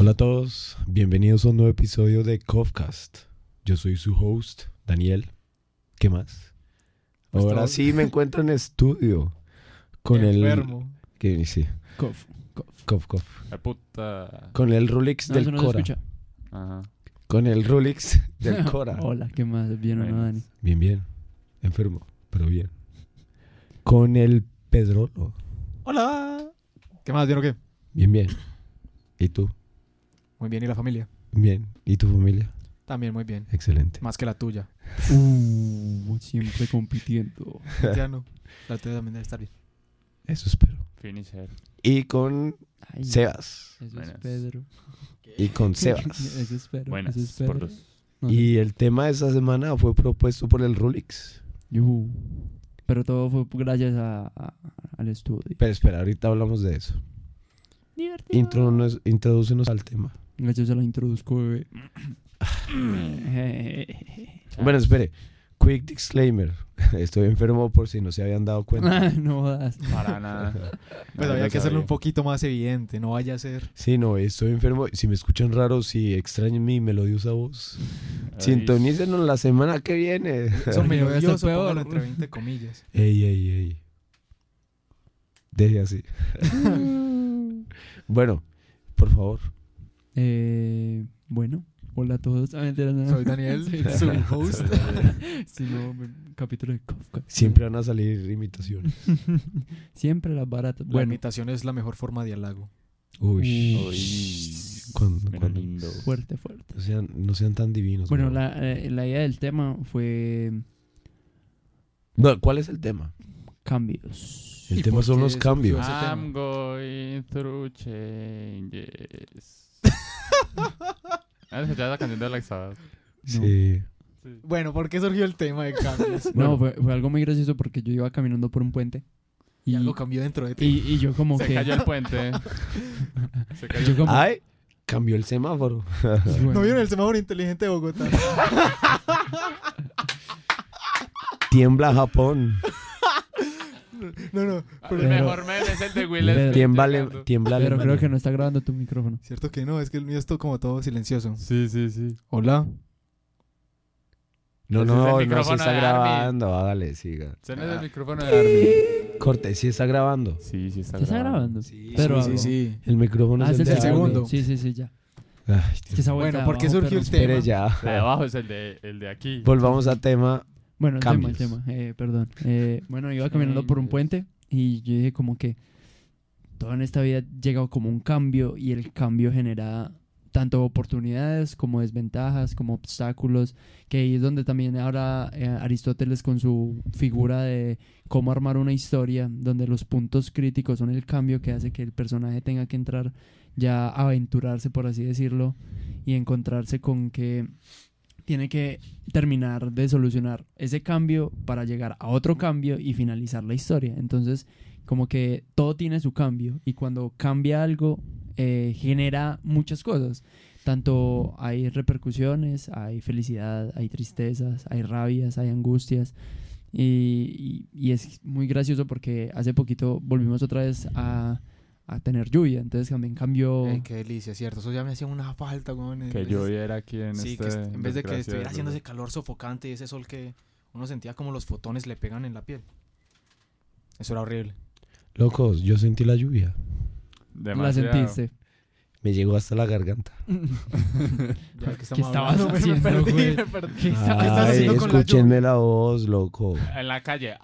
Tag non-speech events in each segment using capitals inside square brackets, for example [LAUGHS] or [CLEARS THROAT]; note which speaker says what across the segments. Speaker 1: Hola a todos, bienvenidos a un nuevo episodio de Cofcast. Yo soy su host, Daniel. ¿Qué más?
Speaker 2: Pues
Speaker 1: Ahora
Speaker 2: todos-
Speaker 1: sí me encuentro en estudio con el
Speaker 3: Enfermo.
Speaker 1: que sí,
Speaker 3: Cof, cof.
Speaker 1: cof, cof.
Speaker 4: La puta.
Speaker 1: con el Rulix
Speaker 3: No,
Speaker 1: del
Speaker 3: eso no se
Speaker 1: Cora,
Speaker 3: escucha.
Speaker 4: Ajá.
Speaker 1: con el Rulix
Speaker 3: [LAUGHS]
Speaker 1: del Cora.
Speaker 3: Hola, ¿qué más? Bien o no,
Speaker 4: Buenas.
Speaker 3: Dani.
Speaker 1: Bien, bien. Enfermo, pero bien. Con el Pedrolo.
Speaker 3: Hola.
Speaker 2: ¿Qué más, bien o qué?
Speaker 1: Bien, bien. ¿Y tú?
Speaker 2: Muy bien, ¿y la familia?
Speaker 1: Bien. ¿Y tu familia?
Speaker 2: También muy bien.
Speaker 1: Excelente.
Speaker 2: Más que la tuya.
Speaker 3: Uh, siempre compitiendo.
Speaker 2: Ya no. La tuya también debe estar bien.
Speaker 1: Eso espero.
Speaker 4: Finisher.
Speaker 1: Y con
Speaker 3: Ay,
Speaker 1: Sebas.
Speaker 3: Eso es
Speaker 4: Buenas.
Speaker 3: Pedro.
Speaker 1: Y con Sebas.
Speaker 3: [LAUGHS] eso es Pedro.
Speaker 4: Buenas.
Speaker 3: Eso es
Speaker 4: por
Speaker 3: Pedro.
Speaker 4: los-
Speaker 3: No,
Speaker 1: Y el tema de esta semana fue propuesto por el Rulix.
Speaker 3: Yujú. Pero todo fue gracias a, a- al estudio.
Speaker 1: Pero espera, ahorita hablamos de eso. Introducenos, introdúcenos al tema.
Speaker 3: Gracias a la introduzco, [COUGHS] bebé.
Speaker 1: Bueno, espere. Quick disclaimer. [LAUGHS] Estoy enfermo por si no se habían dado cuenta.
Speaker 3: Ah, no jodas.
Speaker 4: Para
Speaker 1: [LAUGHS]
Speaker 4: nada.
Speaker 2: Pues
Speaker 4: No,
Speaker 2: había
Speaker 4: no
Speaker 2: que hacerlo
Speaker 4: sabía.
Speaker 2: un poquito más evidente. No vaya a ser.
Speaker 1: [LAUGHS] Sí, no, estoy enfermo. Si me escuchan raro, si extrañan mi melodiosa voz,
Speaker 4: Ay,
Speaker 1: sintonícenos la semana que viene.
Speaker 2: [LAUGHS] Eso
Speaker 3: Porque
Speaker 2: me
Speaker 3: yo voy a estar
Speaker 2: odioso,
Speaker 3: peor.
Speaker 2: póngalo este entre 20 comillas.
Speaker 1: Ey, ey, ey. Deje así. Bueno, por favor.
Speaker 3: Eh, bueno, hola a todos. Ah, mentira, no.
Speaker 2: Soy Daniel,
Speaker 3: Sí,
Speaker 2: [LAUGHS] su
Speaker 3: no.
Speaker 2: host.
Speaker 3: Sí, no, me- capítulo de Kafka.
Speaker 1: Siempre van a salir imitaciones.
Speaker 3: Siempre las baratas.
Speaker 2: La
Speaker 3: Bueno,
Speaker 2: imitación es la mejor forma de halago.
Speaker 1: Uy.
Speaker 3: Uy.
Speaker 4: Uy.
Speaker 1: Cuando-
Speaker 4: Mira,
Speaker 1: cuando-
Speaker 4: lindo.
Speaker 3: fuerte, fuerte.
Speaker 1: No sean, no sean tan divinos.
Speaker 2: Pues
Speaker 1: weón.
Speaker 3: Bueno, la, eh, la idea del tema fue
Speaker 1: No, ¿Cuál es el tema?
Speaker 3: cambios.
Speaker 1: El
Speaker 2: [LAUGHS] ¿Y
Speaker 1: tema
Speaker 2: por
Speaker 1: son
Speaker 2: qué
Speaker 1: los
Speaker 2: surgió
Speaker 1: cambios.
Speaker 2: ese tema?
Speaker 4: I'm going through changes. ¿Has escuchado la canción de Black Sabbath?
Speaker 1: Sí.
Speaker 4: Sí.
Speaker 2: [LAUGHS] Bueno, ¿por qué surgió el tema de cambios?
Speaker 3: No, fue, fue algo muy gracioso porque yo iba caminando por un puente.
Speaker 2: Y
Speaker 3: Y,
Speaker 2: algo cambió dentro de ti.
Speaker 3: y, y yo como
Speaker 4: Se
Speaker 3: que...
Speaker 4: cayó el puente. Se cayó
Speaker 3: yo como-
Speaker 1: Ay, cambió el semáforo.
Speaker 3: y bueno,
Speaker 2: ¿No vieron el semáforo inteligente de Bogotá?
Speaker 1: Tiembla Japón.
Speaker 2: No, no.
Speaker 4: El mejor meme es el de Will
Speaker 3: Pero-
Speaker 4: Smith
Speaker 1: Tiembla, Ale-
Speaker 4: llegando.
Speaker 1: tiembla
Speaker 3: Pero
Speaker 1: Alemania.
Speaker 3: creo que no está grabando tu micrófono.
Speaker 2: Cierto que no, es que el mío es todo como todo silencioso.
Speaker 4: Sí, sí, sí.
Speaker 2: Hola.
Speaker 1: No,
Speaker 4: Ese es el
Speaker 1: no, no, sí
Speaker 4: micrófono
Speaker 1: está
Speaker 4: de Armin.
Speaker 1: grabando. Hágale, siga.
Speaker 4: Se me es el micrófono de Armin.
Speaker 1: Corte, sí está grabando.
Speaker 4: Ah. Sí, sí está
Speaker 3: ¿Ya está grabando?
Speaker 1: Sí,
Speaker 3: Pero-
Speaker 2: sí, sí, sí.
Speaker 1: El micrófono
Speaker 3: Ah,
Speaker 1: es el,
Speaker 3: ese
Speaker 1: de
Speaker 2: el
Speaker 3: es
Speaker 1: Armin.
Speaker 2: segundo.
Speaker 3: Sí, sí, sí, ya.
Speaker 1: Ay,
Speaker 3: Es que esa vuelta
Speaker 2: Bueno,
Speaker 3: de
Speaker 2: ¿por qué
Speaker 3: abajo,
Speaker 2: surgió
Speaker 3: perro,
Speaker 2: el
Speaker 3: espera.
Speaker 2: tema?
Speaker 1: espere ya.
Speaker 4: El de abajo es el de, el de aquí.
Speaker 1: Volvamos al tema.
Speaker 3: Bueno, el
Speaker 1: Cambios.
Speaker 3: tema, el tema, eh, perdón. Eh, bueno, iba caminando por un
Speaker 4: Changes.
Speaker 3: puente y yo dije como que todo en esta vida llega como un cambio y el cambio genera tanto oportunidades como desventajas, como obstáculos, que ahí es donde también ahora eh, Aristóteles con su figura de cómo armar una historia, donde los puntos críticos son el cambio que hace que el personaje tenga que entrar ya a aventurarse, por así decirlo, y encontrarse con que tiene que terminar de solucionar ese cambio para llegar a otro cambio y finalizar la historia. Entonces, como que todo tiene su cambio y cuando cambia algo eh, genera muchas cosas. Tanto hay repercusiones, hay felicidad, hay tristezas, hay rabias, hay angustias. Y, y- y es muy gracioso porque hace poquito volvimos otra vez a, a tener lluvia. Entonces también cambió...
Speaker 2: Ey, qué delicia, cierto. Eso ya me hacía una falta, weón.
Speaker 4: Que yo viera aquí en
Speaker 2: Sí,
Speaker 4: este...
Speaker 2: que est- en vez de que
Speaker 4: desgracia
Speaker 2: estuviera haciendo
Speaker 4: lugar.
Speaker 2: ese calor sofocante y ese sol que uno sentía como los fotones le pegan en la piel. Eso era horrible.
Speaker 1: Locos, yo sentí la lluvia.
Speaker 3: la
Speaker 4: Demasiado.
Speaker 3: sentiste.
Speaker 1: Me llegó hasta la garganta.
Speaker 2: Ya que
Speaker 3: ¿Qué
Speaker 2: estamos
Speaker 3: estabas
Speaker 2: hablando, güey, me
Speaker 3: haciendo,
Speaker 2: perdí,
Speaker 3: güey?
Speaker 2: me perdí.
Speaker 3: ¿Qué estabas
Speaker 2: estás
Speaker 1: Ay,
Speaker 2: haciendo con la
Speaker 1: escúchenme la voz, loco.
Speaker 4: En la calle.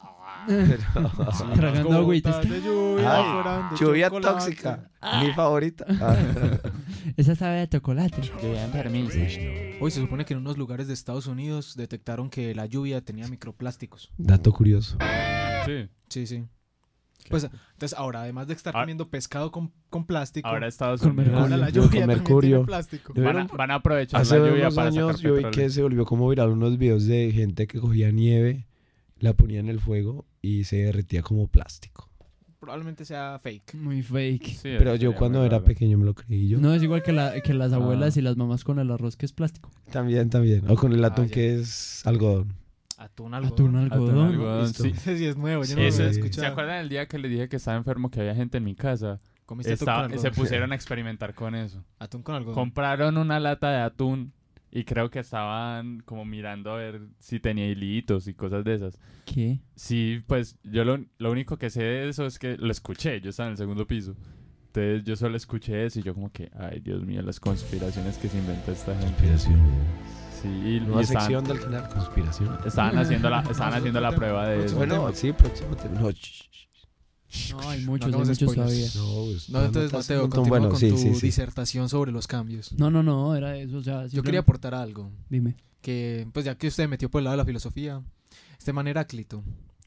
Speaker 3: Tragando agüitas.
Speaker 2: Gotas de lluvia,
Speaker 1: Ay,
Speaker 2: llorando
Speaker 1: Lluvia
Speaker 2: chocolate.
Speaker 1: tóxica. Mi favorita. Ah. [LAUGHS]
Speaker 3: Esa sabe de chocolate.
Speaker 2: Hoy se supone que en unos lugares de Estados Unidos detectaron que la lluvia tenía microplásticos.
Speaker 1: Dato curioso.
Speaker 4: Sí.
Speaker 2: Sí, sí. Pues entonces ahora, además de estar
Speaker 4: Ah.
Speaker 2: comiendo pescado con, con plástico,
Speaker 4: Ahora Estados
Speaker 3: Con
Speaker 4: Unidos.
Speaker 2: ahora la
Speaker 1: mercurio.
Speaker 2: lluvia
Speaker 1: Con
Speaker 2: también
Speaker 1: mercurio.
Speaker 2: tiene plástico.
Speaker 1: Yo
Speaker 4: Van a,
Speaker 1: era-
Speaker 4: van a aprovechar
Speaker 1: Hace
Speaker 4: la lluvia
Speaker 1: unos
Speaker 4: para
Speaker 1: años
Speaker 4: sacar
Speaker 1: yo vi
Speaker 4: petróleo.
Speaker 1: que se volvió como viral unos videos de gente que cogía nieve, la ponía en el fuego y se derretía como plástico.
Speaker 2: Probablemente sea fake.
Speaker 3: Muy fake.
Speaker 4: Sí,
Speaker 1: Pero
Speaker 4: eso
Speaker 1: yo
Speaker 4: sería
Speaker 1: cuando
Speaker 4: muy
Speaker 1: era
Speaker 4: raro.
Speaker 1: pequeño me lo creí yo.
Speaker 3: No es igual que, la- que
Speaker 2: Ah.
Speaker 3: las abuelas y las mamás con el arroz que es plástico.
Speaker 1: También, también. O con el
Speaker 2: Ah,
Speaker 1: atún
Speaker 2: ya.
Speaker 1: que es algodón.
Speaker 2: Atún
Speaker 3: Atún
Speaker 2: algodón.
Speaker 4: Atún,
Speaker 3: algodón.
Speaker 4: algodón,
Speaker 1: Listo.
Speaker 4: sí.
Speaker 2: Ese Ah, [LAUGHS] sí es nuevo, yo no
Speaker 1: Sí,
Speaker 2: lo había
Speaker 1: sí.
Speaker 2: escuchado.
Speaker 4: ¿Se acuerdan el día que le dije que estaba enfermo que había gente en mi casa?
Speaker 2: Comiste atún
Speaker 4: Estaba-
Speaker 2: con algodón.
Speaker 4: se pusieron a experimentar con eso.
Speaker 2: Atún con algodón.
Speaker 4: Compraron una lata de atún y creo que estaban como mirando a ver si tenía hilitos y cosas de esas.
Speaker 3: ¿Qué?
Speaker 4: Sí, pues yo lo, lo único que sé de eso es que lo escuché, yo estaba en el segundo piso. Entonces yo solo escuché eso y yo como que, ay Dios mío, las conspiraciones que se inventa esta gente.
Speaker 1: Conspiración.
Speaker 4: Sí, y, y
Speaker 1: Nueva
Speaker 4: estaban,
Speaker 1: sección del canal. Conspiración.
Speaker 4: estaban haciendo la, estaban haciendo la prueba de eso.
Speaker 1: Bueno, sí, próximo tema. No, sh- sh-
Speaker 3: No, hay muchos, hay
Speaker 2: hagamos
Speaker 3: muchos todavía.
Speaker 2: spoilers.
Speaker 1: sh- no, pues,
Speaker 2: No,
Speaker 1: anotas
Speaker 2: entonces,
Speaker 1: un
Speaker 2: Mateo,
Speaker 1: montón.
Speaker 2: continúa
Speaker 1: Bueno,
Speaker 2: con
Speaker 1: sí,
Speaker 2: tu
Speaker 1: sí, sí.
Speaker 2: disertación sobre los cambios.
Speaker 3: No, no, no, era eso. O sea,
Speaker 2: Yo quería
Speaker 3: simplemente-
Speaker 2: aportar algo.
Speaker 3: Dime.
Speaker 2: Que, pues ya que usted metió por el lado de la filosofía, este man Heráclito,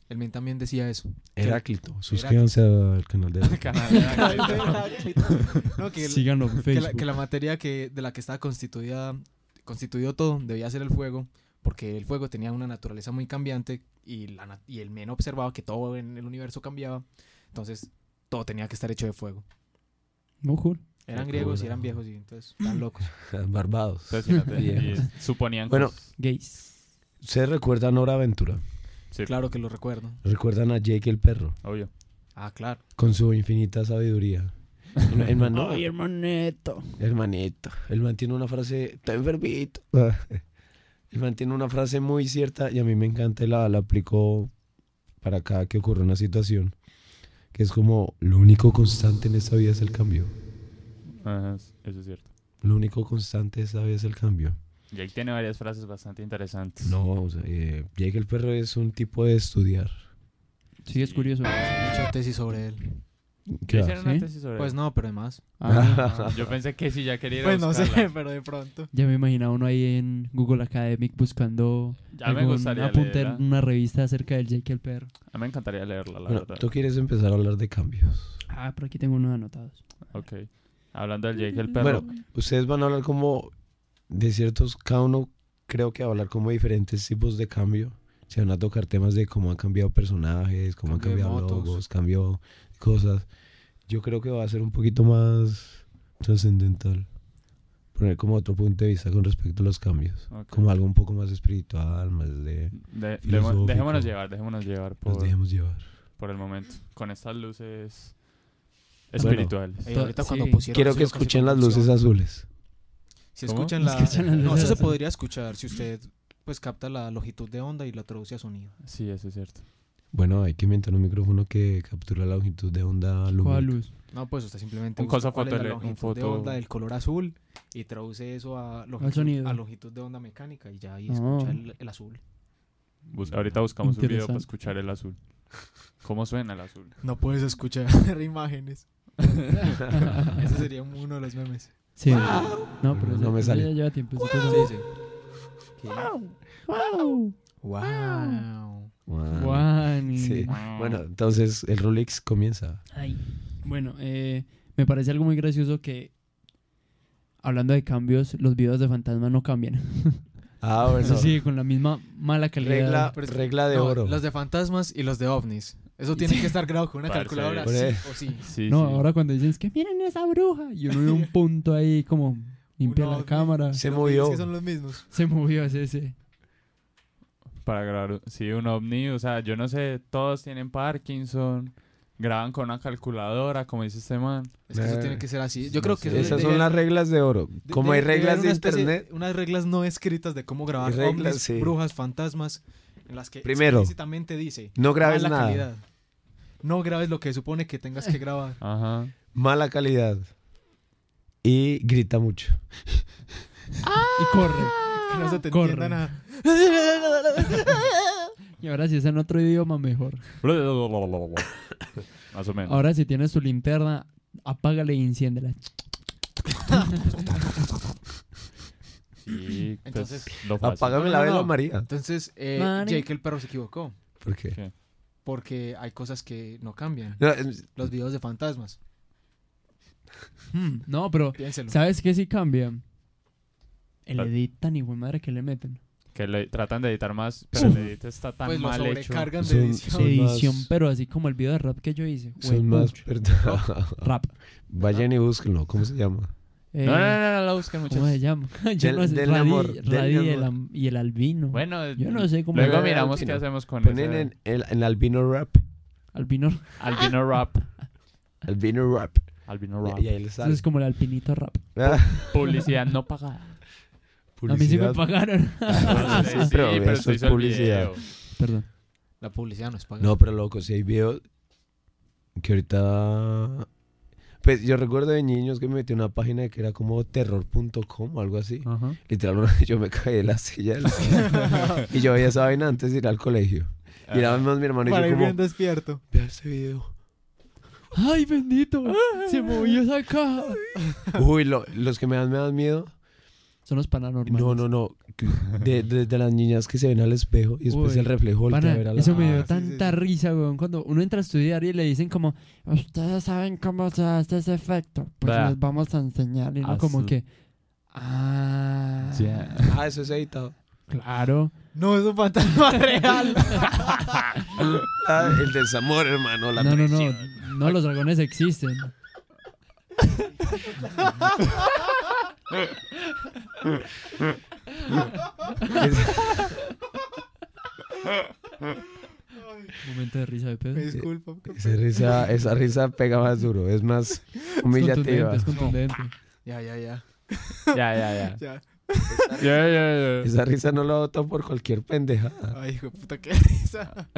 Speaker 2: el men también decía eso.
Speaker 1: Heráclito. Suscríbanse al canal de Heráclito.
Speaker 4: [LAUGHS]
Speaker 2: No, que el-
Speaker 3: Síganlo en
Speaker 2: que la, que la materia que, de la que estaba constituida, constituido todo, debía ser el fuego, porque el fuego tenía una naturaleza muy cambiante y, la, nat- y el men observaba que todo en el universo cambiaba, entonces todo tenía que estar hecho de fuego.
Speaker 3: No, cool.
Speaker 2: Eran
Speaker 1: Qué
Speaker 2: griegos y
Speaker 1: locura.
Speaker 2: eran viejos y entonces
Speaker 4: [LAUGHS]
Speaker 2: eran locos.
Speaker 1: [LAUGHS] Barbados.
Speaker 4: [LAUGHS] Entonces, fíjate, y
Speaker 1: Bien.
Speaker 4: suponían
Speaker 1: Bueno,
Speaker 4: cosas.
Speaker 3: Gays.
Speaker 1: ¿Ustedes recuerdan Hora Aventura?
Speaker 4: Sí,
Speaker 2: Claro que lo recuerdo.
Speaker 1: ¿Recuerdan a Jake el perro?
Speaker 4: obvio.
Speaker 2: Ah, claro.
Speaker 1: Con su infinita sabiduría. El, el man, no,
Speaker 3: hermanito.
Speaker 1: hermanito. El man tiene una frase... Está enfermito. Ah. El man tiene una frase muy cierta y a mí me encanta y la, la aplico para cada que ocurre una situación. Que es como, lo único constante en esta vida es el cambio.
Speaker 4: Ajá, eso es cierto.
Speaker 1: Lo único constante en esta vida es el cambio.
Speaker 4: Y ahí tiene varias frases bastante interesantes.
Speaker 1: No, o sea, eh, Jake el perro es un tipo de estudiar.
Speaker 3: Sí, es
Speaker 2: [LAUGHS]
Speaker 3: curioso.
Speaker 2: He hecho tesis sobre él.
Speaker 4: ¿Qué
Speaker 1: Ya.
Speaker 4: hicieron una
Speaker 3: ¿Sí?
Speaker 4: tesis sobre
Speaker 2: Pues
Speaker 4: eso?
Speaker 2: no, pero además.
Speaker 3: Ah,
Speaker 4: Yo pensé que si ya quería ir a
Speaker 2: Pues no sé,
Speaker 4: buscarla.
Speaker 2: [LAUGHS] pero de pronto.
Speaker 3: ya me imaginaba uno ahí en Google Academic buscando
Speaker 4: Ya me
Speaker 3: algún
Speaker 4: gustaría ¿eh?
Speaker 3: apunte
Speaker 4: leerla.
Speaker 3: en una revista acerca del Jake el perro.
Speaker 4: A mí me encantaría leerla, la
Speaker 1: Bueno,
Speaker 4: verdad.
Speaker 1: tú quieres empezar a hablar de cambios.
Speaker 3: Ah, por aquí tengo unos anotados.
Speaker 4: Ok. Hablando del Jake el perro.
Speaker 1: Bueno, ustedes van a hablar como de ciertos, cada uno creo que va a hablar como de diferentes tipos de cambio. Se van a tocar temas de cómo han cambiado personajes, cómo
Speaker 2: Cambio
Speaker 1: han
Speaker 2: de
Speaker 1: cambiado
Speaker 2: motos.
Speaker 1: logos, cambio de cosas. Yo creo que va a ser un poquito más trascendental. Poner como otro punto de vista con respecto a los cambios.
Speaker 4: Ok.
Speaker 1: Como algo un poco más espiritual, más de...
Speaker 4: De-
Speaker 1: filosófico.
Speaker 4: dejémo- dejémonos llevar, dejémonos llevar
Speaker 1: Nos
Speaker 4: por,
Speaker 1: dejemos llevar.
Speaker 4: por el momento. Con estas luces
Speaker 1: Bueno.
Speaker 4: espirituales.
Speaker 2: Eh,
Speaker 3: To-
Speaker 2: ahorita cuando
Speaker 3: sí.
Speaker 2: pusieron
Speaker 1: Quiero
Speaker 2: sí,
Speaker 1: que
Speaker 2: casi
Speaker 1: escuchen las
Speaker 2: confusión.
Speaker 1: luces azules.
Speaker 2: Si
Speaker 4: ¿Cómo?
Speaker 2: escuchan la...
Speaker 3: Escuchan las
Speaker 2: No, eso se
Speaker 3: luces.
Speaker 2: podría escuchar si usted pues capta la longitud de onda y la traduce a sonido.
Speaker 4: Sí, eso es cierto.
Speaker 1: Bueno, hay que inventar un micrófono que captura la longitud de onda
Speaker 3: ¿Cuál
Speaker 1: lumínica.
Speaker 3: luz?
Speaker 2: No, pues usted simplemente
Speaker 4: Un
Speaker 2: busca
Speaker 4: cosa
Speaker 2: cuál es la
Speaker 4: fotole- un
Speaker 2: longitud de
Speaker 4: foto-
Speaker 2: onda del color azul y traduce eso a longitud,
Speaker 3: sonido.
Speaker 2: a longitud de onda mecánica y ya ahí
Speaker 3: Ah.
Speaker 2: escucha el, el azul.
Speaker 4: Bus- ahorita buscamos un video para
Speaker 3: Interesante.
Speaker 4: escuchar el azul. ¿Cómo suena el azul?
Speaker 2: No puedes escuchar [LAUGHS] imágenes. Ese sería uno de los memes.
Speaker 3: Sí. No,
Speaker 1: No
Speaker 3: pero
Speaker 1: me
Speaker 3: eso
Speaker 1: sale.
Speaker 3: ya lleva tiempo. eso
Speaker 2: Sí,
Speaker 3: cosa-
Speaker 2: sí.
Speaker 3: Wow.
Speaker 2: Wow.
Speaker 1: Guau.
Speaker 3: Juan.
Speaker 1: Sí. Bueno, entonces el Rolex comienza.
Speaker 3: Ay. Bueno, eh, me parece algo muy gracioso que hablando de cambios, los videos de fantasma no cambian.
Speaker 1: Ah,
Speaker 3: Eso sigue con la misma mala calidad.
Speaker 1: regla,
Speaker 2: pero es-
Speaker 1: regla de
Speaker 2: No,
Speaker 1: oro.
Speaker 2: Los de fantasmas y los de ovnis. Eso tiene que estar grabado con una
Speaker 4: Parce.
Speaker 2: calculadora
Speaker 1: Por
Speaker 2: sí
Speaker 1: eso.
Speaker 2: o sí.
Speaker 4: Sí,
Speaker 3: no,
Speaker 4: sí.
Speaker 3: ahora cuando dicen es que miren esa bruja y uno ve un punto ahí como limpia
Speaker 2: Uno-
Speaker 3: la cámara,
Speaker 1: Se
Speaker 2: Los
Speaker 1: movió.
Speaker 2: memes que son los mismos.
Speaker 3: se movió ese ese.
Speaker 4: Para grabar, un- sí, un ovni, o sea, yo no sé, todos tienen Parkinson, graban con una calculadora, como dice este man.
Speaker 2: Es que eso
Speaker 1: Eh,
Speaker 2: tiene que ser así. Yo creo que eso
Speaker 1: Esas
Speaker 2: debe-
Speaker 1: son las reglas de oro.
Speaker 2: De-
Speaker 1: Como hay
Speaker 2: debe- debe
Speaker 1: reglas
Speaker 2: haber
Speaker 1: de
Speaker 2: una especie-
Speaker 1: internet,
Speaker 2: Unas reglas no escritas de cómo grabar
Speaker 1: Reglas,
Speaker 2: ovnis,
Speaker 1: sí.
Speaker 2: brujas, fantasmas, en las que
Speaker 1: Primero,
Speaker 2: explícitamente dice
Speaker 1: no grabes
Speaker 2: mala
Speaker 1: nada.
Speaker 2: calidad. No grabes lo que se supone que tengas que grabar.
Speaker 4: Ajá.
Speaker 1: Mala calidad. Y grita mucho.
Speaker 3: y corre.
Speaker 2: Que no se te
Speaker 3: Corre.
Speaker 2: entienda nada.
Speaker 3: Y ahora si es en otro idioma mejor.
Speaker 4: Más o menos.
Speaker 3: Ahora si tienes tu linterna, apágala y enciéndela.
Speaker 4: Sí, pues,
Speaker 2: Entonces,
Speaker 4: lo fácil.
Speaker 1: Apágame
Speaker 2: No,
Speaker 1: la
Speaker 2: no,
Speaker 1: vela,
Speaker 2: no.
Speaker 1: María.
Speaker 2: Entonces, eh,
Speaker 3: Mari.
Speaker 2: Jake el perro se equivocó.
Speaker 1: ¿Por qué?
Speaker 2: Porque hay cosas que no cambian.
Speaker 1: No, eh,
Speaker 2: Los videos de fantasmas.
Speaker 3: Hmm, No, pero
Speaker 2: Piénselo.
Speaker 3: ¿sabes qué sí cambia? El
Speaker 4: Ah.
Speaker 3: edit tan hijo de madre que le meten.
Speaker 4: Que le tratan de editar más, pero el edit está tan
Speaker 2: Pues lo
Speaker 4: mal hecho.
Speaker 2: sobrecargan de
Speaker 1: Son-
Speaker 2: edición.
Speaker 1: son-
Speaker 3: edición,
Speaker 1: más-
Speaker 3: pero así como el video de rap que yo hice.
Speaker 1: son más...
Speaker 3: Huepuch,
Speaker 1: perd-
Speaker 3: Rap.
Speaker 1: [LAUGHS] Vayan y búsquenlo. ¿Cómo se llama?
Speaker 3: Eh,
Speaker 4: No, no, no, no, la busquen
Speaker 3: ¿Cómo se
Speaker 4: muchachos.
Speaker 3: llama? [LAUGHS] Yo
Speaker 1: Del-
Speaker 3: no sé.
Speaker 1: del
Speaker 3: Radí-
Speaker 1: amor, del
Speaker 3: Radí y el
Speaker 1: amor.
Speaker 3: am- y el albino.
Speaker 4: Bueno,
Speaker 3: Yo no sé cómo
Speaker 4: luego
Speaker 1: era
Speaker 4: miramos
Speaker 1: Albino.
Speaker 4: qué hacemos con
Speaker 1: Ponen
Speaker 4: ese
Speaker 1: en el en albino rap.
Speaker 3: albino.
Speaker 4: albino rap.
Speaker 1: Albino rap.
Speaker 4: Albino Rap.
Speaker 1: Y, y ahí le sale. Ah,
Speaker 3: Eso es como el alpinito rap.
Speaker 4: Publicidad no
Speaker 3: [LAUGHS]
Speaker 4: pagada.
Speaker 3: A mí sí me
Speaker 1: Publicidad.
Speaker 3: pagaron.
Speaker 1: [LAUGHS]
Speaker 4: Ah,
Speaker 1: sí, pero eso
Speaker 4: se
Speaker 1: es
Speaker 4: hizo el
Speaker 1: publicidad.
Speaker 4: video.
Speaker 3: Perdón.
Speaker 2: La publicidad no es pagada.
Speaker 1: No, pero loco, si hay videos que ahorita... Pues yo recuerdo de niños que me metí a una página que era como terror.com o algo así.
Speaker 3: Ah.
Speaker 4: Ajá.
Speaker 1: Literal, una vez yo me caí de la silla.
Speaker 3: [LAUGHS]
Speaker 1: de la silla. y yo veía esa vaina antes de ir al colegio. Y era más mi hermano y
Speaker 2: Para
Speaker 1: yo
Speaker 2: ir
Speaker 1: como,
Speaker 2: bien despierto.
Speaker 1: vea este video.
Speaker 3: ¡Ay, bendito! Se movió esa caja.
Speaker 1: Uy, lo- los que me dan, me dan miedo.
Speaker 3: Son los paranormales.
Speaker 1: No, no, no. De, de- de las niñas que se ven al espejo y después
Speaker 3: Uy,
Speaker 1: el reflejo voltea
Speaker 3: Pana,
Speaker 1: a ver a la...
Speaker 3: eso me
Speaker 2: Ah,
Speaker 3: dio
Speaker 2: sí, sí,
Speaker 3: tanta
Speaker 2: sí.
Speaker 3: risa, weón. Cuando uno entra a estudiar y le dicen como, ustedes saben cómo se hace ese efecto, pues
Speaker 4: Vea.
Speaker 3: les vamos a enseñar. Y uno
Speaker 4: Ah,
Speaker 3: como
Speaker 4: su-
Speaker 3: que, ah,
Speaker 4: Ya.
Speaker 1: Ah, eso es editado.
Speaker 3: claro.
Speaker 2: No, es un fantasma [LAUGHS] real.
Speaker 1: [LAUGHS] Ah, el desamor, hermano. La
Speaker 3: no, no, no,
Speaker 1: traición.
Speaker 3: no, los dragones existen.
Speaker 1: [LAUGHS]
Speaker 3: Momento de risa de pedo.
Speaker 2: Me
Speaker 3: Es
Speaker 2: disculpo.
Speaker 1: Esa risa, esa risa pega más duro, es
Speaker 2: [LAUGHS]
Speaker 1: más humillativa.
Speaker 3: contundente, es contundente.
Speaker 2: Ah, Ya, ya, ya.
Speaker 4: Ya, ya, ya.
Speaker 2: ya.
Speaker 4: Ya, ya, ya.
Speaker 1: Esa risa no la voto por cualquier pendejada.
Speaker 2: Ay, hijo de puta, qué risa.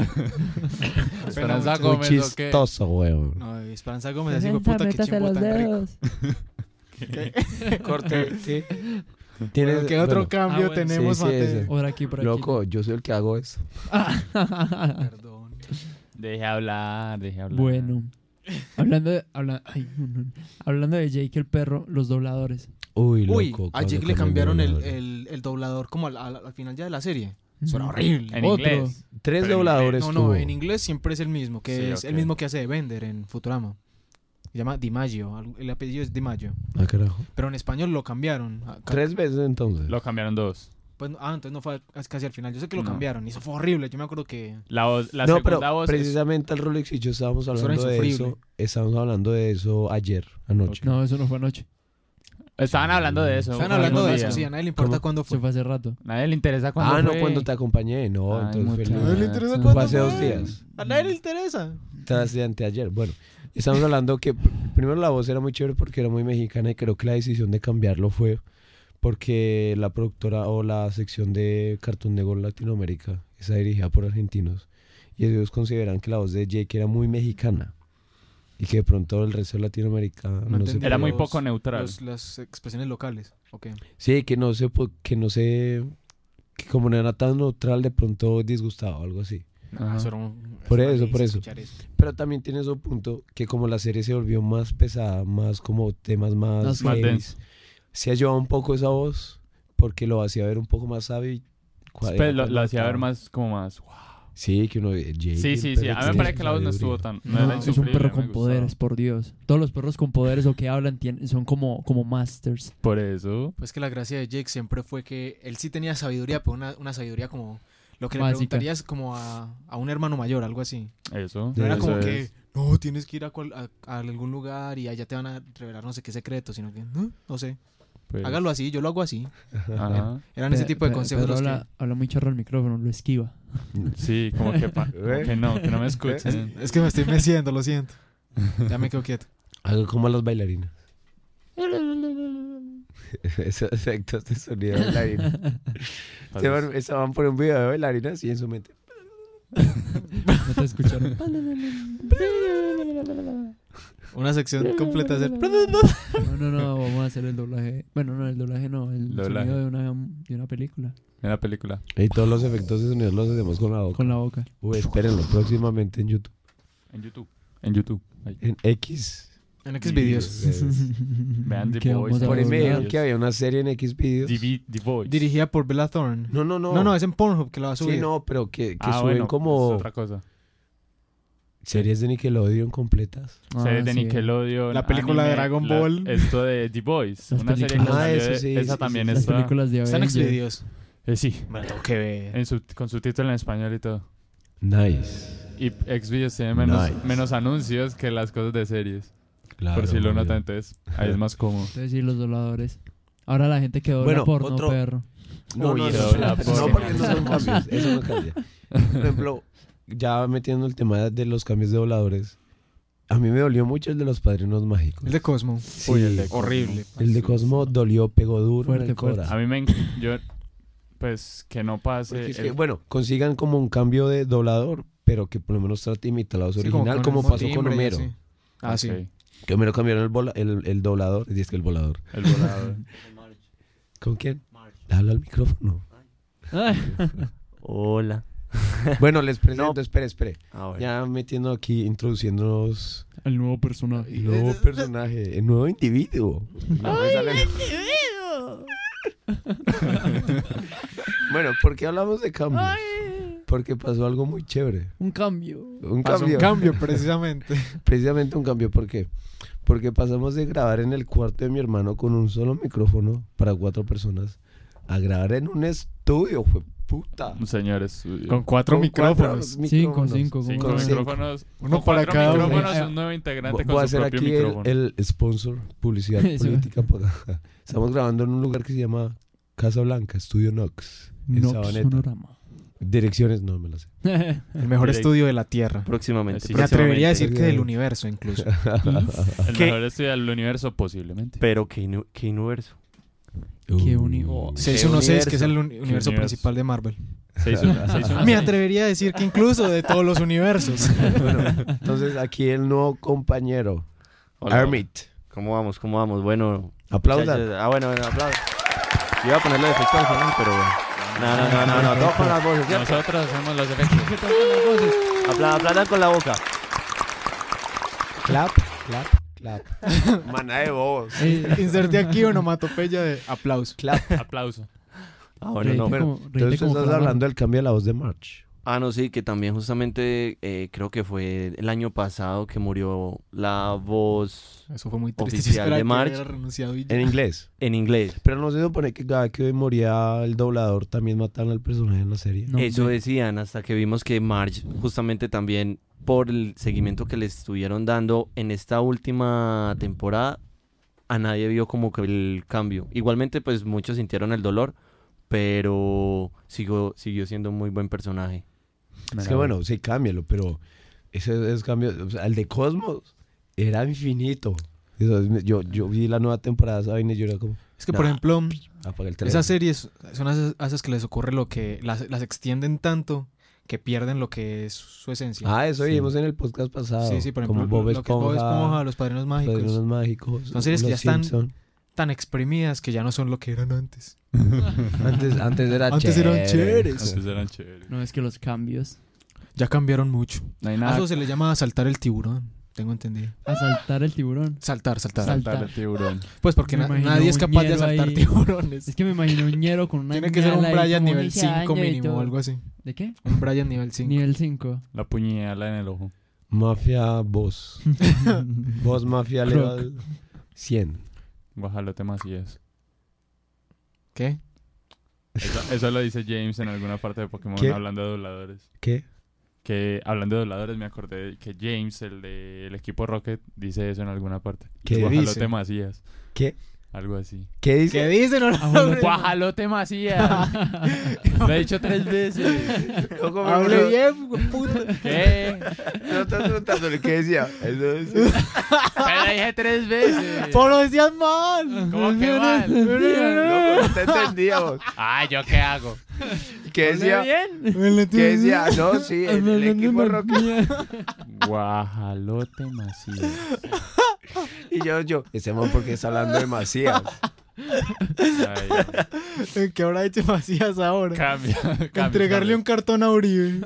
Speaker 4: Esperanza
Speaker 1: Muy
Speaker 4: Gómez, ¿o qué?
Speaker 1: chistoso, weón.
Speaker 2: No, Esperanza Gómez, así, hijo de puta, qué chimbo tan rico.
Speaker 1: Corte, [LAUGHS] sí.
Speaker 2: Bueno,
Speaker 1: Tienes-
Speaker 2: ¿Qué otro
Speaker 1: bueno,
Speaker 2: cambio
Speaker 3: Ah, bueno.
Speaker 2: tenemos,
Speaker 1: Sí, sí,
Speaker 2: Mateo?
Speaker 1: ese.
Speaker 3: Por aquí, por aquí.
Speaker 1: Loco, yo soy el que hago eso.
Speaker 2: Perdón.
Speaker 4: Deje hablar, deje hablar.
Speaker 3: [LAUGHS] Bueno. Hablando de, habla- ay, no, no. hablando de Jake el perro, los dobladores.
Speaker 1: Uy, loco.
Speaker 2: Uy, a
Speaker 1: cuando
Speaker 2: Jake le
Speaker 1: cambiaron
Speaker 2: cambiaron el,
Speaker 1: doblador.
Speaker 2: el, el doblador como al, al- al final ya de la serie. Eso era horrible.
Speaker 4: En
Speaker 3: Otro.
Speaker 4: inglés.
Speaker 1: Tres
Speaker 4: Pero en
Speaker 1: dobladores
Speaker 2: No,
Speaker 1: tuvo.
Speaker 2: no, en inglés siempre es el mismo, que
Speaker 4: Sí,
Speaker 2: es el
Speaker 4: ok.
Speaker 2: mismo que hace de Bender en Futurama. Se llama DiMaggio, al- el apellido es DiMaggio.
Speaker 1: Ah, carajo.
Speaker 2: Pero en español lo cambiaron. Ah, ca-
Speaker 1: Tres veces entonces.
Speaker 4: Lo cambiaron dos.
Speaker 2: pues, ah, entonces no fue es casi al final. Yo sé que lo
Speaker 4: No.
Speaker 2: cambiaron y eso fue horrible. Yo me acuerdo que...
Speaker 4: La, voz, la
Speaker 1: no,
Speaker 4: segunda
Speaker 1: pero
Speaker 4: voz es...
Speaker 1: precisamente el Rolex y yo estábamos
Speaker 2: era
Speaker 1: hablando de eso.
Speaker 2: insufrible.
Speaker 1: Estábamos hablando de eso ayer, anoche.
Speaker 3: No, eso no fue anoche.
Speaker 4: Estaban hablando de eso.
Speaker 2: Están
Speaker 4: fue
Speaker 2: hablando
Speaker 4: algún
Speaker 2: de
Speaker 4: día.
Speaker 2: eso, sí, a nadie le importa
Speaker 1: ¿Cómo?
Speaker 2: cuándo
Speaker 3: Se
Speaker 2: fue.
Speaker 3: fue hace rato.
Speaker 4: Nadie le interesa cuando
Speaker 1: Ah, no, cuando te acompañé. No, Oh,
Speaker 4: Ay,
Speaker 1: entonces fue,
Speaker 4: muchacho.
Speaker 1: el-
Speaker 4: Nadie le interesa
Speaker 1: fue hace dos días.
Speaker 2: A nadie le interesa.
Speaker 1: Tras de anteayer. Bueno, estamos hablando que pr- primero la voz era muy chévere porque era muy mexicana y creo que la decisión de cambiarlo fue porque la productora o la sección de Cartoon Network Latinoamérica esa dirigida por argentinos y ellos consideran que la voz de Jake era muy mexicana y que de pronto el resto de Latinoamérica no, se
Speaker 2: entendía
Speaker 4: Era muy
Speaker 2: los-
Speaker 4: poco neutral.
Speaker 2: los- las expresiones locales. Ok.
Speaker 1: Sí, que no se, po- que no se, que como no era tan neutral, de pronto disgustaba o algo así.
Speaker 4: Ajá.
Speaker 2: Ah, eso era un-
Speaker 1: Por
Speaker 2: una
Speaker 1: eso,
Speaker 2: risa
Speaker 1: por eso.
Speaker 2: escuchar
Speaker 1: Pero también tiene su punto que como la serie se volvió más pesada, más como temas más,
Speaker 3: Más
Speaker 4: Más
Speaker 1: heavy,
Speaker 4: denso.
Speaker 1: se ha llevado un poco esa voz porque lo hacía ver un poco más sabio. y cua-
Speaker 4: Pues lo,
Speaker 1: cuando
Speaker 4: lo hacía
Speaker 1: estaba-
Speaker 4: ver más como más...
Speaker 1: Sí, que uno ve, "Jake,
Speaker 4: Sí,
Speaker 1: el
Speaker 4: sí, sí.
Speaker 1: perro
Speaker 4: A mí me
Speaker 1: tiene
Speaker 4: parece que la voz no
Speaker 1: sabiduría".
Speaker 4: estuvo tan... No,
Speaker 2: No,
Speaker 4: era
Speaker 3: es un
Speaker 4: insufrible,
Speaker 3: perro
Speaker 4: me
Speaker 3: con
Speaker 4: gustaba.
Speaker 3: poderes, por Dios. Todos los perros con poderes o que hablan tienen, son como, como masters.
Speaker 4: Por eso.
Speaker 2: Pues que la gracia de Jake siempre fue que él sí tenía sabiduría, pero una, una sabiduría como lo que
Speaker 3: Básica.
Speaker 2: le preguntarías como a, a un hermano mayor, algo así.
Speaker 4: Eso.
Speaker 2: No era
Speaker 1: Sí,
Speaker 2: como
Speaker 4: eso
Speaker 2: que,
Speaker 4: es.
Speaker 2: no, tienes que ir a, cual- a- a algún lugar y allá te van a revelar no sé qué secreto, sino que, no, no sé,
Speaker 4: Pues,
Speaker 2: hágalo así, yo lo hago así.
Speaker 4: Ajá.
Speaker 2: Eran Ah, ese
Speaker 3: Pe-
Speaker 2: tipo de
Speaker 3: pe-
Speaker 2: consejos.
Speaker 3: Pedro
Speaker 2: los que-
Speaker 3: habla, habla muy chorro al micrófono, lo esquiva.
Speaker 4: Sí, como
Speaker 1: [LAUGHS]
Speaker 4: que, pa- como
Speaker 1: ¿Eh?
Speaker 4: que no, que no me
Speaker 2: [LAUGHS]
Speaker 4: escuchen.
Speaker 2: Es que me estoy meciendo, lo siento. Ya me quedo quieto.
Speaker 1: Algo como a las [LAUGHS] bailarinas. Esos efectos de sonido de
Speaker 3: [LAUGHS]
Speaker 4: [LAUGHS]
Speaker 1: bailarina. Se van, esa van por un video de bailarinas y en su mente.
Speaker 3: No te escucharon.
Speaker 2: Una sección completa de hacer...
Speaker 3: No, no, no, vamos a hacer el doblaje. Bueno, no, el doblaje no, el
Speaker 4: Doblaje.
Speaker 3: sonido de una, de una película.
Speaker 4: En la película.
Speaker 1: Y todos los efectos de sonido los hacemos con la boca.
Speaker 3: Con la boca.
Speaker 1: Uy, espérenlo próximamente en YouTube.
Speaker 4: En YouTube. En YouTube. Ahí.
Speaker 1: En X.
Speaker 2: En X videos.
Speaker 3: [LAUGHS]
Speaker 4: Vean The
Speaker 3: ¿Qué
Speaker 4: Boys.
Speaker 3: vamos a
Speaker 1: Por ahí me
Speaker 3: doblar?
Speaker 1: dijeron que había una serie en X videos.
Speaker 4: The, The Voice.
Speaker 2: Dirigida por Bella Thorne.
Speaker 1: No, no, no.
Speaker 2: No, no, es en Pornhub que la va a subir.
Speaker 1: Sí, no, pero que, que
Speaker 4: Ah,
Speaker 1: suben
Speaker 4: bueno, es
Speaker 1: como
Speaker 4: otra cosa.
Speaker 1: series de Nickelodeon completas.
Speaker 3: Ah,
Speaker 4: series de
Speaker 3: sí.
Speaker 4: Nickelodeon.
Speaker 2: La película de Dragon Ball.
Speaker 4: Esto de The Boys.
Speaker 3: Las
Speaker 4: una serie que
Speaker 3: películas.
Speaker 1: Ah,
Speaker 4: salió
Speaker 1: eso
Speaker 4: de-
Speaker 1: sí,
Speaker 4: Esa
Speaker 1: sí,
Speaker 4: también
Speaker 1: sí,
Speaker 3: Las
Speaker 4: está.
Speaker 3: películas de
Speaker 2: Está en X
Speaker 3: Avengers.
Speaker 2: videos.
Speaker 4: eh, sí.
Speaker 2: Me la tengo que ver.
Speaker 4: En su, con subtítulo en español y todo.
Speaker 1: Nice.
Speaker 4: Y Xvideos tiene menos,
Speaker 1: Nice.
Speaker 4: menos anuncios que las cosas de series.
Speaker 1: Claro.
Speaker 4: por si lo
Speaker 1: obvio.
Speaker 4: notan, entonces ahí es más cómodo.
Speaker 3: Entonces sí, los dobladores. Ahora la gente que dobla
Speaker 1: Bueno,
Speaker 3: porno,
Speaker 1: otro-
Speaker 3: perro.
Speaker 1: No,
Speaker 4: Uy,
Speaker 1: no, no,
Speaker 4: eso
Speaker 1: no,
Speaker 4: la
Speaker 1: no,
Speaker 4: porno.
Speaker 1: porque no
Speaker 4: [LAUGHS]
Speaker 1: son cambios. Eso no cambia. Por ejemplo, ya metiendo el tema de los cambios de dobladores, A mí me dolió mucho el de los padrinos mágicos.
Speaker 2: El de Cosmo.
Speaker 1: Sí.
Speaker 4: Uy, el de Cosmo.
Speaker 2: Horrible.
Speaker 1: El de Cosmo dolió, pegó duro en
Speaker 3: Fuerte,
Speaker 1: el
Speaker 3: fuerte.
Speaker 1: cora.
Speaker 4: A mí me... enc- Yo, pues, que no pase...
Speaker 1: Porque es
Speaker 4: el-
Speaker 1: que, bueno, consigan como un cambio de doblador, pero que por lo menos trate de imitar la voz
Speaker 2: Sí,
Speaker 1: original,
Speaker 2: con
Speaker 1: como,
Speaker 2: el
Speaker 1: pasó con
Speaker 2: timbre y
Speaker 1: Homero.
Speaker 2: así. Ah, sí.
Speaker 4: Ok,
Speaker 1: Que Homero cambiaron el, vola- el, el doblador. Y es que el volador.
Speaker 4: El volador.
Speaker 1: ¿Con quién? Habla al micrófono.
Speaker 3: Ay,
Speaker 5: Hola.
Speaker 1: Bueno, les presento, espere, espere.
Speaker 5: Ahora.
Speaker 1: Ya metiendo aquí, introduciéndonos
Speaker 3: el nuevo personaje.
Speaker 1: el nuevo personaje, el nuevo individuo. No me pues, sale el- bueno, ¿por qué hablamos de cambios? Porque pasó algo muy chévere.
Speaker 3: Un cambio.
Speaker 1: Un
Speaker 2: Pasó
Speaker 1: cambio.
Speaker 2: un cambio, precisamente.
Speaker 1: Precisamente un cambio, ¿por qué? Porque pasamos de grabar en el cuarto de mi hermano con un solo micrófono para cuatro personas a grabar en un estudio, fue puta.
Speaker 4: Señores. uy,
Speaker 1: Con
Speaker 2: Con cuatro
Speaker 1: cuatro
Speaker 2: micrófonos.
Speaker 3: Cinco,
Speaker 1: micrófonos.
Speaker 3: cinco. como
Speaker 4: Cinco
Speaker 1: con
Speaker 3: una-
Speaker 1: cinco.
Speaker 4: micrófonos.
Speaker 2: Uno
Speaker 4: con
Speaker 2: para
Speaker 4: cuatro
Speaker 2: cada uno.
Speaker 4: micrófonos,
Speaker 3: Ah,
Speaker 4: un nuevo
Speaker 1: Voy
Speaker 4: integrante
Speaker 1: a
Speaker 4: con su
Speaker 1: hacer
Speaker 4: propio
Speaker 1: aquí el,
Speaker 4: micrófono.
Speaker 1: el sponsor,
Speaker 3: [LAUGHS]
Speaker 1: publicidad
Speaker 3: Eso.
Speaker 1: política. por- Estamos grabando en un lugar que se llama Casa Blanca, Estudio Nox, en
Speaker 3: No,
Speaker 1: Sabaneta. [LAUGHS]
Speaker 3: sonorama. [LAUGHS] Eh,
Speaker 1: Direcciones, no me las sé.
Speaker 2: El mejor
Speaker 4: Directo.
Speaker 2: estudio de la Tierra.
Speaker 5: Próximamente.
Speaker 4: Sí,
Speaker 2: Me atrevería a
Speaker 5: próximamente.
Speaker 2: decir que del
Speaker 1: [LAUGHS]
Speaker 2: universo, incluso.
Speaker 4: El
Speaker 5: ¿Qué?
Speaker 4: mejor estudio del universo, posiblemente.
Speaker 5: Pero qué, inu- qué universo.
Speaker 3: Qué
Speaker 1: Uh.
Speaker 3: único.
Speaker 2: 616, que es el
Speaker 4: universo?
Speaker 2: uni-
Speaker 4: Ah,
Speaker 2: universo principal de Marvel.
Speaker 4: Se hizo, se hizo una
Speaker 2: Me
Speaker 4: serie.
Speaker 2: atrevería a decir que incluso de todos los universos.
Speaker 1: [LAUGHS] Bueno, entonces aquí el nuevo compañero,
Speaker 5: Hola.
Speaker 1: Hermit.
Speaker 5: ¿Cómo vamos? ¿Cómo vamos? Bueno.
Speaker 1: Aplaudan.
Speaker 5: muchachos- Ah, bueno, bueno, aplaudan. Yo iba a ponerle efecto al final, pero bueno. No, no, no, no, no. Todos con las voces, ¿cierto?
Speaker 4: Nosotros hacemos
Speaker 1: [LAUGHS]
Speaker 4: los efectos.
Speaker 5: Apla- Aplaudan con la boca.
Speaker 1: Clap, clap, clap. Mana de bobos.
Speaker 3: Eh,
Speaker 2: Inserté aquí onomatopeya de aplauso.
Speaker 4: Aplauso.
Speaker 5: Ah, bueno, no.
Speaker 3: reíte
Speaker 1: bueno,
Speaker 3: como- reíte
Speaker 1: Entonces tú
Speaker 3: como
Speaker 1: estás
Speaker 3: Fran.
Speaker 1: hablando del cambio de la voz de March.
Speaker 5: Ah, no, sí, que también justamente eh, creo que fue el año pasado que murió la voz
Speaker 2: Eso fue muy triste.
Speaker 5: Oficial
Speaker 2: Yo esperaba
Speaker 5: de
Speaker 2: que
Speaker 5: March.
Speaker 2: hubiera renunciado y ya.
Speaker 1: En inglés.
Speaker 5: en inglés.
Speaker 1: Pero no se supone que cada que moría el doblador también mataron al personaje en la serie.
Speaker 3: No,
Speaker 5: Eso
Speaker 3: hombre.
Speaker 5: decían hasta que vimos que Marge justamente también por el seguimiento que le estuvieron dando en esta última temporada a nadie vio como que el cambio. Igualmente pues muchos sintieron el dolor, pero siguió siguió siendo un muy buen personaje.
Speaker 1: Es que bueno, sí, cámbialo, pero ese es cambio. O sea, el de Cosmos era infinito. Eso es- Yo, yo vi la nueva temporada, ¿saben? Y yo era como.
Speaker 2: Es que, por
Speaker 1: Nah.
Speaker 2: ejemplo,
Speaker 1: Apaga el teléfono.
Speaker 2: esas series son esas, esas que les ocurre lo que las, las extienden tanto que pierden lo que es su esencia.
Speaker 1: Ah, eso
Speaker 4: Sí.
Speaker 1: vimos en el podcast pasado.
Speaker 2: sí, sí, por ejemplo,
Speaker 1: como Bob
Speaker 2: lo que es Bob
Speaker 1: Esponja,
Speaker 2: Esponja, Los Padrinos Mágicos.
Speaker 1: Padrinos Mágicos,
Speaker 2: Son series que
Speaker 1: Los
Speaker 2: ya están-
Speaker 1: Simpson.
Speaker 2: Tan exprimidas que ya no son lo que eran antes.
Speaker 1: Antes, antes era
Speaker 2: [LAUGHS] Antes eran
Speaker 1: chévere.
Speaker 2: chéveres.
Speaker 4: Antes eran chéveres. Ah,
Speaker 3: No, es que los cambios.
Speaker 2: Ya cambiaron mucho.
Speaker 4: No hay
Speaker 2: A
Speaker 4: nada.
Speaker 2: eso se le llama saltar el tiburón, tengo entendido.
Speaker 3: Asaltar el tiburón.
Speaker 2: Saltar, saltar.
Speaker 3: Sal-
Speaker 4: Saltar el tiburón.
Speaker 2: pues porque
Speaker 3: Me
Speaker 2: na-
Speaker 3: imagino
Speaker 2: nadie es
Speaker 3: un
Speaker 2: capaz de
Speaker 3: ñero
Speaker 2: saltar
Speaker 3: ahí.
Speaker 2: tiburones.
Speaker 3: [LAUGHS] Es que me imagino un ñero con una
Speaker 2: Tiene que ser un
Speaker 3: ñala ahí
Speaker 2: Brian
Speaker 3: como
Speaker 2: nivel
Speaker 3: dice,
Speaker 2: 5
Speaker 3: "Año y
Speaker 2: mínimo
Speaker 3: todo".
Speaker 2: o algo así.
Speaker 3: ¿De qué?
Speaker 2: Un Brian nivel 5.
Speaker 3: Nivel 5.
Speaker 4: La puñalada en el ojo.
Speaker 1: Mafia Boss. Boss Mafia
Speaker 3: Croc.
Speaker 1: level 100.
Speaker 4: Guajalote Macías.
Speaker 2: ¿Qué?
Speaker 4: Eso, eso lo dice James en alguna parte de Pokémon
Speaker 1: ¿Qué?
Speaker 4: hablando de dobladores.
Speaker 1: ¿Qué?
Speaker 4: Que hablando de dobladores me acordé que James, el del equipo Rocket, dice eso en alguna parte.
Speaker 1: ¿Qué
Speaker 4: Guajalote
Speaker 2: dice?
Speaker 4: Macías.
Speaker 1: ¿Qué?
Speaker 4: Algo así.
Speaker 1: ¿Qué dice?
Speaker 2: ¿Qué dicen? No,
Speaker 3: Abuelo-
Speaker 4: Guajalote
Speaker 2: [LAUGHS]
Speaker 4: Macías. lo he dicho tres veces.
Speaker 3: [LAUGHS]
Speaker 1: Yo como
Speaker 2: Hable
Speaker 1: no-
Speaker 2: bien, güey, puta.
Speaker 4: [LAUGHS] ¿Qué?
Speaker 1: no estás preguntándole qué decía. Eso es-
Speaker 4: Pero dije tres veces.
Speaker 2: Por lo decías mal.
Speaker 4: ¿Cómo que mal?
Speaker 1: No, pues, te entendíamos.
Speaker 4: Ah, ¿yo qué hago?
Speaker 1: ¿Qué decía? ¿Qué decía? No, sí, el, el equipo Rocket.
Speaker 4: Guajalote Macías.
Speaker 1: Y yo, yo, ese man porque está hablando de Macías.
Speaker 4: Ay, [LAUGHS] no.
Speaker 2: ¿Qué habrá hecho Macías ahora?
Speaker 4: Cambia, cambia,
Speaker 2: Entregarle
Speaker 4: cambia.
Speaker 2: un cartón a Uribe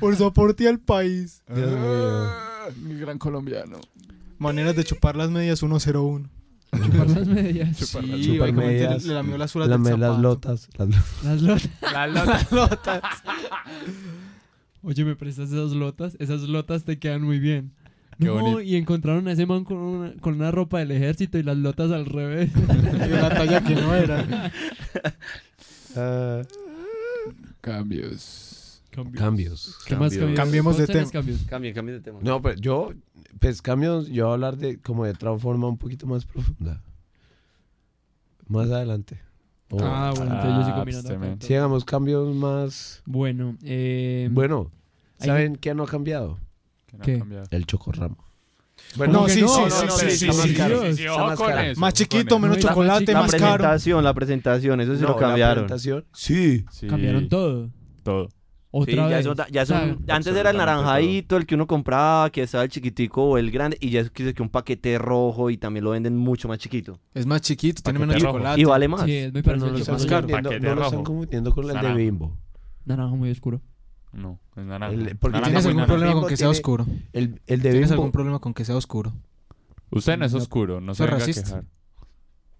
Speaker 2: por su aporte al país.
Speaker 1: Dios mío.
Speaker 4: Mi gran colombiano.
Speaker 2: Maneras de chupar las medias 101.
Speaker 3: Chupar las medias.
Speaker 4: Chupar la-
Speaker 2: Sí,
Speaker 1: chupar
Speaker 2: básicamente
Speaker 1: medias,
Speaker 2: le lamió las suelas
Speaker 1: [LAUGHS] Lame
Speaker 2: del
Speaker 1: las [LAUGHS]
Speaker 2: zapato.
Speaker 1: lotas. las lo-
Speaker 3: Las lotas.
Speaker 4: La lota.
Speaker 3: Oye, ¿me prestas esas lotas? Esas lotas te quedan muy bien.
Speaker 4: Qué
Speaker 3: no,
Speaker 4: bonito.
Speaker 3: y encontraron a ese man con una, con una ropa del ejército y las lotas al revés.
Speaker 2: [LAUGHS] De la talla que no era.
Speaker 1: Ah,
Speaker 4: Cambios.
Speaker 3: Cambios.
Speaker 1: cambios.
Speaker 3: ¿Qué más
Speaker 5: Cambios.
Speaker 3: cambios?
Speaker 2: Cambiemos de
Speaker 3: ¿Vos tenés
Speaker 2: tema.
Speaker 3: cambios?
Speaker 5: Cambien, cambien de tema.
Speaker 1: No, pero yo, pues cambios, yo voy a hablar de como de otra forma un poquito más profunda. Más adelante. O-
Speaker 3: Ah, bueno, entonces yo sigo
Speaker 4: Ah, pues,
Speaker 3: mirando acá,
Speaker 4: también.
Speaker 1: Si hagamos cambios más...
Speaker 3: Bueno, eh,
Speaker 1: Bueno,
Speaker 3: hay-
Speaker 1: ¿saben qué no ha cambiado?
Speaker 4: Que no ha
Speaker 3: ¿Qué?
Speaker 4: cambiado.
Speaker 1: El chocorramo. Bueno,
Speaker 2: No, sí, sí,
Speaker 1: no,
Speaker 2: sí,
Speaker 1: no,
Speaker 2: sí,
Speaker 1: pero
Speaker 2: sí,
Speaker 1: está
Speaker 2: sí,
Speaker 1: más
Speaker 2: sí,
Speaker 1: caro.
Speaker 2: sí,
Speaker 1: Está más caro.
Speaker 2: Más chiquito,
Speaker 3: La-
Speaker 2: menos chocolate,
Speaker 3: la
Speaker 5: La
Speaker 2: más caro.
Speaker 5: presentación, la presentación, eso sí
Speaker 1: No,
Speaker 5: lo
Speaker 1: la
Speaker 5: cambiaron.
Speaker 1: presentación- Sí.
Speaker 4: Sí,
Speaker 3: Cambiaron todo.
Speaker 4: todo.
Speaker 5: Sí,
Speaker 3: Otra
Speaker 5: ya
Speaker 3: vez.
Speaker 5: es otra- ya es un-
Speaker 3: O sea,
Speaker 5: antes era
Speaker 4: absolutamente
Speaker 5: el naranjadito, el que uno compraba, que estaba el chiquitico o el grande, y ya es que que un paquete rojo y también lo venden mucho más chiquito.
Speaker 2: Es más chiquito, tiene
Speaker 4: Paquete
Speaker 2: menos
Speaker 4: rojo.
Speaker 2: chocolate.
Speaker 5: Y vale más.
Speaker 3: Ah, Sí, es muy
Speaker 1: Pero
Speaker 3: parecido.
Speaker 1: no lo
Speaker 3: al
Speaker 1: están
Speaker 4: más
Speaker 3: chocolate.
Speaker 4: caro.
Speaker 1: confundiendo,
Speaker 4: Paquete
Speaker 1: no lo están
Speaker 4: rojo.
Speaker 1: confundiendo con el de
Speaker 4: Naranja.
Speaker 1: Bimbo.
Speaker 3: Naranja muy oscuro.
Speaker 4: No, es naranja.
Speaker 1: El- porque
Speaker 4: Naranja
Speaker 2: ¿Tienes
Speaker 4: muy
Speaker 2: algún
Speaker 4: naranja.
Speaker 2: problema con
Speaker 1: Bimbo
Speaker 2: que sea
Speaker 1: tiene-
Speaker 2: oscuro?
Speaker 1: El, el de
Speaker 2: ¿Tienes
Speaker 1: Bimbo.
Speaker 2: algún problema con que sea oscuro?
Speaker 4: Usted no es
Speaker 2: No.
Speaker 4: oscuro, no se
Speaker 2: Soy
Speaker 4: venga a
Speaker 2: racista.
Speaker 4: quejar.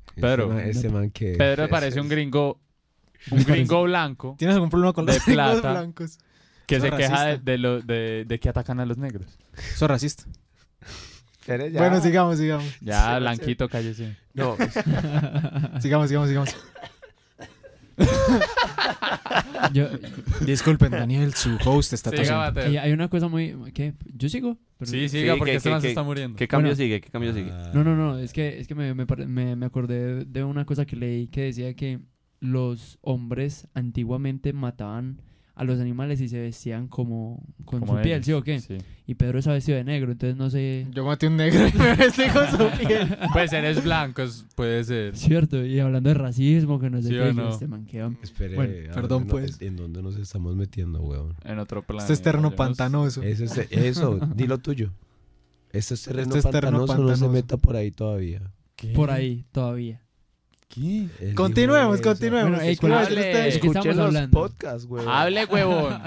Speaker 1: Este
Speaker 4: Pedro.
Speaker 1: man- Este man que.
Speaker 4: Pedro parece un
Speaker 2: [LAUGHS]
Speaker 4: gringo, un gringo blanco
Speaker 2: ¿Tienes algún problema con
Speaker 4: De
Speaker 2: los [LAUGHS] chicos
Speaker 4: plata.
Speaker 2: blancos?
Speaker 4: que
Speaker 2: soy
Speaker 4: se queja de,
Speaker 2: racista.
Speaker 4: de lo- de- de que atacan a los negros.
Speaker 2: Soy racista.
Speaker 1: Pero ya-
Speaker 2: Bueno,
Speaker 4: [LAUGHS]
Speaker 2: sigamos, sigamos.
Speaker 4: Ya, blanquito, cállese.
Speaker 1: [LAUGHS] No,
Speaker 2: Sigamos, sigamos, sigamos.
Speaker 4: [LAUGHS]
Speaker 3: Yo,
Speaker 2: Disculpen, Daniel, su host está
Speaker 4: Siga,
Speaker 2: tosiendo.
Speaker 4: Mateo.
Speaker 3: hay, hay una cosa muy. ¿Qué? ¿Yo sigo? Pero-
Speaker 4: Sí,
Speaker 5: Sí,
Speaker 4: siga,
Speaker 5: que-
Speaker 4: porque este
Speaker 5: que-
Speaker 4: man se
Speaker 5: que-
Speaker 4: está muriendo.
Speaker 5: ¿Qué cambio
Speaker 3: Bueno.
Speaker 5: sigue? ¿Qué cambio
Speaker 1: Ah.
Speaker 5: sigue?
Speaker 3: No, no, no, es que, es que me, me par- me- me acordé de una cosa que leí que decía que los hombres antiguamente mataban a los animales y se vestían como con
Speaker 4: Como
Speaker 3: su piel,
Speaker 4: ellos.
Speaker 3: ¿sí o qué?
Speaker 4: Sí.
Speaker 3: Y Pedro está vestido de negro, entonces no sé...
Speaker 2: Yo maté un [LAUGHS] negro y me vestí [LAUGHS] con su piel.
Speaker 4: [LAUGHS] Pues
Speaker 2: [LAUGHS]
Speaker 4: eres blanco, es- puede ser.
Speaker 3: Cierto, y hablando de racismo, que no sé
Speaker 4: ¿Sí
Speaker 3: qué,
Speaker 4: o
Speaker 3: yo,
Speaker 4: no?
Speaker 3: este man, qué hombre.
Speaker 1: espere.
Speaker 3: Bueno,
Speaker 1: ¿a
Speaker 2: perdón,
Speaker 1: dónde no-
Speaker 2: pues.
Speaker 1: ¿En dónde nos estamos metiendo, weón?
Speaker 4: En otro plan.
Speaker 2: Este es terreno pantanoso.
Speaker 1: Eso, es- e- [LAUGHS] eso dilo tuyo. Esto Este es terreno
Speaker 2: Esto es terreno
Speaker 1: pantanoso, no se
Speaker 2: pantanoso.
Speaker 1: meta por ahí todavía.
Speaker 3: por ahí todavía.
Speaker 4: ¿Qué?
Speaker 1: Él dijo
Speaker 2: Continuemos,
Speaker 1: eso.
Speaker 2: continuemos.
Speaker 3: Bueno, ey,
Speaker 2: Escuchen
Speaker 4: hable.
Speaker 2: ustedes.
Speaker 3: ¿De qué
Speaker 1: Escuché
Speaker 3: estamos
Speaker 1: los
Speaker 3: hablando?
Speaker 1: podcasts, weón.
Speaker 4: Hable, huevón.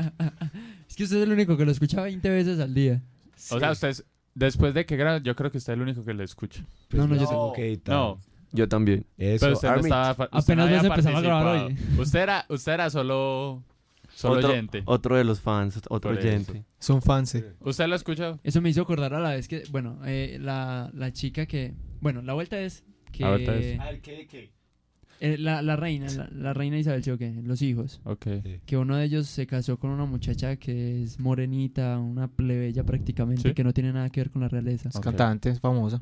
Speaker 3: Es que usted es el único que lo escucha 20 veces al día.
Speaker 4: O sea, ustedes, después de que graban, yo creo que usted es el único que lo escucha.
Speaker 3: No, no, yo
Speaker 1: tengo que editar.
Speaker 4: No,
Speaker 5: Yo también.
Speaker 1: Eso,
Speaker 4: pero usted no
Speaker 1: Armin,
Speaker 4: estaba. fa- usted
Speaker 3: Apenas
Speaker 4: no había
Speaker 3: vos empezaba a grabar [LAUGHS]
Speaker 4: participado. Usted era, usted era solo. Solo
Speaker 5: otro,
Speaker 4: oyente.
Speaker 5: otro de los fans, otro
Speaker 4: Por eso.
Speaker 5: oyente.
Speaker 2: Son fans. eh.
Speaker 4: ¿Usted lo ha escuchado?
Speaker 3: Eso me hizo acordar a la vez que, bueno, eh, la, la chica que... Bueno, la vuelta es que...
Speaker 4: La vuelta es-
Speaker 3: Eh, la, la reina, la, la reina Isabel, ¿sí o qué? Los hijos.
Speaker 4: Ok.
Speaker 3: Que uno de ellos se casó con una muchacha que es morenita, una plebeya prácticamente,
Speaker 4: Sí.
Speaker 3: que no tiene nada que ver con la realeza.
Speaker 2: Es
Speaker 4: Ok.
Speaker 2: cantante, es famosa.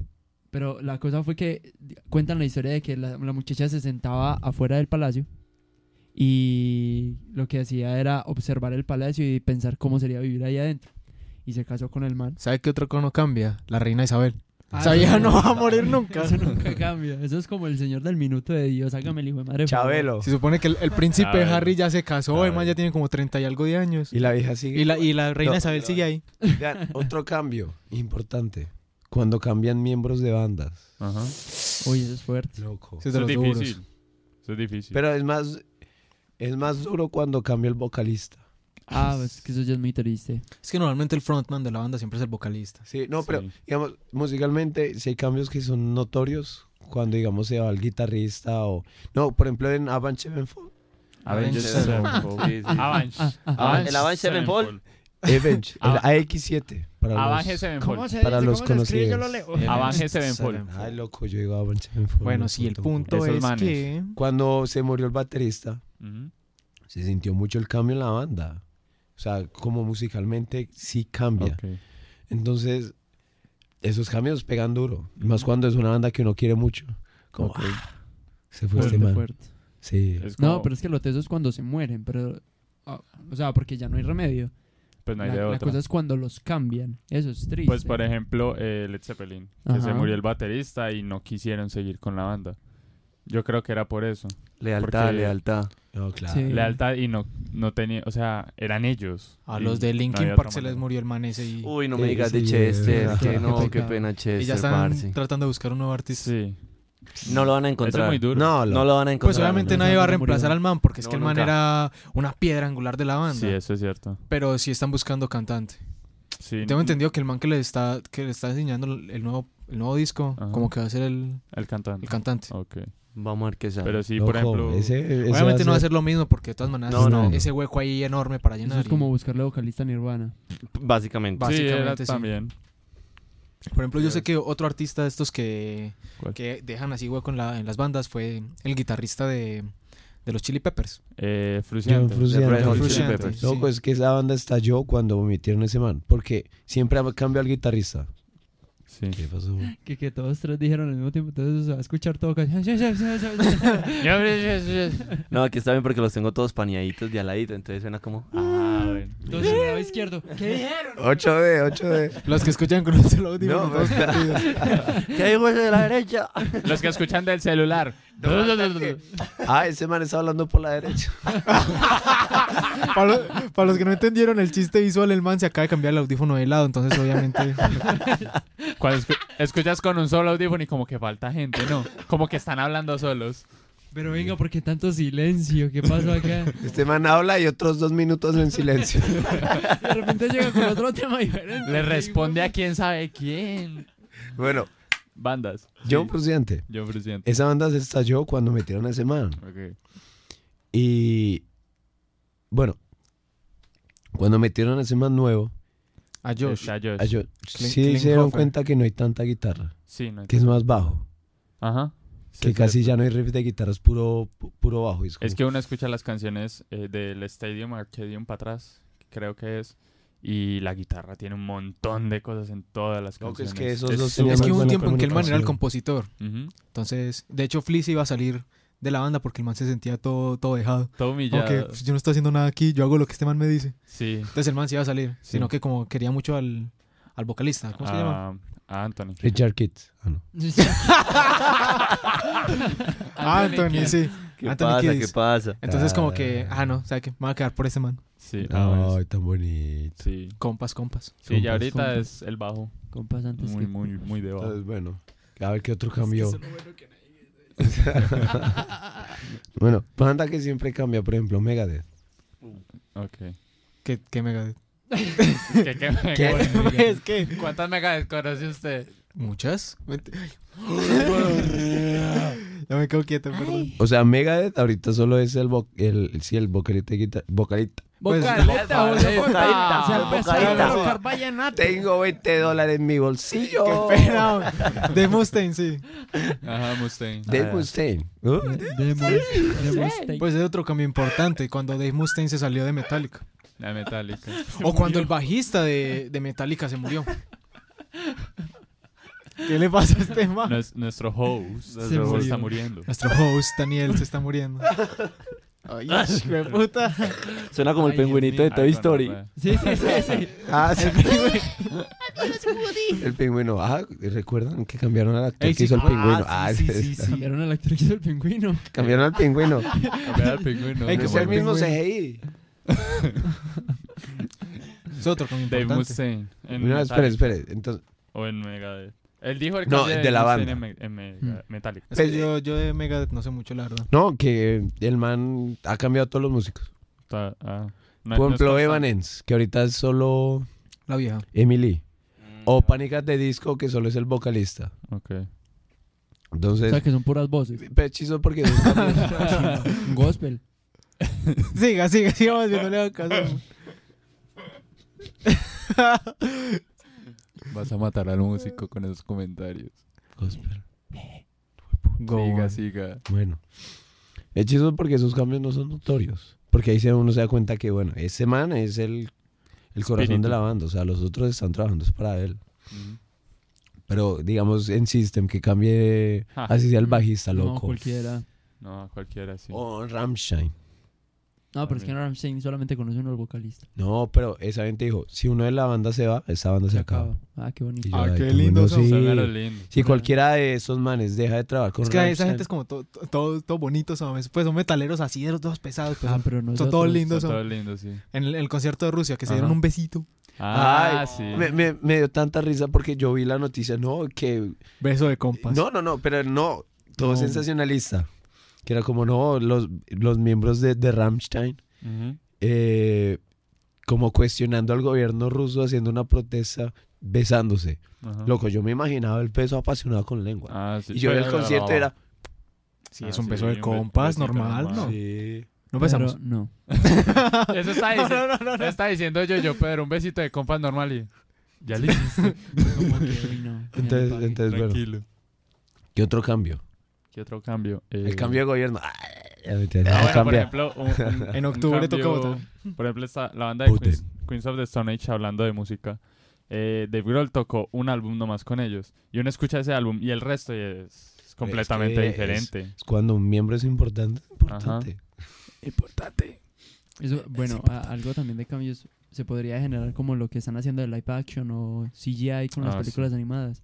Speaker 3: Pero la cosa fue que di- cuentan la historia de que la, la muchacha se sentaba afuera del palacio y lo que hacía era observar el palacio y pensar cómo sería vivir ahí adentro. Y se casó con el man.
Speaker 2: ¿Sabe qué otro cono cambia? La reina Isabel.
Speaker 3: Ah,
Speaker 2: Esa vieja
Speaker 3: no,
Speaker 2: no va a morir nunca.
Speaker 3: Eso nunca cambia. Eso es como el señor del minuto de Dios. Hágame el hijo de madre. por favor.
Speaker 1: Chabelo.
Speaker 2: Se supone que el, el
Speaker 4: A
Speaker 2: príncipe
Speaker 4: ver.
Speaker 2: Harry ya se
Speaker 4: A
Speaker 2: casó, además
Speaker 4: ver.
Speaker 2: ya tiene como 30 y algo de años.
Speaker 1: Y la vieja sigue.
Speaker 2: Y la, y la reina
Speaker 1: No.
Speaker 2: Isabel sigue ahí.
Speaker 1: Vean, otro cambio importante. Cuando cambian miembros de bandas.
Speaker 4: Ajá.
Speaker 3: Uy, eso es fuerte.
Speaker 1: Loco.
Speaker 2: Ese es
Speaker 4: Eso
Speaker 2: de
Speaker 4: es
Speaker 2: los
Speaker 4: difícil.
Speaker 2: duros.
Speaker 4: Eso es difícil.
Speaker 1: Pero es más, es más duro cuando cambia el vocalista.
Speaker 3: Ah, pues
Speaker 5: [LAUGHS]
Speaker 3: que eso ya es muy triste.
Speaker 2: Es que normalmente el frontman de la banda siempre es el vocalista.
Speaker 1: Sí, no, pero
Speaker 4: Sí.
Speaker 1: digamos, musicalmente si hay cambios que son notorios cuando digamos se va el guitarrista o... No, por ejemplo en Avenged
Speaker 4: [LAUGHS]
Speaker 1: Sevenfold.
Speaker 4: Avenged [LAUGHS]
Speaker 2: Avenged
Speaker 4: Sevenfold.
Speaker 5: Sí, sí.
Speaker 4: Avenged.
Speaker 3: Ah,
Speaker 5: Avenged- el Avenged Sevenfold.
Speaker 1: Avenged, el
Speaker 4: Ah.
Speaker 1: AX7. Para los-
Speaker 4: Avenged Sevenfold.
Speaker 3: se
Speaker 1: Para dice? los ¿Cómo se escribe? Yo lo conocidos.
Speaker 4: Avance Sevenfold.
Speaker 1: Ay, loco, yo digo Avenged Sevenfold.
Speaker 2: Bueno,
Speaker 1: no
Speaker 2: sí, el
Speaker 1: punto com.
Speaker 2: punto
Speaker 4: Esos
Speaker 2: es
Speaker 4: manes.
Speaker 2: que...
Speaker 1: Cuando se murió el baterista,
Speaker 4: Ujú.
Speaker 1: se sintió mucho el cambio en la banda. O sea, como musicalmente sí cambia.
Speaker 4: Ok.
Speaker 1: Entonces, esos cambios pegan duro. Y Más cuando es una banda que uno quiere mucho. Como,
Speaker 4: Ok.
Speaker 1: ah, se [LAUGHS] fue
Speaker 3: Fuerte,
Speaker 1: este man.
Speaker 3: fuerte.
Speaker 1: Sí.
Speaker 4: Es como-
Speaker 3: No, pero es que lo teso es cuando se mueren, pero... ah, o sea, porque ya no hay remedio.
Speaker 4: pues no hay
Speaker 3: la,
Speaker 4: de
Speaker 3: la
Speaker 4: otra.
Speaker 3: cosa es cuando los cambian. Eso es triste.
Speaker 4: Pues por ejemplo, eh, Led Zeppelin, que se
Speaker 3: Ajá.
Speaker 4: murió el baterista y no quisieron seguir con la banda. Yo creo que era por eso.
Speaker 5: Lealtad,
Speaker 4: Porque-
Speaker 5: lealtad.
Speaker 1: No, claro.
Speaker 3: Sí.
Speaker 4: Lealtad y no, no tenía, o sea, eran ellos.
Speaker 2: A
Speaker 4: Y
Speaker 2: los de
Speaker 4: no
Speaker 2: Linkin
Speaker 4: había
Speaker 2: Park
Speaker 4: otra
Speaker 2: se les
Speaker 4: manera.
Speaker 2: murió el man ese y,
Speaker 5: Uy, no me
Speaker 1: Eh,
Speaker 5: digas de
Speaker 1: sí,
Speaker 5: Chester,
Speaker 1: verdad.
Speaker 5: que no,
Speaker 3: Qué
Speaker 5: qué
Speaker 3: pecado.
Speaker 5: pena
Speaker 2: y
Speaker 5: Chester,
Speaker 2: ya están
Speaker 5: parce.
Speaker 2: tratando de buscar un nuevo artista.
Speaker 4: Sí.
Speaker 5: No lo van a
Speaker 4: Eso es
Speaker 5: encontrar.
Speaker 4: muy duro.
Speaker 1: No,
Speaker 5: no lo van a encontrar.
Speaker 2: Pues obviamente
Speaker 5: no.
Speaker 2: nadie va a
Speaker 3: no murió.
Speaker 2: reemplazar al man porque es
Speaker 5: No,
Speaker 2: que el man
Speaker 5: nunca.
Speaker 2: era una piedra angular de la banda.
Speaker 4: Sí, eso es cierto.
Speaker 2: Pero sí están buscando cantante.
Speaker 4: Sí,
Speaker 2: Tengo entendido que el man que le está, que le está diseñando el el nuevo, el nuevo disco,
Speaker 4: Ajá.
Speaker 2: como que va a ser el,
Speaker 4: El cantante.
Speaker 2: el cantante.
Speaker 4: Ok.
Speaker 5: Vamos a ver qué sale.
Speaker 4: Pero sí,
Speaker 1: Loco,
Speaker 4: por ejemplo,
Speaker 1: ese- ese
Speaker 2: Obviamente no va a ser lo mismo porque de todas maneras
Speaker 5: No,
Speaker 2: está
Speaker 5: no.
Speaker 2: ese hueco ahí enorme para
Speaker 3: Eso
Speaker 2: llenar.
Speaker 3: es como buscarle vocalista a Nirvana.
Speaker 5: Básicamente.
Speaker 2: Va.
Speaker 4: sí, era
Speaker 2: básicamente sí.
Speaker 4: también.
Speaker 2: Por ejemplo, yo sé que otro artista de estos que,
Speaker 4: ¿Cuál?
Speaker 2: que dejan así hueco en, la- en las bandas fue el guitarrista de, de los Chili Peppers.
Speaker 4: Eh,
Speaker 1: John
Speaker 4: Fruciante.
Speaker 5: De Red Hot
Speaker 1: Frusciante.
Speaker 5: Chili
Speaker 2: Frusciante,
Speaker 5: Peppers.
Speaker 2: sí.
Speaker 1: Loco, es que esa banda estalló cuando omitieron ese man. Porque siempre cambia el guitarrista.
Speaker 4: Sí. [LAUGHS]
Speaker 1: ¿Qué pasó?
Speaker 3: Que, que todos tres dijeron al mismo tiempo, entonces se va a escuchar todo. casi- [LAUGHS] Eso
Speaker 5: No, aquí está bien porque los tengo todos paneaditos de aladito, entonces suena como...
Speaker 4: Ah,
Speaker 2: [LAUGHS]
Speaker 4: saben.
Speaker 3: Entonces, el lado izquierdo. ¿Qué dijeron?
Speaker 1: 8D,
Speaker 5: [LAUGHS]
Speaker 1: 8D.
Speaker 2: Los que escuchan con un solo audífono.
Speaker 1: No, pues,
Speaker 5: [LAUGHS] ¿Qué dijo ese de la derecha?
Speaker 4: Los que escuchan del celular.
Speaker 1: ah, ese man está hablando por la derecha.
Speaker 2: para, lo- para los que no entendieron el chiste visual, el man se acaba de cambiar el audífono de lado, entonces obviamente...
Speaker 4: Cuando escu- escuchas con un solo audífono y como que falta gente, ¿no? Como que están hablando solos.
Speaker 3: Pero venga, ¿por qué tanto silencio? ¿Qué pasó [LAUGHS] acá?
Speaker 1: Este man habla y otros dos minutos en silencio.
Speaker 3: De repente llega con otro tema diferente.
Speaker 4: Le responde a quién sabe quién.
Speaker 1: Bueno,
Speaker 4: Bandas.
Speaker 1: John
Speaker 4: Sí,
Speaker 1: Frusciante.
Speaker 4: John Frusciante.
Speaker 1: Esa banda se estalló cuando metieron a ese man.
Speaker 4: Ok.
Speaker 1: Y bueno, cuando metieron a ese man nuevo,
Speaker 2: A Josh.
Speaker 4: Está Josh.
Speaker 1: a yo-
Speaker 2: Kling-
Speaker 1: sí se dieron
Speaker 2: Klinghoffer.
Speaker 1: cuenta que no hay tanta guitarra,
Speaker 4: Sí, no
Speaker 1: que es más bajo,
Speaker 4: Ajá.
Speaker 1: que
Speaker 4: Sí,
Speaker 1: casi
Speaker 4: sí.
Speaker 1: ya no hay riff de guitarra, es puro, pu- puro bajo. y es como-
Speaker 4: Es que uno escucha las canciones eh, del Stadium Arcadium para atrás, creo que es. Y la guitarra tiene un montón de cosas en todas las
Speaker 1: No, que es
Speaker 4: canciones.
Speaker 1: que esos dos
Speaker 4: súper-
Speaker 2: Es que
Speaker 1: Muy
Speaker 2: hubo un
Speaker 1: buena
Speaker 2: tiempo en que el man era el
Speaker 1: comunicación.
Speaker 2: compositor.
Speaker 4: Ujú.
Speaker 2: Entonces, de hecho, Fliss iba a salir de la banda porque el man se sentía todo, todo dejado.
Speaker 4: Todo
Speaker 2: Como
Speaker 4: humillado.
Speaker 2: que "Pues, yo no estoy haciendo nada aquí, yo hago lo que este man me dice.
Speaker 4: Sí.
Speaker 2: Entonces el man se iba a salir,
Speaker 4: Sí.
Speaker 2: sino que como quería mucho al, al vocalista. ¿Cómo
Speaker 4: Ah.
Speaker 2: se llama?
Speaker 4: a, a Anthony.
Speaker 1: Richard Kitts. Ah, no.
Speaker 3: [LAUGHS]
Speaker 4: [LAUGHS]
Speaker 2: Anthony, Ah, sí.
Speaker 5: ¿Qué
Speaker 2: Anthony
Speaker 5: pasa?
Speaker 2: Kiedis.
Speaker 5: ¿Qué pasa?
Speaker 2: Entonces como que, ah, no, ¿sabes qué? Me voy a quedar por ese man.
Speaker 4: Sí. ah, bueno,
Speaker 1: Ay, tan bonito.
Speaker 4: sí.
Speaker 2: Compas, compas.
Speaker 4: Sí,
Speaker 1: Compas,
Speaker 4: ya ahorita
Speaker 3: compas.
Speaker 4: es el bajo.
Speaker 3: Compas antes
Speaker 4: Muy,
Speaker 3: que-
Speaker 4: muy, muy de bajo.
Speaker 1: Entonces, bueno, a ver qué otro cambio. [LAUGHS]
Speaker 4: [LAUGHS]
Speaker 1: bueno, banda que siempre cambia, por ejemplo, Megadeth.
Speaker 4: Ok.
Speaker 2: Qué, qué mega... [LAUGHS]
Speaker 4: ¿Qué, qué mega-
Speaker 2: es que...
Speaker 4: ¿Cuántas megas conoce usted?
Speaker 2: ¿Muchas? Vente. [LAUGHS] ya me quedo quieto, perdón. [LAUGHS]
Speaker 1: O sea, Megadeth ahorita solo es el, vo- el, sí, el vocalista, y guita- vocalista.
Speaker 2: Pues,
Speaker 3: Vocaleta,
Speaker 4: vocaleta.
Speaker 3: vocaleta. Se empezó a
Speaker 5: Vocaleta.
Speaker 3: colocar vallenato.
Speaker 1: Tengo 20 dólares en mi bolsillo.
Speaker 2: Qué pena. güey. De Mustaine, sí.
Speaker 4: Ajá, Mustaine.
Speaker 1: Dave Mustaine. Uh,
Speaker 3: Demos, demos take.
Speaker 2: Pues es otro cambio importante, cuando Dave Mustaine se salió de Metallica.
Speaker 4: La
Speaker 2: [LAUGHS]
Speaker 4: Metallica.
Speaker 2: O cuando el bajista de, de Metallica se [LAUGHS] murió. ¿Qué le pasa a este man?
Speaker 4: Nues- nuestro host
Speaker 3: Se
Speaker 4: nuestro host
Speaker 3: murió.
Speaker 4: está muriendo.
Speaker 2: Nuestro host Daniel se está muriendo. Ay, hijo de puta.
Speaker 5: [LAUGHS] Suena como el
Speaker 3: Ay, Dios
Speaker 5: pingüinito
Speaker 3: mío.
Speaker 5: de Toy
Speaker 4: Ay,
Speaker 5: Story.
Speaker 4: bueno,
Speaker 3: Sí, sí,
Speaker 2: [LAUGHS]
Speaker 3: sí, sí.
Speaker 1: Ah, sí. [LAUGHS] el pingüino. Ah, ¿recuerdan que cambiaron al actor
Speaker 2: Ey,
Speaker 1: que
Speaker 2: sí.
Speaker 1: hizo el
Speaker 2: Ah,
Speaker 1: pingüino?
Speaker 2: Ah, sí, sí, sí, sí.
Speaker 3: Cambiaron al actor que hizo el pingüino.
Speaker 1: cambiaron al pingüino.
Speaker 4: cambiar al
Speaker 2: [LAUGHS]
Speaker 4: pingüino.
Speaker 2: Ey,
Speaker 1: No
Speaker 2: que
Speaker 1: es
Speaker 2: fue
Speaker 1: el
Speaker 2: el
Speaker 1: mismo
Speaker 2: pingüino.
Speaker 1: CGI.
Speaker 2: Es otro cambio
Speaker 4: Dave
Speaker 2: importante.
Speaker 4: Mustaine. En
Speaker 1: No, espere,
Speaker 4: Metallica
Speaker 1: espere. Entonces,
Speaker 4: O en Megadeth. Él dijo el
Speaker 1: No,
Speaker 4: cambio
Speaker 1: de la
Speaker 4: Mustaine
Speaker 1: banda.
Speaker 4: En, Me- en
Speaker 2: Mm.
Speaker 4: Mega- Metallica.
Speaker 2: Es que yo, yo de Megadeth no sé mucho, la verdad.
Speaker 1: no, que el man ha cambiado a todos los músicos.
Speaker 4: Ta- ah, no-
Speaker 1: Por
Speaker 4: no es
Speaker 1: ejemplo,
Speaker 4: constante.
Speaker 1: Evanens, que ahorita es solo
Speaker 2: La vieja.
Speaker 1: Emily.
Speaker 2: Mm.
Speaker 1: O Pánicas de Disco, que solo es el vocalista.
Speaker 4: Ok.
Speaker 3: O
Speaker 1: Entonces,
Speaker 3: sea, que son puras voces.
Speaker 2: [LAUGHS]
Speaker 1: pero chiso porque esos cambios-
Speaker 2: Ah,
Speaker 3: Un gospel.
Speaker 2: [LAUGHS] Siga, siga, sigamos viendo, no le hago caso. [LAUGHS]
Speaker 4: Vas a matar al músico con esos comentarios.
Speaker 1: Gospel.
Speaker 4: siga,
Speaker 2: on.
Speaker 4: siga.
Speaker 1: Bueno. Es chiso porque esos cambios no son notorios. Porque ahí se- uno se da cuenta que, bueno, ese man es el, el corazón
Speaker 4: Espíritu.
Speaker 1: de la banda. O sea, los otros están trabajando es para él. Pero, digamos, en System, que cambie
Speaker 4: Ja.
Speaker 2: Ah,
Speaker 1: así sea el bajista,
Speaker 3: No,
Speaker 1: loco.
Speaker 3: cualquiera.
Speaker 4: No, cualquiera sí.
Speaker 1: o Ramstein.
Speaker 3: No, pero es que en Rammstein solamente conoce uno al vocalista.
Speaker 1: No, pero esa gente dijo, si uno de la banda se va, esa banda se,
Speaker 3: Se
Speaker 1: acaba.
Speaker 3: acaba. Ah, qué bonito.
Speaker 1: Y yo,
Speaker 2: Ah,
Speaker 1: ay,
Speaker 2: qué
Speaker 1: tú,
Speaker 2: lindos son.
Speaker 1: sí.
Speaker 4: Sonero lindo.
Speaker 1: Si cualquiera de esos manes deja de trabajar con
Speaker 2: Es que esa
Speaker 1: Rammstein,
Speaker 2: gente es como todo, todo, todo bonito, son, pues son metaleros así, de los dos pesados. Pues,
Speaker 3: Ah,
Speaker 2: son-
Speaker 3: pero no
Speaker 2: son todos lindos.
Speaker 4: Son
Speaker 2: son.
Speaker 4: todos lindos, sí.
Speaker 2: En el, el concierto de Rusia, que se
Speaker 4: Ajá.
Speaker 2: dieron un besito.
Speaker 4: Ah,
Speaker 1: Ay,
Speaker 4: sí.
Speaker 1: Me, me- me dio tanta risa porque yo vi la noticia, no, que...
Speaker 2: Beso de compas.
Speaker 1: No, no, no, pero no, todo
Speaker 2: No.
Speaker 1: sensacionalista. Que era como, no, los, los miembros de, de Rammstein,
Speaker 4: Ujú.
Speaker 1: eh, como cuestionando al gobierno ruso, haciendo una protesta, besándose.
Speaker 4: Ajá.
Speaker 1: Loco, yo me imaginaba el peso apasionado con lengua.
Speaker 4: Ah, sí.
Speaker 1: y yo en el
Speaker 4: Pero-
Speaker 1: concierto era...
Speaker 2: Sí,
Speaker 4: Ah,
Speaker 2: es un
Speaker 4: sí,
Speaker 2: beso
Speaker 4: y
Speaker 2: de
Speaker 4: un
Speaker 2: compas,
Speaker 4: besito
Speaker 2: normal,
Speaker 4: normal.
Speaker 2: ¿no?
Speaker 1: Sí.
Speaker 2: No
Speaker 3: Pero
Speaker 2: besamos.
Speaker 3: no.
Speaker 4: Eso está diciendo, eso está diciendo yo, yo, Pedro, un besito de compas normal y... Ya listo,
Speaker 3: Como que, uy, no.
Speaker 1: Entonces,
Speaker 3: Ya no pagué.
Speaker 1: entonces bueno,
Speaker 4: tranquilo.
Speaker 1: ¿qué otro cambio?
Speaker 4: ¿Qué otro cambio?
Speaker 1: El
Speaker 5: Mm.
Speaker 4: Eh,
Speaker 1: cambio de gobierno. Ay, ya me entiendo,
Speaker 4: Ah,
Speaker 1: no
Speaker 4: bueno, por
Speaker 1: cambia.
Speaker 4: ejemplo, un- un-
Speaker 2: [LAUGHS]
Speaker 4: un
Speaker 2: En octubre toca
Speaker 4: cambio-
Speaker 2: votar.
Speaker 4: Por ejemplo, está la banda de
Speaker 1: Voten.
Speaker 4: Queens, Queens of the Stone Age hablando de música. Eh, Dave Grohl tocó un álbum nomás con ellos. Y uno escucha ese álbum y el resto y es completamente
Speaker 1: es-
Speaker 4: diferente.
Speaker 1: Es cuando un miembro es importante. Importante. Importante.
Speaker 3: [LAUGHS] Eso, bueno, a- algo también de cambios se podría generar como lo que están haciendo de live action o CGI con las
Speaker 4: Ah, sí.
Speaker 3: películas animadas.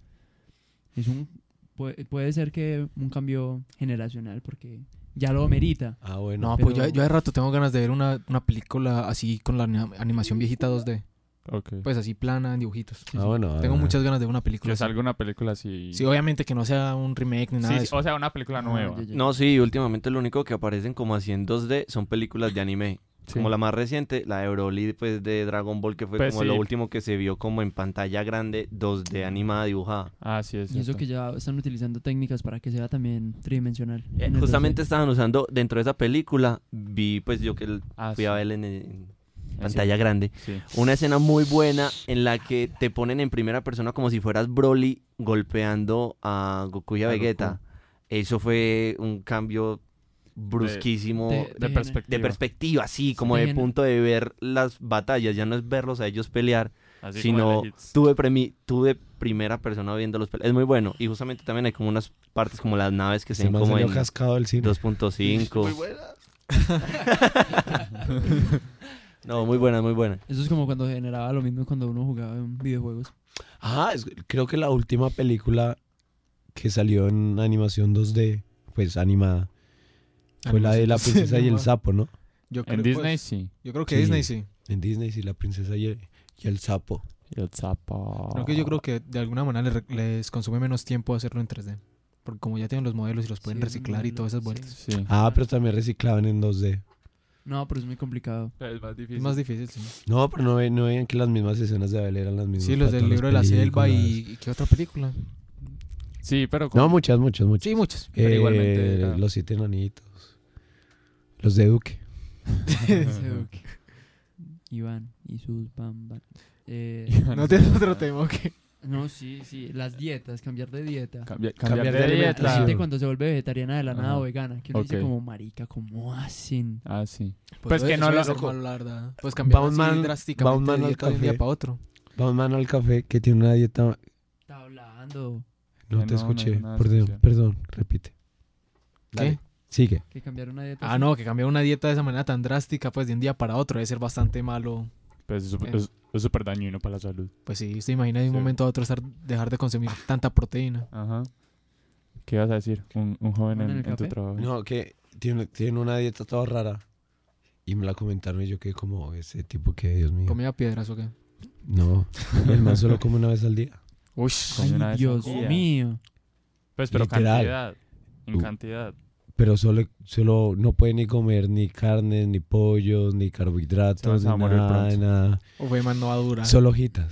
Speaker 3: Es un puede, puede ser que un cambio generacional porque ya lo merita.
Speaker 1: Ah, bueno.
Speaker 2: No, pues yo,
Speaker 3: pero-
Speaker 2: yo de rato tengo ganas de ver una, una película así con la ani- animación viejita 2D.
Speaker 4: Ok.
Speaker 2: Pues así plana, en dibujitos.
Speaker 1: ah, bueno.
Speaker 2: pues, Tengo
Speaker 1: ah,
Speaker 2: muchas ganas de ver una película.
Speaker 4: que
Speaker 2: así.
Speaker 4: salga una película así.
Speaker 2: Sí, obviamente que no sea un remake ni
Speaker 4: Sí,
Speaker 2: nada de
Speaker 4: sí,
Speaker 2: eso.
Speaker 4: o sea, una película nueva.
Speaker 3: Ah, ya, ya.
Speaker 5: No, sí, últimamente lo único que aparecen como así en 2D son películas de anime.
Speaker 4: Sí.
Speaker 5: Como la más reciente, la de Broly, pues de Dragon Ball, que fue
Speaker 4: Pues
Speaker 5: como
Speaker 4: sí.
Speaker 5: lo último que se vio como en pantalla grande, 2D animada dibujada.
Speaker 4: Ah, sí, es
Speaker 3: Y eso
Speaker 4: cierto.
Speaker 3: que ya están utilizando técnicas para que sea también tridimensional.
Speaker 5: Eh,
Speaker 3: en el
Speaker 5: justamente
Speaker 3: 2D.
Speaker 5: estaban usando dentro de esa película, vi pues yo que el-
Speaker 4: Ah,
Speaker 5: fui a
Speaker 4: sí.
Speaker 5: verla en, en
Speaker 4: Es
Speaker 5: pantalla grande.
Speaker 4: cierto. Sí.
Speaker 5: Una escena muy buena en la que te ponen en primera persona como si fueras Broly golpeando a Goku y a,
Speaker 4: A
Speaker 5: Vegeta. Eso fue un cambio brusquísimo
Speaker 3: De-
Speaker 5: de,
Speaker 4: De
Speaker 3: gener-
Speaker 4: perspectiva.
Speaker 5: de perspectiva, sí, como
Speaker 3: De
Speaker 5: de
Speaker 3: gener-
Speaker 5: punto de ver las batallas, ya no es verlos a ellos pelear,
Speaker 4: Así
Speaker 5: sino
Speaker 4: como de hits.
Speaker 5: tú de, premi- tú de primera persona viéndolos pelear. Es muy bueno y justamente también hay como unas partes como las naves que se
Speaker 1: Se
Speaker 5: ven
Speaker 1: me
Speaker 5: como
Speaker 1: este salió
Speaker 5: en
Speaker 1: cascado del cine.
Speaker 5: 2.5. Muy buena. no, muy buena, muy buena.
Speaker 3: Eso es como cuando generaba lo mismo cuando uno jugaba en videojuegos.
Speaker 1: Ah, es- creo que la última película que salió en animación 2D, pues animada, fue la de la
Speaker 2: Animación.
Speaker 1: princesa y el sapo, ¿no?
Speaker 2: Yo creo,
Speaker 4: En Disney,
Speaker 2: pues,
Speaker 4: sí.
Speaker 2: yo creo que
Speaker 1: Sí.
Speaker 2: Disney sí.
Speaker 1: En Disney sí, la princesa y el, y el sapo.
Speaker 4: Y el sapo.
Speaker 2: Creo que yo creo que de alguna manera le re- les, consume menos tiempo hacerlo en 3D. Porque como ya tienen los modelos y los pueden
Speaker 3: Sí,
Speaker 2: reciclar y
Speaker 3: modelo,
Speaker 2: todas esas
Speaker 3: sí.
Speaker 2: vueltas.
Speaker 4: Sí.
Speaker 1: Ah, pero también reciclaban en 2D.
Speaker 3: No, pero es muy complicado. [LAUGHS]
Speaker 4: Es más difícil.
Speaker 2: Es más difícil, sí.
Speaker 1: No, pero no, ve- no veían que las mismas escenas de Abel eran las mismas.
Speaker 2: Sí, los
Speaker 1: para
Speaker 2: del
Speaker 1: todas
Speaker 2: libro de la
Speaker 1: las
Speaker 2: selva
Speaker 1: películas.
Speaker 2: y, y ¿qué otra película?
Speaker 4: Sí, pero
Speaker 1: No,
Speaker 4: como-
Speaker 1: muchas, muchas, muchas.
Speaker 2: Sí, muchas.
Speaker 4: Pero
Speaker 1: Eh,
Speaker 4: igualmente era-
Speaker 1: Los siete enanitos. Los de Duque.
Speaker 3: Ese, ok. Iván y sus bambas.
Speaker 2: [LAUGHS]
Speaker 3: Eh,
Speaker 2: No tienes otro tema, ok.
Speaker 3: no, sí, sí. Las dietas, cambiar de dieta.
Speaker 4: Cambia-
Speaker 1: cambiar
Speaker 4: cambiar
Speaker 1: de
Speaker 4: de
Speaker 3: La
Speaker 1: alimentación.
Speaker 4: dieta.
Speaker 3: gente cuando se vuelve vegetariana de la nada
Speaker 4: Ajá.
Speaker 3: o vegana, que uno dice
Speaker 4: Ok.
Speaker 3: como marica, ¿cómo hacen?
Speaker 4: Ah, sí. Pues que no
Speaker 2: eso
Speaker 4: lo-
Speaker 2: es
Speaker 1: loco.
Speaker 2: malo, la verdad. Pues cambiar
Speaker 1: Va un
Speaker 2: así
Speaker 1: man- va un
Speaker 2: drásticamente
Speaker 1: man
Speaker 2: de
Speaker 1: al
Speaker 2: dieta de un
Speaker 1: café.
Speaker 2: día para otro.
Speaker 1: Va un man al café que tiene una
Speaker 2: Ah,
Speaker 1: dieta.
Speaker 3: Está hablando
Speaker 1: No
Speaker 4: Ay,
Speaker 1: te
Speaker 4: no, no
Speaker 1: escuché.
Speaker 4: hizo nada
Speaker 1: perdón,
Speaker 4: especial.
Speaker 1: perdón, repite. Dale,
Speaker 2: ¿Qué?
Speaker 1: Sigue.
Speaker 3: que cambiar una dieta.
Speaker 2: Ah,
Speaker 3: así.
Speaker 2: no, que cambiar una dieta de esa manera tan drástica, pues de un día para otro, debe ser bastante malo.
Speaker 4: Pues es súper-
Speaker 2: Eh.
Speaker 4: es- es súper dañino para la salud.
Speaker 2: Pues sí, se imagina de un
Speaker 4: Sí.
Speaker 2: momento a otro estar, dejar de consumir tanta proteína.
Speaker 4: Ajá. ¿Qué ibas a decir? Un, un joven
Speaker 3: ¿Joven
Speaker 4: en,
Speaker 3: en el
Speaker 4: en tu
Speaker 3: café?
Speaker 4: trabajo.
Speaker 1: No, que tiene, tiene una dieta toda rara. Y me la comentaron y yo quedé como ese tipo que, Dios mío.
Speaker 2: Comida piedras o qué.
Speaker 1: No, el man solo come una vez al día.
Speaker 2: Uy,
Speaker 4: Comió una
Speaker 3: Ay,
Speaker 4: vez
Speaker 3: Dios
Speaker 4: al día.
Speaker 3: mío.
Speaker 4: Pues, pero
Speaker 1: Literal.
Speaker 4: cantidad. En
Speaker 1: Uh.
Speaker 4: cantidad.
Speaker 1: Pero solo, solo no puede ni comer ni carnes, ni pollos, ni carbohidratos,
Speaker 4: Se vas a
Speaker 1: ni
Speaker 4: morir
Speaker 1: nada,
Speaker 4: pronto.
Speaker 1: nada.
Speaker 2: O fue man, no va a durar.
Speaker 1: Solo hojitas.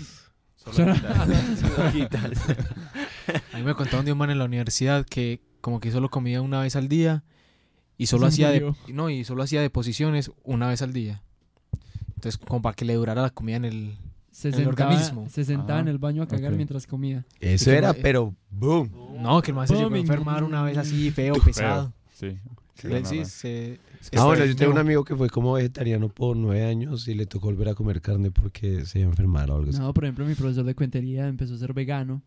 Speaker 4: Solo
Speaker 2: A mí me contaron de un man en la universidad que como que solo comía una vez al día y solo
Speaker 3: Se
Speaker 2: hacía de,
Speaker 3: murió.
Speaker 2: no, y solo hacía deposiciones una vez al día. Entonces, como para que le durara la comida en el
Speaker 3: Se
Speaker 2: El
Speaker 3: sentaba,
Speaker 2: organismo.
Speaker 3: se sentaba
Speaker 4: Ah,
Speaker 3: en el baño a cagar
Speaker 4: ok.
Speaker 3: mientras comía.
Speaker 1: Eso
Speaker 2: Y que
Speaker 1: era,
Speaker 2: no-
Speaker 1: pero boom.
Speaker 2: No, que el man se llegó a
Speaker 3: Bombing.
Speaker 2: enfermar una vez así feo, pesado.
Speaker 4: Sí.
Speaker 2: Le- sí, se-
Speaker 1: Ah, bueno,
Speaker 2: se-
Speaker 1: yo tengo un amigo que fue como vegetariano por nueve años y le tocó volver a comer carne porque se iba a enfermar o algo así.
Speaker 3: No, por ejemplo, mi profesor de cuentería empezó a ser vegano.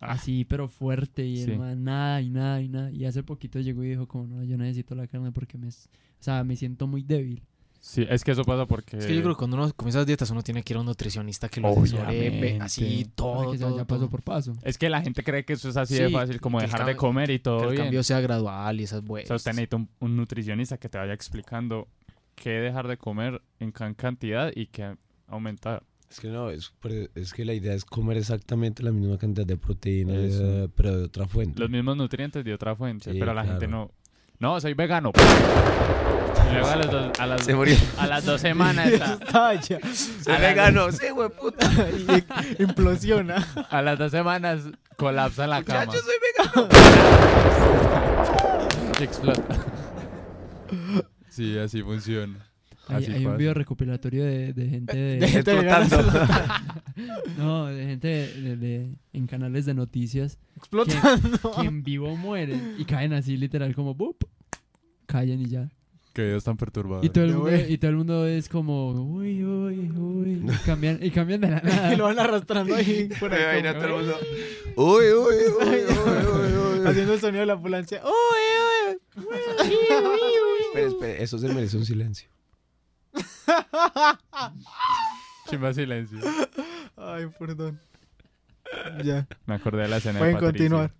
Speaker 4: Ah.
Speaker 3: Así, pero fuerte. Y el
Speaker 4: Sí.
Speaker 3: man, nada y nada y nada. Y hace poquito llegó y dijo como, no, yo necesito la carne porque me... s- O sea, me siento muy débil.
Speaker 4: Sí, es que eso pasa porque.
Speaker 2: Es que yo creo que cuando uno comienza esas dietas, uno tiene que ir a un nutricionista que lo
Speaker 4: Obviamente.
Speaker 2: asesore, ve- así
Speaker 3: Para
Speaker 2: todo,
Speaker 3: que se
Speaker 2: todo,
Speaker 3: vaya
Speaker 2: todo.
Speaker 3: paso por paso.
Speaker 4: Es que la gente cree que eso es así de
Speaker 2: Sí,
Speaker 4: fácil, como
Speaker 2: que el
Speaker 4: dejar de
Speaker 2: cambio-
Speaker 4: comer y
Speaker 2: Que
Speaker 4: todo
Speaker 2: el
Speaker 4: bien.
Speaker 2: cambio sea gradual y esas
Speaker 4: O
Speaker 2: buenas.
Speaker 4: sea, usted necesita un, un nutricionista que te vaya explicando qué dejar de comer en can- cantidad y qué aumentar.
Speaker 1: Es que no, es, pero es que la idea es comer exactamente la misma cantidad de proteínas,
Speaker 4: Eso.
Speaker 1: eh, pero de otra fuente.
Speaker 4: Los mismos nutrientes de otra fuente,
Speaker 1: Sí,
Speaker 4: pero la gente no.
Speaker 1: claro.
Speaker 4: No, soy
Speaker 1: [LAUGHS]
Speaker 4: vegano. Y luego a, los dos- a las,
Speaker 5: Se murió.
Speaker 4: a las dos semanas
Speaker 2: [LAUGHS]
Speaker 4: está.
Speaker 5: Se vegano, sí, güey, puta.
Speaker 2: y implosiona.
Speaker 4: A las dos semanas colapsa la cama.
Speaker 5: Muchachos,
Speaker 4: soy vegano. y [LAUGHS] explota. Sí, así funciona.
Speaker 3: Hay,
Speaker 4: Así
Speaker 3: hay un
Speaker 4: pasa.
Speaker 3: video recopilatorio de, de gente... De,
Speaker 2: [LAUGHS]
Speaker 5: Explotando.
Speaker 3: [LAUGHS] No, de gente de- de- en canales de noticias
Speaker 2: Explota.
Speaker 3: que en vivo mueren y caen así literal como boop, caen y ya.
Speaker 4: Que Dios tan perturbado.
Speaker 3: Y todo, el
Speaker 2: Ya,
Speaker 3: mundo,
Speaker 2: güey.
Speaker 3: y todo el mundo es como, uy, uy, uy, y cambian, y cambian de la
Speaker 2: [LAUGHS] y lo
Speaker 3: nada.
Speaker 2: van arrastrando ahí por ahí.
Speaker 1: Uy, uy,
Speaker 2: [LAUGHS]
Speaker 1: uy, uy, uy, uy.
Speaker 2: Haciendo el sonido de la ambulancia. ¡Uy, uy!
Speaker 1: Espera, espera, eso se merece un silencio.
Speaker 4: Chimba silencio.
Speaker 2: Ay, perdón. Ya.
Speaker 4: Me acordé de la escena
Speaker 2: Pueden
Speaker 4: de Patricio.
Speaker 2: continuar.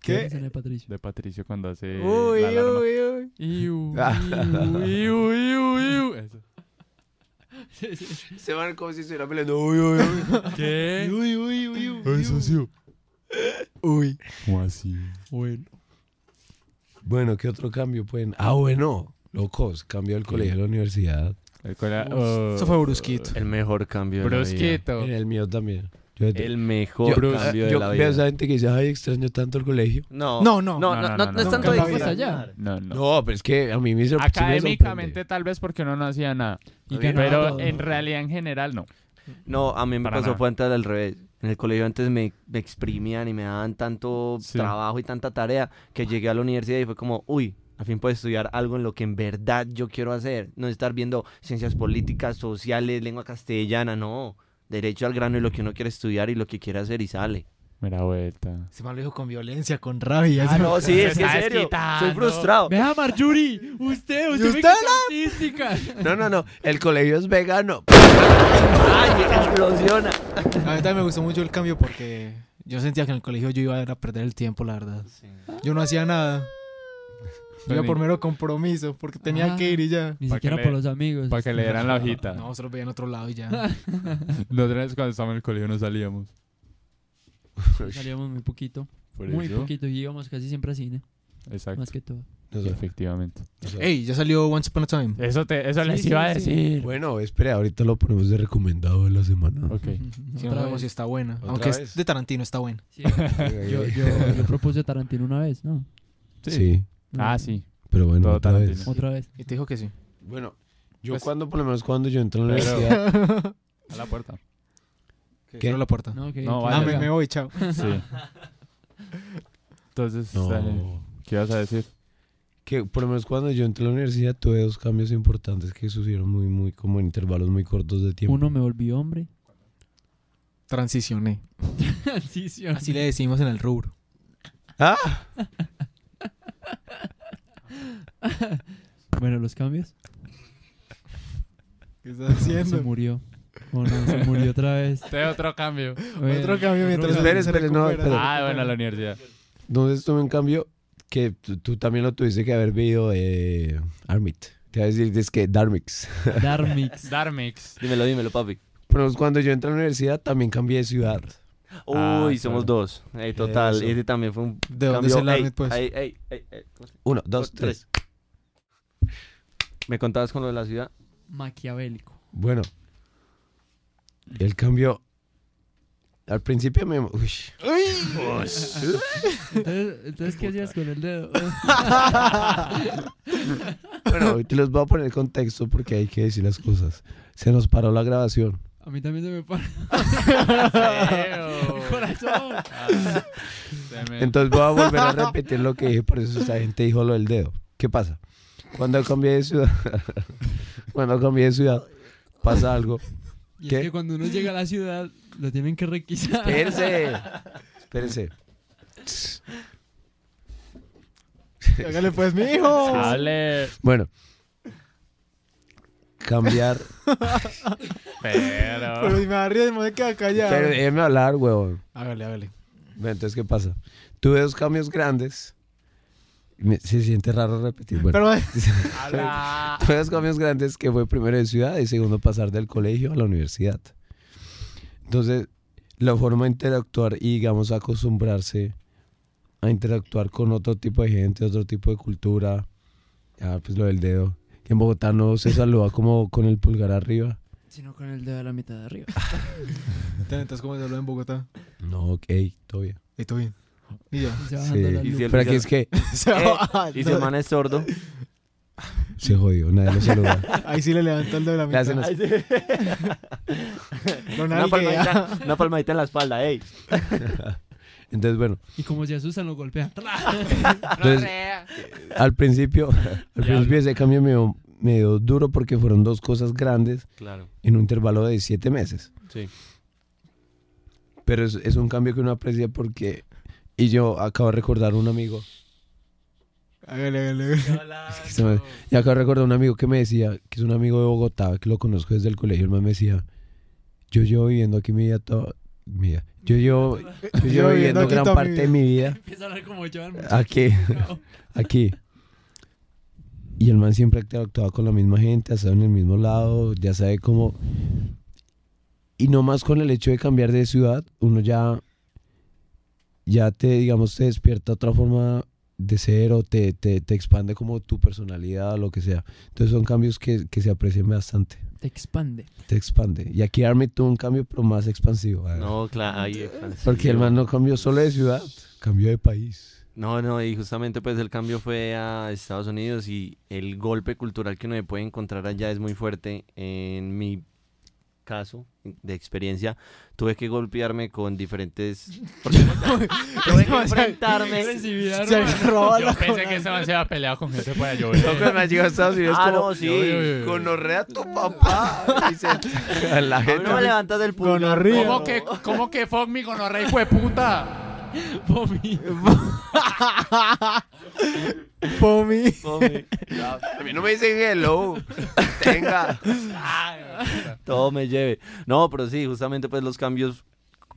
Speaker 3: ¿Qué?
Speaker 2: ¿Qué?
Speaker 3: escena de Patricio.
Speaker 4: De Patricio cuando hace
Speaker 2: Uy,
Speaker 4: la alarma.
Speaker 2: uy, uy.
Speaker 4: Iu, iu, iu, iu, iu. Eso.
Speaker 1: Se van como si estuviera peleando. Uy, uy, uy.
Speaker 4: ¿Qué?
Speaker 2: [LAUGHS] Uy, uy, uy, uy.
Speaker 4: sí.
Speaker 2: Uy.
Speaker 4: ¿Cómo así?
Speaker 2: Bueno.
Speaker 1: Bueno, ¿qué otro cambio pueden? Ah, bueno, locos, cambio del colegio a la universidad.
Speaker 4: El cola-
Speaker 2: Uf,
Speaker 4: oh.
Speaker 2: eso fue brusquito.
Speaker 5: El mejor cambio de la vida.
Speaker 4: Brusquito.
Speaker 1: En el mío también. Yo,
Speaker 5: El mejor
Speaker 1: yo- ah,
Speaker 5: cambio de
Speaker 1: yo
Speaker 5: la
Speaker 1: veo a esa
Speaker 5: vida.
Speaker 1: gente que dice, ay, extraño tanto el colegio.
Speaker 5: No,
Speaker 2: No, no.
Speaker 5: No, no, no, no es
Speaker 4: no.
Speaker 5: tanto
Speaker 4: Nunca
Speaker 5: difícil.
Speaker 3: fuimos allá.
Speaker 4: No, no.
Speaker 1: No, pero es que a mí me hizo
Speaker 4: Académicamente tal vez porque uno no hacía nada.
Speaker 3: Y ganaba
Speaker 4: Pero
Speaker 3: todo.
Speaker 4: en realidad en general no.
Speaker 5: No, a mí me
Speaker 4: Para
Speaker 5: pasó
Speaker 4: nada.
Speaker 5: fue antes al revés. En el colegio antes me, me exprimían y me daban tanto
Speaker 4: Sí.
Speaker 5: trabajo y tanta tarea que llegué a la universidad y fue como, uy, al fin puedo estudiar algo en lo que en verdad yo quiero hacer. No estar viendo ciencias políticas, sociales, lengua castellana, no. Derecho al grano y lo que uno quiere estudiar y lo que quiere hacer y sale.
Speaker 4: Mira vuelta.
Speaker 2: Se me lo dijo con violencia, con rabia.
Speaker 5: Ah, no, sí, es que en
Speaker 4: estás
Speaker 5: serio.
Speaker 4: quitando.
Speaker 5: Soy frustrado.
Speaker 3: Vea, Marjuri, usted, usted, me
Speaker 2: usted
Speaker 3: quita artística.
Speaker 1: No, no, no, el colegio es
Speaker 4: [LAUGHS]
Speaker 1: vegano.
Speaker 5: ¡Ay, explosiona!
Speaker 2: A mí también me gustó mucho el cambio porque yo sentía que en el colegio yo iba a ir a perder el tiempo, la verdad. Yo no hacía nada. Yo iba por mero compromiso porque tenía
Speaker 3: Ah.
Speaker 2: que ir y ya.
Speaker 3: Ni
Speaker 4: Pa' que
Speaker 3: siquiera
Speaker 4: le-
Speaker 3: por los amigos.
Speaker 4: Para que le dieran la hojita.
Speaker 2: No, solo veía en otro lado y
Speaker 5: Ah.
Speaker 2: ya.
Speaker 4: Nosotros cuando estábamos en el colegio no salíamos.
Speaker 3: [LAUGHS] Salíamos muy poquito.
Speaker 4: Por
Speaker 3: Muy
Speaker 4: eso.
Speaker 3: poquito. Y íbamos casi siempre a cine,
Speaker 4: Exacto.
Speaker 3: más que todo.
Speaker 1: No sé,
Speaker 4: Efectivamente.
Speaker 1: no sé.
Speaker 2: Ey, ya salió Once Upon a Time.
Speaker 4: Eso, te, eso
Speaker 3: Sí,
Speaker 4: les
Speaker 3: sí,
Speaker 4: iba a
Speaker 3: sí.
Speaker 4: decir.
Speaker 1: Bueno, espere, ahorita lo ponemos de recomendado de la semana.
Speaker 4: Ok.
Speaker 2: Si no
Speaker 3: Otra
Speaker 2: sabemos
Speaker 3: vez.
Speaker 2: si está buena.
Speaker 1: ¿Otra
Speaker 2: Aunque
Speaker 1: vez?
Speaker 2: es de Tarantino, está buena.
Speaker 3: Sí, yo, yo,
Speaker 1: [LAUGHS]
Speaker 3: yo propuse a Tarantino una vez, ¿no?
Speaker 1: sí.
Speaker 3: No,
Speaker 4: Ah, sí.
Speaker 1: pero bueno,
Speaker 4: Todo
Speaker 1: otra vez.
Speaker 4: Tarantino.
Speaker 3: Otra vez.
Speaker 2: Y te dijo [LAUGHS] que sí.
Speaker 1: Bueno, yo
Speaker 4: Pues-
Speaker 1: cuando, por lo menos cuando yo entro a la
Speaker 4: Pero-
Speaker 2: [LAUGHS]
Speaker 1: universidad,
Speaker 4: A la puerta.
Speaker 2: Cierro la puerta.
Speaker 3: No, que-
Speaker 4: No,
Speaker 3: que
Speaker 4: vaya.
Speaker 2: Ah,
Speaker 3: salga.
Speaker 2: me, me voy, chao.
Speaker 4: Sí. Entonces, dale,
Speaker 1: no.
Speaker 4: ¿qué ibas a decir?
Speaker 1: Que por lo menos cuando yo entré a la universidad tuve dos cambios importantes que sucedieron muy, muy, como en intervalos muy cortos de tiempo.
Speaker 3: Uno me volvió [LAUGHS] hombre.
Speaker 2: Transicioné.
Speaker 3: Transición.
Speaker 2: Así le decimos en el rubro.
Speaker 3: Bueno, los cambios. [LAUGHS]
Speaker 2: ¿Qué estás
Speaker 3: No, se murió. Oh, no, se murió otra vez.
Speaker 4: Este otro cambio.
Speaker 3: Bueno,
Speaker 2: [LAUGHS] Otro cambio mientras
Speaker 1: Espere,
Speaker 2: se
Speaker 1: espere, no,
Speaker 2: recupera.
Speaker 1: espere.
Speaker 4: Ah, bueno, la universidad.
Speaker 1: Entonces tuve un cambio que tú, tú también lo tuviste que haber visto eh, Armit. Te iba a decir, es que Darmix. [LAUGHS]
Speaker 3: Darmix.
Speaker 4: Darmix.
Speaker 5: Dímelo, dímelo, papi.
Speaker 1: Por lo menos cuando yo entré a la universidad también cambié de ciudad.
Speaker 5: Uy,
Speaker 4: Ah,
Speaker 5: somos
Speaker 4: claro.
Speaker 5: dos. Ey, total.
Speaker 1: Eso.
Speaker 5: Ese también fue un
Speaker 2: ¿De dónde
Speaker 5: cambio.
Speaker 2: es el
Speaker 5: Ey,
Speaker 2: Arnold, pues?
Speaker 5: ey, ey, ey, ey.
Speaker 1: Uno, dos,
Speaker 5: Dos,
Speaker 1: tres.
Speaker 5: ¿Me contabas con lo de la ciudad?
Speaker 3: [LAUGHS] Maquiavélico.
Speaker 1: Bueno, el cambio... Al principio me... Uy,
Speaker 3: Entonces, entonces ¿qué hacías con el dedo?
Speaker 1: bueno, te los voy a poner en contexto porque hay que decir las cosas. Se nos paró la grabación.
Speaker 3: A mí también se me para el
Speaker 4: Feo.
Speaker 3: [LAUGHS] corazón.
Speaker 4: Ah, se me-
Speaker 1: Entonces voy a volver a repetir lo que dije, por eso esta gente dijo lo del dedo. ¿Qué pasa? Cuando cambié de ciudad, [LAUGHS] cuando cambié de ciudad, pasa algo.
Speaker 3: Y
Speaker 1: ¿Qué?
Speaker 3: es que cuando uno llega a la ciudad, lo tienen que requisar.
Speaker 1: Espérense, espérense.
Speaker 2: Hágale pues, mi hijo.
Speaker 4: [LAUGHS] Hable.
Speaker 1: Bueno, cambiar.
Speaker 4: Pero.
Speaker 2: [LAUGHS] Pero si me arriesgo, me queda callado.
Speaker 1: Pero eh. déjeme hablar, huevón.
Speaker 2: Hágale, hágale.
Speaker 1: Bueno, entonces, ¿qué pasa? Tuve dos cambios grandes. Me- se siente raro repetir. Bueno,
Speaker 2: Pero eh,
Speaker 4: Habla.
Speaker 1: Tuve dos cambios grandes que fue primero de ciudad y segundo pasar del colegio a la universidad. Entonces, la forma de interactuar y, digamos, acostumbrarse a interactuar con otro tipo de gente, otro tipo de cultura. Ah, pues lo del dedo. Que en Bogotá no se saluda como con el pulgar arriba.
Speaker 3: Sino con el dedo de la mitad de arriba.
Speaker 2: entonces, ¿cómo se habló en Bogotá?
Speaker 1: No, ok, todo bien.
Speaker 2: Y tú bien. Y yo. [LAUGHS]
Speaker 1: Sí.
Speaker 3: Y se bajando la
Speaker 5: Y
Speaker 3: luz.
Speaker 5: si el-
Speaker 1: Pero aquí es
Speaker 3: [LAUGHS]
Speaker 1: que
Speaker 5: Y si el man es
Speaker 2: [LAUGHS]
Speaker 5: sordo.
Speaker 1: se jodió, nadie lo
Speaker 3: [LAUGHS]
Speaker 1: saluda.
Speaker 2: Ahí sí le levantó el dedo de la
Speaker 1: Le hacen
Speaker 2: mitad.
Speaker 1: así.
Speaker 5: [LAUGHS]
Speaker 2: Lo
Speaker 5: Una
Speaker 2: nalguea. [LAUGHS]
Speaker 5: palmadita, una palmadita en la espalda, ey.
Speaker 1: Entonces, bueno,
Speaker 3: Y como se asustan, lo golpean. [LAUGHS]
Speaker 1: entonces, al principio, [LAUGHS] al principio ese cambio me dio- me dio duro porque fueron dos cosas grandes
Speaker 5: Claro,
Speaker 1: en un intervalo de siete meses.
Speaker 5: sí.
Speaker 1: Pero es, es un cambio que uno aprecia porque... Y yo acabo de recordar un amigo
Speaker 2: Hágale, hágale, hágale.
Speaker 1: se me- Y acá recuerdo un amigo que me decía, que es un amigo de Bogotá, que lo conozco desde el colegio, el man me decía, yo llevo viviendo aquí mi vida toda... Mira, yo llevo, yo llevo viviendo
Speaker 2: aquí
Speaker 1: gran
Speaker 2: toda mi
Speaker 1: parte
Speaker 2: vida.
Speaker 1: de mi vida
Speaker 3: Empieza a hablar como yo.
Speaker 1: aquí,
Speaker 2: [LAUGHS]
Speaker 1: aquí. Y el man siempre ha interactuado con la misma gente, ha estado en el mismo lado, ya sabe cómo... Y no más con el hecho de cambiar de ciudad, uno ya... Ya te, digamos, te despierta otra forma de ser o te, te, te expande como tu personalidad o lo que sea. Entonces son cambios que, que se aprecian bastante.
Speaker 3: Te expande.
Speaker 1: Te expande. Y aquí Army tuvo un cambio, pero más expansivo. ¿eh?
Speaker 5: No, claro. ahí,
Speaker 1: Porque el man no cambió solo de ciudad, cambió de país.
Speaker 5: No, no, y justamente pues el cambio fue a Estados Unidos y el golpe cultural que uno puede encontrar allá es muy fuerte. En mi caso de experiencia, tuve que golpearme
Speaker 2: [LAUGHS]
Speaker 5: con diferentes... porque, [LAUGHS] o sea, tuve que enfrentarme...
Speaker 2: Se roba
Speaker 4: Yo
Speaker 2: la
Speaker 4: pensé
Speaker 2: corona.
Speaker 4: que ese man se había peleado con gente para llover.
Speaker 1: Cuando llegó a Estados Unidos,
Speaker 5: Ah,
Speaker 1: como,
Speaker 5: no, sí.
Speaker 1: Gonorrea tu
Speaker 5: [LAUGHS]
Speaker 1: papá. Dice, a la
Speaker 5: A mí no me
Speaker 1: gente.
Speaker 5: levantas del pulgar.
Speaker 2: Gonorrea.
Speaker 4: ¿Cómo que, cómo que fuck mi gonorrea, hijo de puta?
Speaker 2: Pomi.
Speaker 1: A mí no me dicen
Speaker 5: [LAUGHS]
Speaker 1: hello. Tenga.
Speaker 5: Todo me lleve. No, pero sí, justamente pues los cambios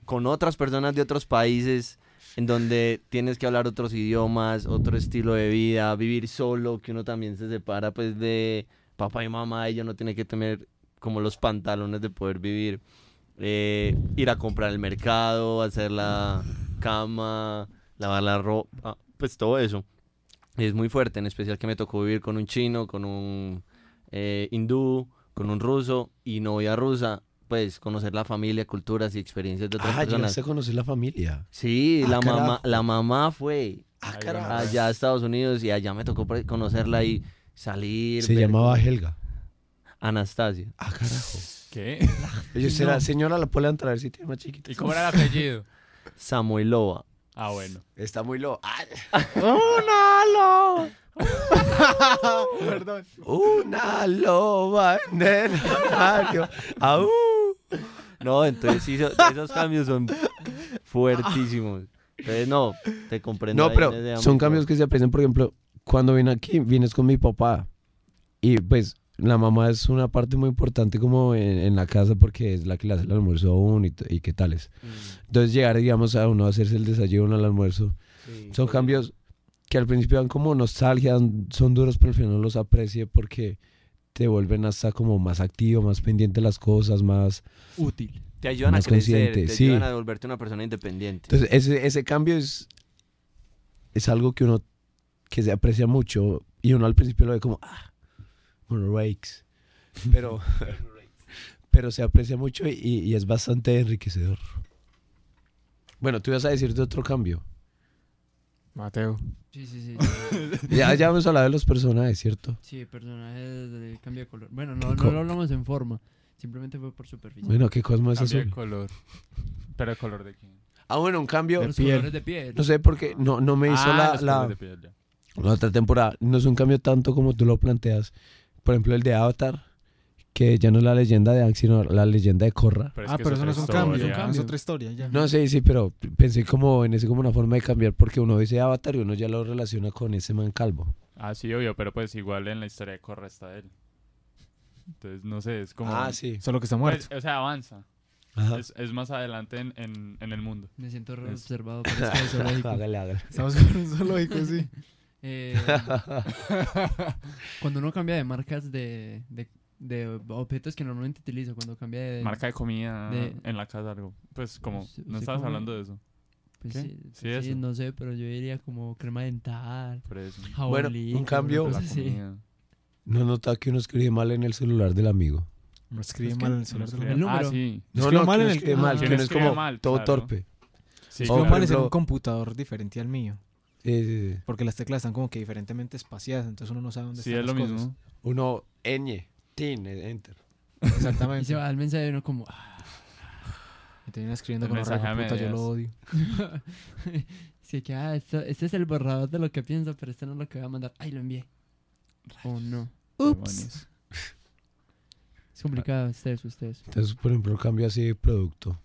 Speaker 5: con otras personas de otros países en donde tienes que hablar otros idiomas, otro estilo de vida, vivir solo, que uno también se separa pues de papá y mamá y uno tiene que tener como los pantalones de poder vivir, Eh, ir a comprar al mercado, hacer la cama, lavar la ropa, pues todo eso. Es muy fuerte, en especial que me tocó vivir con un chino, con un eh, hindú, con un ruso y novia rusa, pues conocer la familia, culturas y experiencias de otras
Speaker 1: Ah,
Speaker 5: personas.
Speaker 1: llegaste a conocer la familia.
Speaker 5: Sí,
Speaker 1: Ah,
Speaker 5: la mamá,
Speaker 1: carajo.
Speaker 5: la mamá fue
Speaker 1: Ah,
Speaker 4: carajo.
Speaker 5: allá a Estados Unidos y allá me tocó pre- conocerla y salir.
Speaker 1: Se
Speaker 5: ver-
Speaker 1: llamaba Helga.
Speaker 5: Anastasia.
Speaker 1: Ah, carajo.
Speaker 4: ¿Qué?
Speaker 1: Ellos será, señora, la pueden entrar si tiene más chiquita.
Speaker 4: ¿Y cómo era el apellido?
Speaker 5: Samoilova.
Speaker 4: Ah, bueno.
Speaker 1: Está muy loco. [LAUGHS]
Speaker 2: Perdón.
Speaker 1: Una loba en el armario. Aú. uh.
Speaker 5: [LAUGHS] No, entonces sí, so- esos cambios son fuertísimos. Entonces no, te comprendo.
Speaker 1: No,
Speaker 5: ahí en ese
Speaker 1: pero son
Speaker 5: ámbito.
Speaker 1: cambios que se aprecian. Por ejemplo, cuando vine aquí, vienes con mi papá. Y pues la mamá es una parte muy importante como en, en la casa porque es la que le hace el almuerzo a uno y, t- y qué tales. Entonces llegar, digamos, a uno a hacerse el desayuno, el almuerzo. Son cambios que al principio dan como nostalgia, dan- son duros, pero al final los aprecie porque te vuelven hasta como más activo, más pendiente de las cosas, más...
Speaker 3: Útil.
Speaker 5: Te ayudan
Speaker 1: más
Speaker 5: a crecer, te
Speaker 1: consciente, sí.
Speaker 5: ayudan a volverte una persona independiente.
Speaker 1: Entonces, ese, ese cambio es, es algo que uno que se aprecia mucho y uno al principio lo ve como, ah, monorakes.
Speaker 4: [LAUGHS]
Speaker 1: Pero, [LAUGHS] pero se aprecia mucho y, y es bastante enriquecedor. Bueno, tú ibas a decir de otro cambio.
Speaker 2: Mateo.
Speaker 3: Sí, sí, sí.
Speaker 1: Ya, ya hemos hablado de los personajes, ¿cierto?
Speaker 3: Sí, personajes de cambio de color. Bueno, no,
Speaker 1: ¿Qué
Speaker 3: no
Speaker 1: co-
Speaker 3: lo hablamos en forma. Simplemente fue por superficie.
Speaker 1: Bueno, ¿qué cosmo es
Speaker 4: Cambié de
Speaker 1: azul?
Speaker 4: color. ¿Pero el color de quién?
Speaker 1: Ah, bueno, un cambio.
Speaker 3: Los
Speaker 2: piel.
Speaker 3: colores de piel.
Speaker 1: No sé por qué, no, no me hizo
Speaker 4: Ah,
Speaker 1: la-
Speaker 4: los
Speaker 1: la,
Speaker 4: colores de piel, ya.
Speaker 1: la otra temporada. No es un cambio tanto como tú lo planteas. Por ejemplo, el de Avatar, que ya no es la leyenda de Aang, sino la leyenda de Korra.
Speaker 4: Pero
Speaker 2: Ah,
Speaker 4: que
Speaker 2: pero eso
Speaker 4: otra
Speaker 2: no es un
Speaker 4: historia.
Speaker 2: cambio.
Speaker 4: Ah,
Speaker 2: Es otra historia, ya.
Speaker 1: No, sí, sí, pero pensé como en ese como una forma de cambiar, porque uno dice Avatar y uno ya lo relaciona con ese man calvo.
Speaker 4: Ah, sí, obvio, pero pues igual en la historia de Corra está él. Entonces, no sé, es como...
Speaker 1: Ah, sí.
Speaker 2: Solo que está
Speaker 4: Pues,
Speaker 2: muerto.
Speaker 4: o sea, avanza.
Speaker 1: Ajá.
Speaker 4: Es, es más adelante en, en, en el mundo.
Speaker 3: Me siento re
Speaker 4: Es-
Speaker 3: observado por este zoológico.
Speaker 1: Hágale, hágale.
Speaker 2: Estamos con un zoológico, sí.
Speaker 3: [LAUGHS] Eh, cuando uno cambia de marcas de, de, de objetos que normalmente utilizo, cuando cambia de...
Speaker 4: Marca de comida
Speaker 3: de-
Speaker 4: en la casa, algo. Pues como,
Speaker 3: Sí,
Speaker 4: no
Speaker 3: sí,
Speaker 4: estabas
Speaker 3: como-
Speaker 4: hablando de eso.
Speaker 3: pues
Speaker 4: ¿qué?
Speaker 3: sí,
Speaker 4: Sí,
Speaker 3: pues sí,
Speaker 4: eso.
Speaker 3: no sé, pero yo diría como crema dental,
Speaker 4: Por eso.
Speaker 3: jabón
Speaker 1: Bueno, un
Speaker 3: líquido, una
Speaker 1: cambio-
Speaker 3: cosa
Speaker 4: La
Speaker 3: así.
Speaker 4: comida.
Speaker 1: No nota que uno escribe mal en el celular del amigo.
Speaker 2: Me escribe
Speaker 3: Es que-
Speaker 2: mal en el celular.
Speaker 4: Uno
Speaker 2: de la-
Speaker 4: escribe- Ah,
Speaker 3: número.
Speaker 4: sí.
Speaker 1: No,
Speaker 2: Escribe
Speaker 1: no,
Speaker 2: mal
Speaker 1: que
Speaker 2: en
Speaker 1: uno
Speaker 2: el-
Speaker 1: escribe
Speaker 3: Ah.
Speaker 1: mal, que
Speaker 4: Quien
Speaker 1: uno es
Speaker 4: escribe
Speaker 1: como
Speaker 4: mal,
Speaker 1: todo
Speaker 4: claro.
Speaker 1: torpe.
Speaker 4: Sí,
Speaker 1: Es
Speaker 2: Escribo
Speaker 1: como-
Speaker 4: claro.
Speaker 2: mal es en
Speaker 1: Por
Speaker 2: un
Speaker 1: ejemplo-
Speaker 2: computador diferente al mío.
Speaker 1: Sí, sí, sí.
Speaker 2: Porque las teclas están como que diferentemente espaciadas, entonces uno no sabe dónde
Speaker 4: Sí,
Speaker 2: están
Speaker 4: es lo
Speaker 2: las
Speaker 4: mismo.
Speaker 2: cosas.
Speaker 1: Uno ñ, tin, enter.
Speaker 3: Y se
Speaker 2: Exactamente.
Speaker 3: va al mensaje y uno como... ah, [LAUGHS]
Speaker 2: Y termina escribiendo
Speaker 4: El
Speaker 2: con
Speaker 4: mensaje a
Speaker 2: raja, puta, yo
Speaker 4: medias.
Speaker 2: lo odio.
Speaker 3: sí, que, ah, esto- este es el borrador de lo que pienso, pero este no es lo que voy a mandar. Ay, lo envié. Oh, no. Ups.
Speaker 4: Demonios.
Speaker 3: Es complicado, ustedes, ustedes.
Speaker 1: Entonces, por ejemplo, cambio así de producto.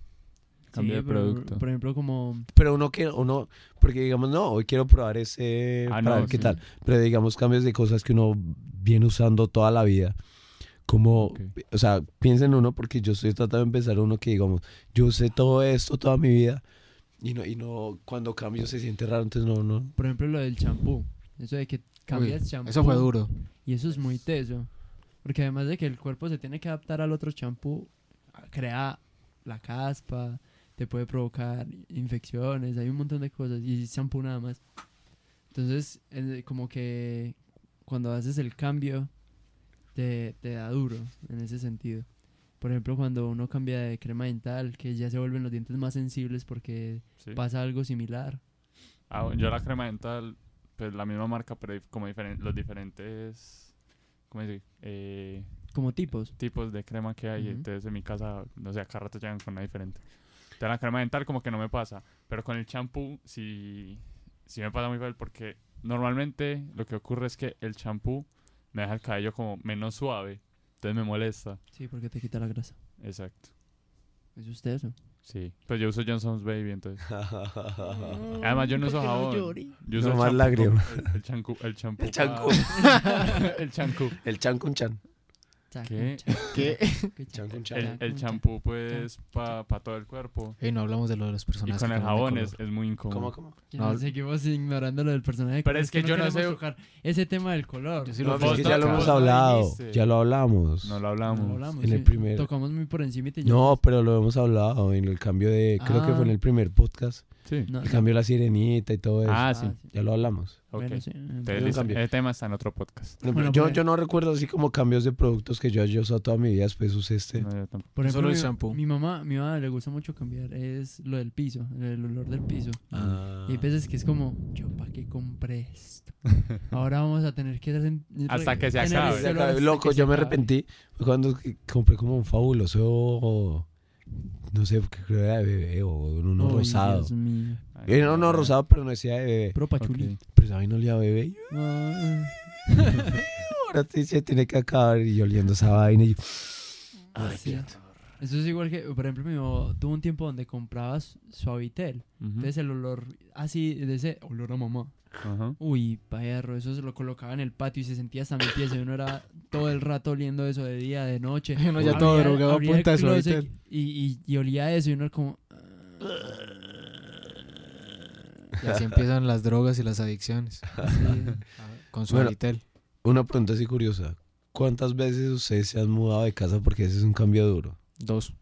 Speaker 4: Cambio de
Speaker 3: pero,
Speaker 4: producto.
Speaker 3: Por ejemplo, como.
Speaker 1: Pero uno que, uno, porque digamos, no, hoy quiero probar ese
Speaker 4: Ah,
Speaker 1: para
Speaker 4: no,
Speaker 1: ver qué
Speaker 4: sí.
Speaker 1: tal. Pero digamos cambios de cosas que uno viene usando toda la vida. Como,
Speaker 4: Ok.
Speaker 1: o sea, piensen uno, porque yo estoy tratando de empezar uno que digamos, yo usé todo esto toda mi vida. Y no, y no, cuando cambio se siente raro, entonces no, no.
Speaker 3: Por ejemplo, lo del champú. Eso de que cambias
Speaker 2: Uy,
Speaker 3: champú.
Speaker 2: Eso fue duro.
Speaker 3: Y eso es muy teso. Porque además de que el cuerpo se tiene que adaptar al otro champú, crea la caspa, te puede provocar infecciones, hay un montón de cosas. Y champú nada más. Entonces, es de- como que cuando haces el cambio, te, te da duro en ese sentido. Por ejemplo, cuando uno cambia de crema dental, que ya se vuelven los dientes más sensibles porque
Speaker 4: Sí.
Speaker 3: pasa algo similar.
Speaker 4: Ah, bueno, yo la crema dental, pues la misma marca, pero dif- como diferen- los diferentes ¿cómo se dice? Eh,
Speaker 3: Como tipos.
Speaker 4: tipos de crema que hay.
Speaker 3: Ujú.
Speaker 4: Entonces en mi casa, no sé, acá rato llegan con una diferente. Entonces la crema dental como que no me pasa, pero con el champú sí, sí me pasa muy mal porque normalmente lo que ocurre es que el champú me deja el cabello como menos suave, entonces me molesta.
Speaker 3: Sí, porque te quita la grasa.
Speaker 4: Exacto.
Speaker 3: Es usted eso.
Speaker 4: Sí. Pues yo uso Johnson's Baby, entonces.
Speaker 1: Ah.
Speaker 4: Además yo no uso jabón. yo uso el
Speaker 1: Nomás
Speaker 4: champú-
Speaker 1: lágrima.
Speaker 4: El, el chancú, el champú.
Speaker 1: El chancú.
Speaker 4: pa- el chancú.
Speaker 1: El chan con chan.
Speaker 4: ¿Qué?
Speaker 2: ¿Qué?
Speaker 1: Chan con chan.
Speaker 4: El, el champú, pues, para todo el cuerpo.
Speaker 2: Y no hablamos de lo de los
Speaker 4: Y
Speaker 2: personajes.
Speaker 4: con
Speaker 2: que
Speaker 4: el
Speaker 2: cambian de
Speaker 4: jabón
Speaker 2: color. [LAUGHS]
Speaker 4: es, es muy
Speaker 1: ¿Cómo,
Speaker 4: incómodo.
Speaker 1: cómo?
Speaker 3: Ya
Speaker 2: No.
Speaker 3: nos seguimos ignorando lo del personaje. de
Speaker 4: Pero
Speaker 3: color,
Speaker 4: es que yo no
Speaker 3: queremos
Speaker 4: sé-
Speaker 3: tocar ese tema del color. pues,
Speaker 2: Yo sí
Speaker 1: No,
Speaker 2: lo
Speaker 1: pero es que
Speaker 4: vos
Speaker 1: ya lo
Speaker 4: no-
Speaker 1: hemos
Speaker 4: vos no
Speaker 1: hablado.
Speaker 4: viniste.
Speaker 1: Ya lo hablamos.
Speaker 4: No lo
Speaker 3: No
Speaker 4: hablamos.
Speaker 3: lo hablamos,
Speaker 1: En el
Speaker 3: sí.
Speaker 1: primer-
Speaker 3: Tocamos muy por encima y te
Speaker 1: No, pero lo hemos hablado en el cambio de, creo que
Speaker 3: Ah.
Speaker 1: fue en el primer podcast,
Speaker 4: Sí.
Speaker 3: No,
Speaker 1: el cambio de la sirenita y todo eso.
Speaker 4: Ah, sí.
Speaker 1: Ya lo hablamos.
Speaker 4: Ok.
Speaker 3: Bueno, sí, eh,
Speaker 4: Entonces,
Speaker 1: un
Speaker 4: listo.
Speaker 1: cambio.
Speaker 4: Ese tema está en otro podcast.
Speaker 1: No,
Speaker 3: Bueno,
Speaker 1: yo,
Speaker 3: pues-
Speaker 1: yo no recuerdo así como cambios de productos que yo haya usado toda mi vida, después usé este.
Speaker 4: No, yo tampoco.
Speaker 3: Por ejemplo,
Speaker 2: Solo el
Speaker 3: mi-
Speaker 2: shampoo.
Speaker 3: Mi mamá, mi mamá le gusta mucho cambiar es lo del piso, el olor del piso.
Speaker 1: Ah.
Speaker 3: Y pues, hay veces que es como, yo para qué compré
Speaker 1: [LAUGHS]
Speaker 3: esto. Ahora vamos a tener que hacer-
Speaker 4: Hasta que se
Speaker 3: tener
Speaker 4: acabe.
Speaker 3: ese
Speaker 1: Ya
Speaker 3: olor
Speaker 1: acabé,
Speaker 3: hasta
Speaker 1: Loco,
Speaker 3: que se
Speaker 1: yo me
Speaker 3: acabe.
Speaker 1: arrepentí fue cuando que- compré como un fabuloso, no sé, porque creo era de bebé o uno
Speaker 3: Ay,
Speaker 1: rosado.
Speaker 3: Dios mío.
Speaker 4: Ay,
Speaker 1: Era uno
Speaker 4: no,
Speaker 1: rosado, pero Eh, no decía de bebé.
Speaker 3: Puro
Speaker 4: ok.
Speaker 3: pachulí.
Speaker 1: Pero a mí no olía a bebé. Y
Speaker 3: Ah,
Speaker 1: ahora sí se tiene que acabar y yo oliendo esa vaina. Y yo,
Speaker 3: ah, sí. Eso es igual que, por ejemplo, mi mamá tuvo un tiempo donde comprabas suavitel.
Speaker 4: Ujú,
Speaker 3: Entonces el olor así, de ese olor a mamá.
Speaker 4: ajá.
Speaker 3: Uy, perro, eso se lo colocaba en el patio y se sentía hasta mi pie. se uno era todo el rato oliendo eso de día, de
Speaker 2: [LAUGHS]
Speaker 3: noche.
Speaker 2: Uno ya todo drogado a
Speaker 3: abría el
Speaker 2: punta de
Speaker 3: closet
Speaker 2: Suavitel.
Speaker 3: Y, y, y olía eso y uno era como...
Speaker 1: [LAUGHS]
Speaker 2: Y así empiezan las drogas y las adicciones.
Speaker 3: "Ah, sí.
Speaker 2: A ver, Con su
Speaker 1: Bueno.
Speaker 2: Aritel.
Speaker 1: Una pregunta así curiosa. ¿Cuántas veces ustedes se han mudado de casa porque ese es un cambio duro?
Speaker 2: Dos.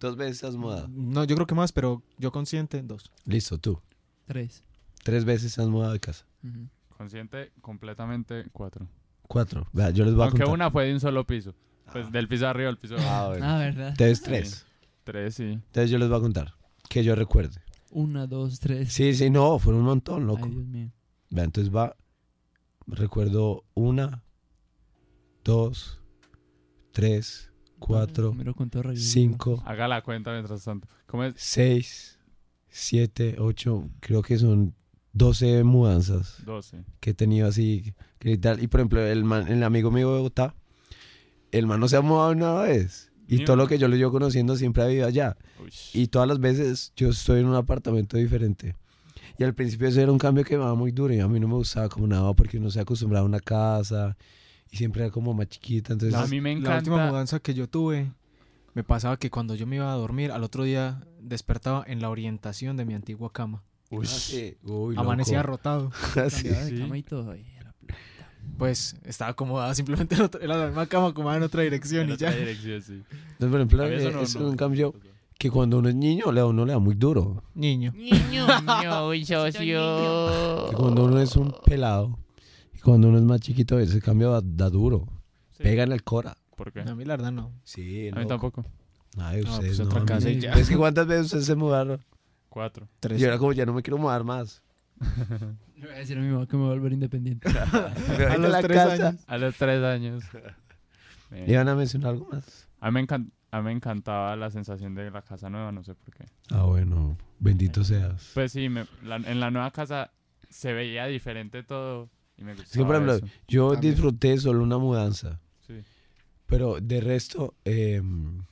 Speaker 1: Dos veces has mudado.
Speaker 2: No, yo creo que más, pero yo consciente, dos.
Speaker 1: Listo, tú.
Speaker 3: Tres.
Speaker 1: Tres veces se has mudado de casa.
Speaker 3: Ujú.
Speaker 4: Consciente completamente cuatro.
Speaker 1: Cuatro. Vea, yo les voy a
Speaker 4: Aunque
Speaker 1: contar.
Speaker 4: una fue de un solo piso. Pues
Speaker 1: Ah.
Speaker 4: del piso arriba al piso abajo.
Speaker 1: Ah, bueno.
Speaker 3: Ah, ¿verdad?
Speaker 1: Entonces tres.
Speaker 4: Tres, sí.
Speaker 1: Entonces yo les voy a contar. Que yo recuerde.
Speaker 3: Una, dos, tres.
Speaker 1: Sí, sí, no, fueron un montón, loco.
Speaker 3: Ay, Dios mío.
Speaker 1: Vea, entonces va. Recuerdo una, dos, tres, cuatro,
Speaker 3: Me lo contó re bien.
Speaker 1: cinco,
Speaker 4: Haga la cuenta mientras tanto. ¿Cómo es?
Speaker 1: seis, siete, ocho. Creo que son doce mudanzas.
Speaker 4: Doce.
Speaker 1: que he tenido así, que literal- Y por ejemplo, el, man- el amigo mío de Bogotá, el man no se ha mudado una vez. Y
Speaker 4: Ni
Speaker 1: todo
Speaker 4: una.
Speaker 1: lo que yo lo llevo conociendo siempre ha vivido allá.
Speaker 4: Uy.
Speaker 1: Y todas las veces yo estoy en un apartamento diferente. Y al principio eso era un cambio que me daba muy duro y a mí no me gustaba como nada porque uno se acostumbraba a una casa y siempre era como más chiquita. Entonces,
Speaker 4: a mí me
Speaker 2: La última
Speaker 4: encanta.
Speaker 2: mudanza que yo tuve, me pasaba que cuando yo me iba a dormir, al otro día despertaba en la orientación de mi antigua cama.
Speaker 1: Ah, sí. Uy, loco.
Speaker 2: Amanecía rotado.
Speaker 1: Sí.
Speaker 3: Cambiaba de
Speaker 4: Sí.
Speaker 3: cama y todo. ay, era plata.
Speaker 2: Pues estaba acomodada simplemente en otra- era la misma cama acomodada en otra dirección
Speaker 4: En
Speaker 2: y ya.
Speaker 4: otra dirección, sí.
Speaker 1: Entonces, por ejemplo,
Speaker 4: A mí eso no-
Speaker 1: eh, es
Speaker 4: no.
Speaker 1: un cambio que cuando uno es niño, le- a uno le da muy duro.
Speaker 2: Niño.
Speaker 6: [LAUGHS] Niño,
Speaker 3: [LAUGHS]
Speaker 6: no, socio.
Speaker 1: Que cuando uno es un pelado y cuando uno es más chiquito, ese cambio da, da duro.
Speaker 4: Sí.
Speaker 1: Pega en el cora.
Speaker 4: ¿Por qué?
Speaker 2: No, a mí la verdad no.
Speaker 1: Sí,
Speaker 4: A mí tampoco.
Speaker 1: Ay,
Speaker 2: No,
Speaker 1: ustedes
Speaker 2: pues
Speaker 1: no.
Speaker 2: otra
Speaker 1: a mí
Speaker 2: casa y
Speaker 1: no.
Speaker 2: ya. Pues
Speaker 1: Es que cuántas veces ustedes se mudaron.
Speaker 4: Cuatro.
Speaker 2: Tres.
Speaker 1: Y ahora como ya no me quiero mudar más.
Speaker 3: Le voy a decir a mi mamá que me voy a volver
Speaker 4: [LAUGHS]
Speaker 3: independiente.
Speaker 1: Me voy
Speaker 2: [LAUGHS] A
Speaker 1: de
Speaker 2: los
Speaker 1: la
Speaker 2: tres
Speaker 1: casa.
Speaker 2: años.
Speaker 4: A los
Speaker 1: [LAUGHS]
Speaker 4: tres años. Bien.
Speaker 1: ¿Iban a mencionar algo más?
Speaker 4: A mí, me encan- a mí me encantaba la sensación de la casa nueva, no sé por qué.
Speaker 1: Ah, bueno. Bendito seas.
Speaker 4: Pues sí, me- la- en la nueva casa se veía diferente todo y me gustaba
Speaker 1: Es que, por ejemplo,
Speaker 4: eso.
Speaker 1: yo
Speaker 2: Pues, También.
Speaker 1: disfruté solo una mudanza.
Speaker 4: Sí.
Speaker 1: Pero de resto, eh, em,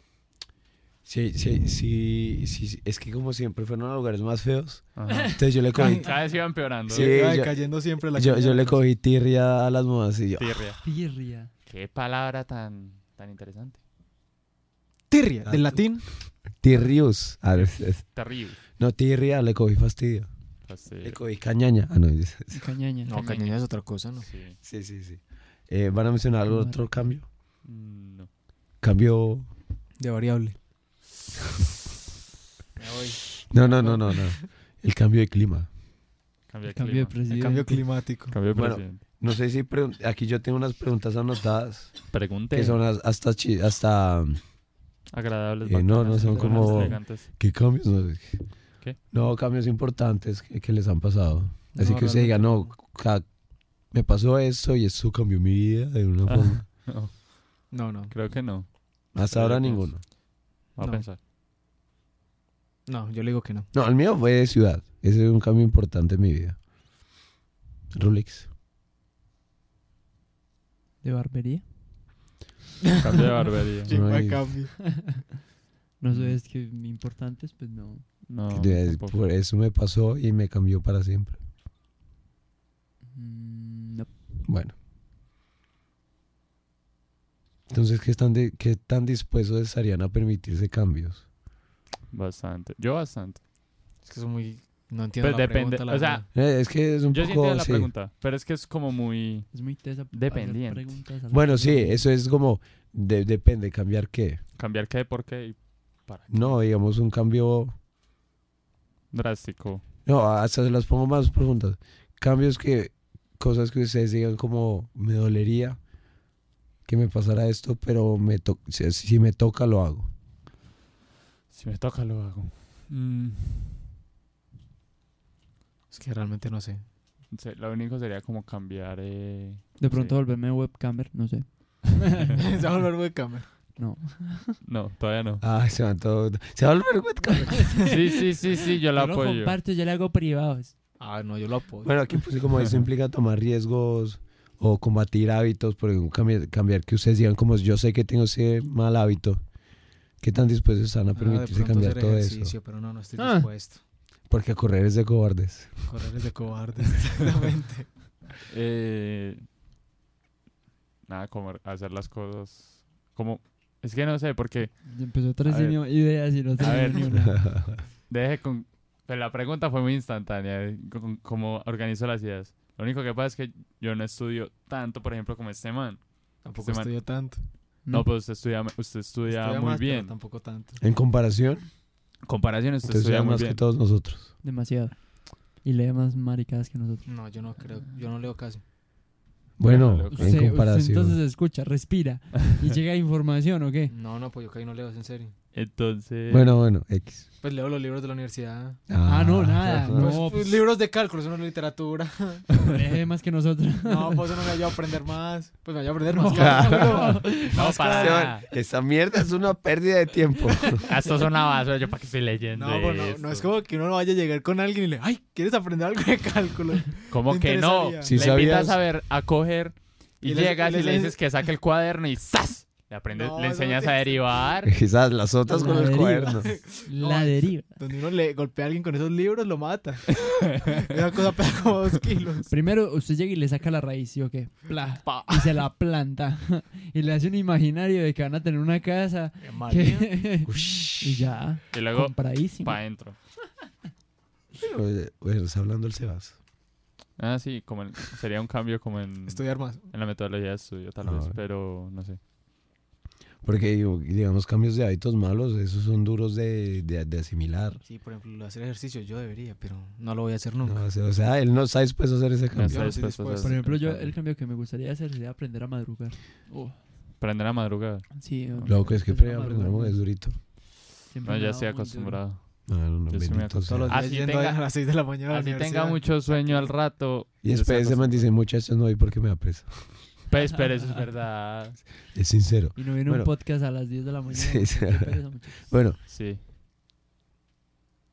Speaker 1: Sí, sí, sí, sí, sí, es que como siempre fueron a lugares más feos,
Speaker 4: Ajá.
Speaker 1: entonces yo le cogí,
Speaker 4: Cada vez iba empeorando.
Speaker 1: Sí,
Speaker 2: Ay,
Speaker 1: yo-
Speaker 2: cayendo siempre la
Speaker 1: yo,
Speaker 2: caña.
Speaker 1: yo le cogí tirria a las modas y yo,
Speaker 4: Tirria.
Speaker 3: Pirria.
Speaker 4: Qué palabra tan, tan interesante.
Speaker 1: Ah.
Speaker 2: Tirria, del latín.
Speaker 1: tirrius, Ah, es- es-
Speaker 4: Terrible. Pues
Speaker 1: no tirria, le cogí fastidio,
Speaker 4: Fastidio.
Speaker 1: le cogí cañaña, ah no, es- es-
Speaker 3: Cañaña.
Speaker 4: No, caña.
Speaker 2: es otra cosa,
Speaker 4: Sí.
Speaker 1: sí, sí, sí, Eh, van a mencionar algo, otro cambio,
Speaker 4: Mm, No.
Speaker 1: cambio,
Speaker 2: De variable.
Speaker 4: Me voy.
Speaker 1: no, no, no, no, no, [LAUGHS] el cambio de clima,
Speaker 4: Cambio de
Speaker 3: Cambio de
Speaker 4: clima.
Speaker 3: presidente.
Speaker 2: El cambio climático.
Speaker 4: Cambio de
Speaker 1: Bueno.
Speaker 4: presidente.
Speaker 1: no sé si, pregun- aquí yo tengo unas preguntas anotadas,
Speaker 4: Pregunte.
Speaker 1: que son as- hasta, chi- hasta, mm,
Speaker 4: agradables.
Speaker 1: Eh, no,
Speaker 4: bacanas,
Speaker 1: no, son
Speaker 4: buenas,
Speaker 1: como-
Speaker 4: elegantes.
Speaker 1: ¿Qué cambios? No, es que-
Speaker 4: ¿Qué?
Speaker 1: No, cambios importantes que, que les han pasado. Así
Speaker 2: No,
Speaker 1: que usted diga, no,
Speaker 2: realmente
Speaker 1: ca- me pasó esto y esto cambió mi vida de una
Speaker 4: Ah,
Speaker 1: forma.
Speaker 4: no,
Speaker 2: No, no.
Speaker 4: creo que no.
Speaker 1: Hasta
Speaker 4: pero
Speaker 1: ahora
Speaker 4: pues-
Speaker 1: ninguno.
Speaker 4: Voy a
Speaker 2: No.
Speaker 4: pensar.
Speaker 2: No, yo le digo que no.
Speaker 1: No, el mío fue de ciudad. Ese es un cambio importante en mi vida. Rolex.
Speaker 4: [LAUGHS]
Speaker 3: ¿De barbería?
Speaker 4: Cambio de barbería.
Speaker 1: Sí. Ay.
Speaker 2: cambio.
Speaker 3: No
Speaker 4: Mm.
Speaker 3: sé, es que importantes, pues no.
Speaker 4: No,
Speaker 1: De-
Speaker 4: tampoco.
Speaker 1: por eso me pasó y me cambió para siempre.
Speaker 3: Mm, no.
Speaker 1: Bueno. Entonces, ¿qué, están de- ¿qué tan dispuestos estarían a permitirse cambios?
Speaker 4: Bastante. Yo bastante.
Speaker 2: Es que es muy. No entiendo.
Speaker 4: Pues
Speaker 2: la
Speaker 4: depende,
Speaker 2: pregunta, la
Speaker 4: o sea,
Speaker 2: verdad.
Speaker 1: Eh, es que es un
Speaker 4: Yo sí
Speaker 1: poco...
Speaker 4: entiendo la
Speaker 1: sí.
Speaker 4: pregunta, pero es que es como muy...
Speaker 3: Es muy tesa. hacer
Speaker 4: Dependiente.
Speaker 3: preguntas a la
Speaker 1: Bueno, sí,
Speaker 3: persona.
Speaker 1: eso es como... de- depende, cambiar qué.
Speaker 4: Cambiar qué, por qué, y
Speaker 1: No, digamos un cambio.
Speaker 4: drástico.
Speaker 1: No, hasta se las pongo más profundas. Cambios que. Cosas que ustedes digan como me dolería que me pasara esto, pero me to- si, si me toca lo hago.
Speaker 4: Si me toca, lo hago. Mm,
Speaker 2: Es que realmente no sé.
Speaker 4: se- lo único sería como cambiar... eh,
Speaker 3: De pronto
Speaker 4: sí.
Speaker 3: volverme webcamer, no sé.
Speaker 2: [LAUGHS] Se va a volver webcam.
Speaker 3: No.
Speaker 4: No, todavía no.
Speaker 1: Ah, se van todo. Se va a volver webcam.
Speaker 4: [LAUGHS] Sí, sí, sí, sí, yo la
Speaker 3: yo lo
Speaker 4: apoyo.
Speaker 3: comparto, yo le hago privados.
Speaker 2: Ah, no, yo lo apoyo.
Speaker 1: Bueno, aquí puse como eso implica tomar riesgos o combatir hábitos, por ejemplo, cambiar, cambiar que ustedes digan como yo sé que tengo ese mal hábito. ¿Qué tan dispuestos están a
Speaker 2: Ah, de
Speaker 1: permitirse
Speaker 2: pronto
Speaker 1: cambiar
Speaker 2: hacer
Speaker 1: todo eso?
Speaker 2: ejercicio, Pero no, no estoy
Speaker 3: Ah.
Speaker 2: dispuesto.
Speaker 1: Porque correr es de cobardes.
Speaker 2: Correr es de cobardes, exactamente.
Speaker 4: Eh, nada, como hacer las cosas... Como... Es que no sé, porque...
Speaker 3: Empezó tres
Speaker 4: A ver.
Speaker 3: ideas y no
Speaker 4: A
Speaker 3: tenía
Speaker 4: ver.
Speaker 3: ninguna.
Speaker 4: Deje con... Pero la pregunta fue muy instantánea, eh, con- como organizo las ideas. Lo único que pasa es que yo no estudio tanto, por ejemplo, como este man.
Speaker 2: [LAUGHS] Tampoco
Speaker 4: Este man-
Speaker 2: estudio tanto.
Speaker 4: [LAUGHS] No, pues. pero usted estudia, usted estudia,
Speaker 2: Estudia
Speaker 4: muy
Speaker 2: más, pero
Speaker 4: bien.
Speaker 2: Tampoco tanto.
Speaker 1: En comparación,
Speaker 4: Comparación, usted
Speaker 1: ustedes
Speaker 4: estudia
Speaker 1: saben
Speaker 4: muy
Speaker 1: más
Speaker 4: bien.
Speaker 1: que todos nosotros.
Speaker 3: Demasiado. Y lee más maricadas que nosotros.
Speaker 2: No, yo no creo. Yo no leo casi.
Speaker 1: Bueno,
Speaker 4: Bueno,
Speaker 1: en comparación.
Speaker 3: entonces escucha,
Speaker 4: [LAUGHS]
Speaker 3: respira y llega información o qué.
Speaker 2: No, no, pues yo casi no leo, es en serio.
Speaker 4: Entonces,
Speaker 1: Bueno, bueno, X.
Speaker 2: Pues leo los libros de la universidad.
Speaker 3: Ah, no, nada.
Speaker 1: no.
Speaker 2: Pues,
Speaker 3: No,
Speaker 2: pues,
Speaker 3: pues-
Speaker 2: libros de cálculo, eso no es literatura.
Speaker 3: Lee más que nosotros.
Speaker 4: [LAUGHS]
Speaker 2: No, pues eso no me ayuda a aprender más. Pues me ayuda a aprender más. pues
Speaker 3: Claro.
Speaker 2: [LAUGHS] cálculo.
Speaker 4: no, para
Speaker 1: Esteban,
Speaker 4: [LAUGHS]
Speaker 1: esa mierda es una pérdida de
Speaker 3: [LAUGHS]
Speaker 1: tiempo.
Speaker 4: Esto es una basura, yo para qué estoy leyendo.
Speaker 2: No, pues no, no
Speaker 4: esto?
Speaker 2: es como que uno vaya a llegar con alguien y le, ay, ¿quieres aprender algo de cálculo?
Speaker 4: ¿Cómo
Speaker 2: te
Speaker 4: que no?
Speaker 2: interesaría.
Speaker 1: Si
Speaker 4: le invitas
Speaker 1: sabías-
Speaker 4: a ver, a coger y,
Speaker 2: Y le-
Speaker 4: llegas
Speaker 2: y le
Speaker 4: y le dices
Speaker 2: enseñas-
Speaker 4: que saque el cuaderno y ¡zas! Le, aprendes,
Speaker 2: No,
Speaker 4: le
Speaker 2: no
Speaker 4: enseñas
Speaker 2: te-
Speaker 4: a derivar.
Speaker 1: [LAUGHS] Quizás las otras con el
Speaker 3: Maderiva.
Speaker 1: cuerno.
Speaker 3: La deriva.
Speaker 2: Donde uno le golpea a alguien con esos libros, lo
Speaker 3: [LAUGHS]
Speaker 2: mata. Esa cosa pega como dos kilos.
Speaker 3: Primero usted llega y le saca la raíz, ¿sí o qué? Pla. Y se la planta. [LAUGHS] y le hace un imaginario de que van a tener una casa. que- [LAUGHS] y ya,
Speaker 4: Y luego,
Speaker 3: compradísimo.
Speaker 4: para adentro.
Speaker 1: Oye, Bueno, está hablando el Sebas.
Speaker 4: Ah, sí, como en- sería un cambio como en,
Speaker 2: Estudiar más.
Speaker 4: en la metodología de estudio, tal
Speaker 1: Ah,
Speaker 4: vez,
Speaker 1: bueno.
Speaker 4: pero no sé.
Speaker 1: Porque, digo, digamos, cambios de hábitos malos, esos son duros de, de- de asimilar.
Speaker 2: Sí, por ejemplo, hacer ejercicio yo debería, pero no lo voy a hacer
Speaker 1: No,
Speaker 2: nunca.
Speaker 1: o sea, o sea, él no está dispuesto a hacer ese
Speaker 4: No
Speaker 1: cambio.
Speaker 2: sé.
Speaker 4: estoy
Speaker 2: no estoy
Speaker 4: dispuesto a hacer
Speaker 2: dispuesto.
Speaker 3: Por ejemplo, yo
Speaker 4: cambio.
Speaker 3: el cambio que me gustaría hacer sería aprender a madrugar. Oh,
Speaker 4: Aprender a madrugar.
Speaker 3: sí,
Speaker 1: Loco, es que
Speaker 3: empezar a
Speaker 1: aprender aprendemos
Speaker 3: madrugar,
Speaker 1: es durito.
Speaker 3: siempre
Speaker 4: No,
Speaker 3: me ha
Speaker 4: Ah, ya
Speaker 3: dado
Speaker 4: estoy
Speaker 3: muy duro.
Speaker 4: acostumbrado.
Speaker 1: No, no, no,
Speaker 4: Yo sí me
Speaker 1: bendito
Speaker 4: acuerdo.
Speaker 1: sea.
Speaker 2: Todos los días
Speaker 4: Así
Speaker 2: yendo
Speaker 4: tenga-
Speaker 2: a las 6 de la mañana. a la
Speaker 4: Así tenga
Speaker 2: universidad.
Speaker 4: mucho sueño al rato.
Speaker 1: Y
Speaker 4: yo estoy
Speaker 1: después ese man dice, muchachos, no voy porque me da presa.
Speaker 4: acostumbrado. Pues, pero eso
Speaker 1: [LAUGHS]
Speaker 4: es verdad.
Speaker 1: Es sincero.
Speaker 3: Y no viene
Speaker 1: Bueno.
Speaker 3: un podcast a las 10 de la mañana.
Speaker 1: Sí, sí.
Speaker 3: Qué pereza, muchachos.
Speaker 1: Bueno,
Speaker 4: Sí,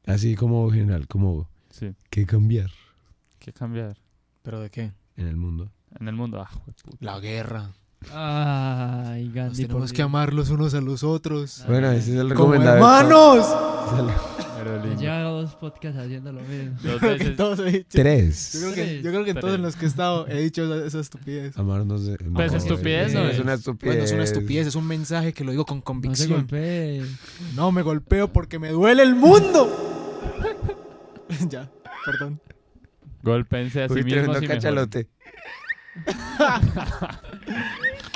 Speaker 1: así como general, como,
Speaker 4: sí.
Speaker 1: ¿qué cambiar
Speaker 4: ¿Qué cambiar?
Speaker 2: ¿Pero de qué?
Speaker 1: en el mundo?
Speaker 4: En el mundo. Ah, jueputa.
Speaker 2: La guerra.
Speaker 3: Ay,
Speaker 2: Nos
Speaker 3: Gandhi.
Speaker 2: tenemos
Speaker 3: por
Speaker 2: que
Speaker 3: Dios.
Speaker 2: amarlos unos a los otros.
Speaker 1: Bueno, ese es el
Speaker 2: ¡Como
Speaker 1: recomendado.
Speaker 2: hermanos!
Speaker 1: Ese es el- [LAUGHS]
Speaker 4: Pero
Speaker 3: Ya
Speaker 4: lindo.
Speaker 3: Lleva dos podcasts haciendo lo mismo.
Speaker 4: Dos
Speaker 2: Creo [LAUGHS] que
Speaker 4: veces-
Speaker 2: en todos he dicho- Yo
Speaker 1: Tres.
Speaker 2: creo que, yo creo que en todos en los que he estado he dicho esa, esa estupidez.
Speaker 1: Amarnos de.
Speaker 4: Pues, estupidez,
Speaker 1: no,
Speaker 4: ¿no?
Speaker 1: es una estupidez.
Speaker 2: Bueno, es una estupidez, es un mensaje que lo digo con
Speaker 3: No se
Speaker 2: convicción.
Speaker 3: golpee.
Speaker 2: No, me golpeo porque me duele el mundo. [LAUGHS] ya, perdón.
Speaker 4: Golpense a
Speaker 1: [LAUGHS]
Speaker 4: sí
Speaker 1: Uy,
Speaker 4: mismos
Speaker 1: tremendo
Speaker 4: y mejor.
Speaker 1: cachalote. [LAUGHS]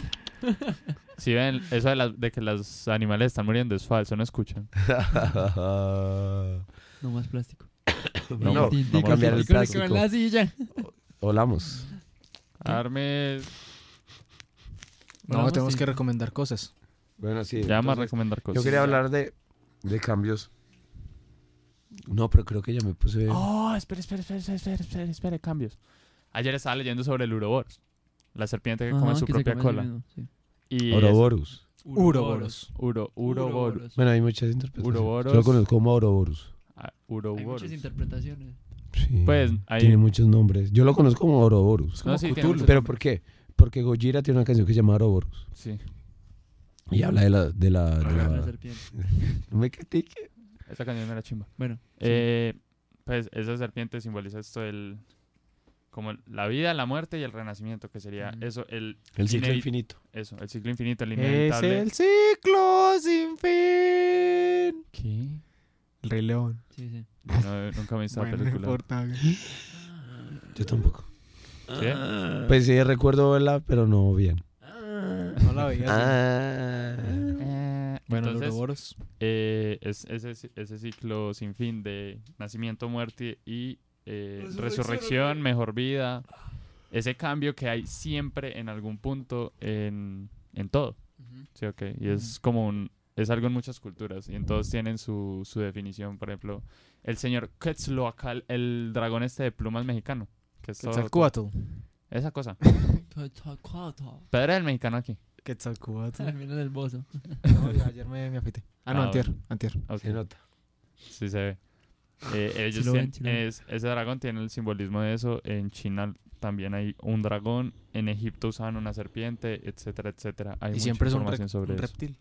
Speaker 4: Si ven, eso de, las- de que los animales están muriendo es falso, no escuchan.
Speaker 3: No más plástico.
Speaker 4: No,
Speaker 1: no,
Speaker 4: tin, tin,
Speaker 1: cambiar
Speaker 4: tin,
Speaker 1: el
Speaker 3: Y con el que
Speaker 1: plástico.
Speaker 3: va en la silla.
Speaker 1: Olamos.
Speaker 4: Arme,
Speaker 2: No,
Speaker 3: Hablamos
Speaker 2: tenemos
Speaker 3: de-
Speaker 2: que recomendar cosas.
Speaker 1: Bueno, sí.
Speaker 4: llama a
Speaker 1: entonces,
Speaker 4: recomendar cosas.
Speaker 1: Yo quería hablar de, de cambios. No, pero creo que ya me puse.
Speaker 4: Oh, espera, espera, espera, espera, espera, espera, espera, cambios. Ayer estaba leyendo sobre el uroboros, la serpiente que
Speaker 3: Ajá,
Speaker 4: come su
Speaker 3: que se
Speaker 4: propia
Speaker 3: come sí
Speaker 4: cola.
Speaker 3: mismo, sí.
Speaker 4: Y es-
Speaker 1: Oroborus.
Speaker 2: Uroboros.
Speaker 4: Uro, uroboros.
Speaker 1: Bueno, hay muchas interpretaciones.
Speaker 4: Uroboros.
Speaker 1: Yo lo conozco como Oroborus.
Speaker 4: Ah,
Speaker 3: Hay muchas
Speaker 4: uroboros.
Speaker 3: interpretaciones.
Speaker 1: Sí.
Speaker 4: Pues
Speaker 1: Tiene
Speaker 4: ahí.
Speaker 1: muchos nombres. Yo lo conozco como Oroborus.
Speaker 4: No, sí, tiene
Speaker 2: Cthulhu.
Speaker 4: muchos-
Speaker 1: ¿Pero por qué? Porque Gojira tiene una canción que se llama Oroborus.
Speaker 4: sí.
Speaker 1: Y habla de la. De la, de
Speaker 4: Ah,
Speaker 3: La
Speaker 1: la...
Speaker 3: serpiente.
Speaker 1: No me critique.
Speaker 4: Esa canción era chimba.
Speaker 3: Bueno,
Speaker 4: Eh, pues esa serpiente simboliza esto del como el- la vida, la muerte y el renacimiento, que sería
Speaker 3: Ujú.
Speaker 4: eso, el
Speaker 1: El ciclo
Speaker 4: Inevi-
Speaker 1: infinito.
Speaker 4: eso, el ciclo infinito, el
Speaker 2: Es
Speaker 4: inevitable.
Speaker 2: el ciclo sin fin.
Speaker 4: ¿Qué?
Speaker 2: El Rey León.
Speaker 3: sí, sí.
Speaker 4: No, nunca me he visto la
Speaker 2: Bueno, no
Speaker 4: película.
Speaker 2: importa. güey.
Speaker 1: Yo tampoco.
Speaker 4: ¿Qué?
Speaker 1: Pues sí, recuerdo verla, pero no bien.
Speaker 2: No la veía.
Speaker 5: Ah.
Speaker 2: sí.
Speaker 1: Ah.
Speaker 2: Bueno,
Speaker 4: Ah. Entonces,
Speaker 2: los Uroboros.
Speaker 4: eh, es, ese, ese ciclo sin fin de nacimiento, muerte y eh, resurrección, mejor vida. Ese cambio que hay siempre en algún punto en, en todo. Sí, ok. Y es como un... Es algo en muchas culturas y en todos tienen su, su definición. Por ejemplo, el señor Quetzalcoatl, el dragón este de plumas mexicano. Que es todo-
Speaker 2: Quetzalcoatl. [LAUGHS]
Speaker 4: Esa cosa.
Speaker 3: Cuatro.
Speaker 4: Pedro es el mexicano aquí.
Speaker 2: Quetzalcoatl.
Speaker 3: Termina del bozo.
Speaker 2: [LAUGHS] No, ya ayer me, me afeité. Ah, no,
Speaker 4: Ah,
Speaker 2: antier. Antier.
Speaker 4: Ok.
Speaker 1: Se nota.
Speaker 4: Sí se ve. Eh,
Speaker 3: [LAUGHS]
Speaker 4: ellos
Speaker 3: lo ven,
Speaker 4: tien-
Speaker 3: sí lo ven.
Speaker 4: es- ese dragón tiene el simbolismo de eso. En China también hay un dragón. En Egipto usaban una serpiente, etcétera, etcétera. Hay
Speaker 2: y
Speaker 4: mucha
Speaker 2: siempre es un,
Speaker 4: información
Speaker 2: rec-
Speaker 4: sobre
Speaker 2: un
Speaker 4: eso.
Speaker 2: reptil.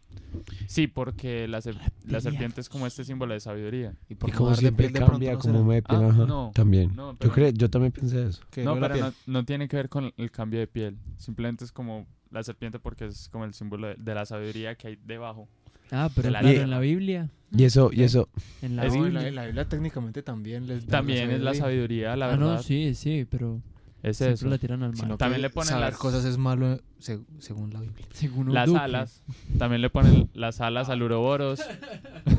Speaker 4: Sí, porque la, ser- la serpiente es como este símbolo de sabiduría.
Speaker 2: Y
Speaker 1: Y
Speaker 2: por
Speaker 1: como
Speaker 2: mudar de
Speaker 1: siempre
Speaker 2: piel de
Speaker 1: cambia,
Speaker 2: pronto no
Speaker 1: como
Speaker 2: será.
Speaker 1: me de piel,
Speaker 4: Ah,
Speaker 1: ajá,
Speaker 4: no.
Speaker 1: También.
Speaker 4: No,
Speaker 1: yo,
Speaker 4: pero-
Speaker 1: creo, yo también pensé eso.
Speaker 2: Que
Speaker 4: no,
Speaker 2: no la
Speaker 4: pero no,
Speaker 2: piel.
Speaker 4: no tiene que ver con el cambio de piel. Simplemente es como la serpiente porque es como el símbolo de, de la sabiduría que hay debajo.
Speaker 3: Ah, pero
Speaker 4: De la
Speaker 3: claro,
Speaker 1: Biblia.
Speaker 3: en la Biblia.
Speaker 4: Mm.
Speaker 1: Y eso, y eso.
Speaker 3: En la
Speaker 4: Es-
Speaker 2: No, y
Speaker 3: Biblia.
Speaker 2: la, la Biblia técnicamente también les da
Speaker 4: También es la sabiduría, la
Speaker 3: ah,
Speaker 4: verdad.
Speaker 3: no, sí, sí, pero
Speaker 4: Es
Speaker 3: siempre
Speaker 4: eso.
Speaker 3: la tiran al mar.
Speaker 2: Sino que
Speaker 4: También le ponen
Speaker 2: saber
Speaker 4: las-
Speaker 2: cosas es malo seg- según la Biblia.
Speaker 3: Según un
Speaker 4: las
Speaker 3: duque.
Speaker 4: alas. También le ponen las alas al uroboros. [LAUGHS]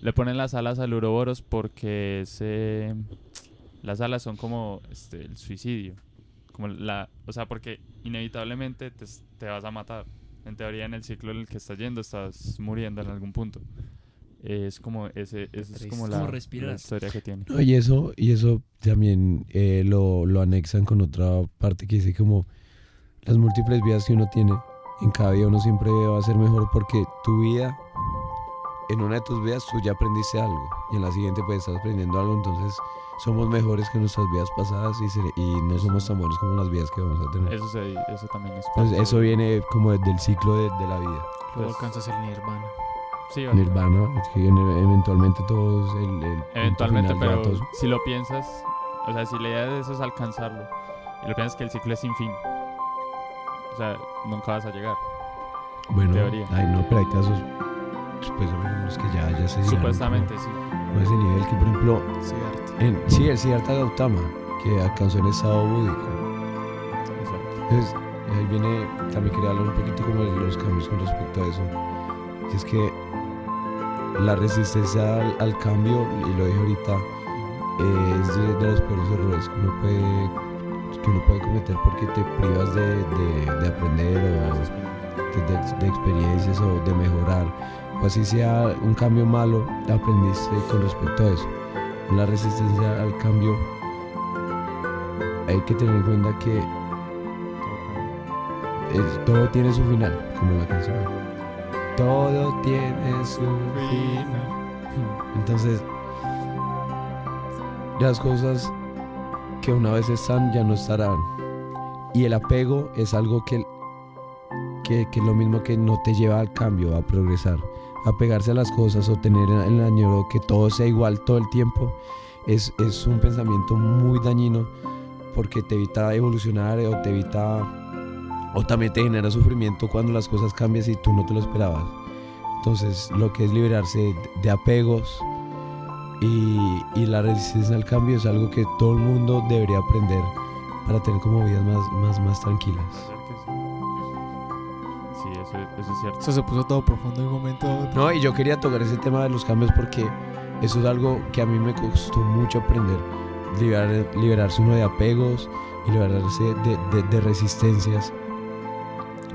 Speaker 4: le ponen las alas al uroboros porque ese- las alas son como este, el suicidio. Como la, o sea, porque inevitablemente te, s- te vas a matar. En teoría, en el ciclo en el que estás yendo, estás muriendo en algún punto. Eh, Es como, ese, esa es
Speaker 2: triste.
Speaker 4: como
Speaker 3: Es
Speaker 4: la,
Speaker 3: como respirar.
Speaker 4: la historia que tiene.
Speaker 1: No, y eso, y eso también eh, lo, lo anexan con otra parte que dice como las múltiples vidas que uno tiene. En cada día uno siempre va a ser mejor porque tu vida, en una de tus vidas tú ya aprendiste algo y en la siguiente pues estás aprendiendo algo, entonces somos mejores que nuestras vidas pasadas y, se- y no somos tan buenos como las vidas que vamos a tener.
Speaker 4: Eso, se- eso también es.
Speaker 1: Pues
Speaker 4: parte
Speaker 1: eso
Speaker 4: de-
Speaker 1: viene como desde el ciclo de, de la vida.
Speaker 2: Luego
Speaker 4: Pues-
Speaker 2: alcanzas el nirvana.
Speaker 4: Sí, básicamente.
Speaker 1: Nirvana, es que en- eventualmente todos el, el punto
Speaker 4: Eventualmente,
Speaker 1: final ya
Speaker 4: pero
Speaker 1: todos-
Speaker 4: si lo piensas, o sea, si la idea de eso es alcanzarlo, y lo piensas que el ciclo es sin fin, o sea, nunca vas a llegar.
Speaker 1: bueno,
Speaker 4: teoría.
Speaker 1: ay, no, pero hay casos pues en los que ya, ya se llegaron
Speaker 4: Supuestamente, sí.
Speaker 1: como a ese nivel que por ejemplo
Speaker 2: Sí, arte.
Speaker 1: en sí el Siddhartha Gautama que alcanzó el estado búdico.
Speaker 4: Exacto.
Speaker 1: Entonces y ahí viene también quería hablar un poquito como de los cambios con respecto a eso. Y es que la resistencia al, al cambio y lo dije ahorita eh, es de, de los peores errores que uno puede que uno puede cometer porque te privas de, de- de aprender o de, de- de experiencias o de mejorar, o así sea un cambio malo, aprendiste con respecto a eso. La resistencia al cambio, hay que tener en cuenta que es- todo tiene su final, como la canción. Todo tiene su final. Entonces, las cosas que una vez están ya no estarán. Y el apego es algo que que, que es lo mismo que no te lleva al cambio, a progresar, a pegarse a las cosas o tener el añoro que todo sea igual todo el tiempo, es, es un pensamiento muy dañino porque te evita evolucionar eh, o te evita, o también te genera sufrimiento cuando las cosas cambian y tú no te lo esperabas. Entonces, lo que es liberarse de- de apegos y, y la resistencia al cambio es algo que todo el mundo debería aprender para tener como vidas más, más, más tranquilas.
Speaker 4: Sí, eso, eso es cierto.
Speaker 2: Eso se puso todo profundo en un momento. a otro.
Speaker 1: No, y yo quería tocar ese tema de los cambios porque eso es algo que a mí me costó mucho aprender. Liberar- liberarse uno de apegos y liberarse de, de- de resistencias.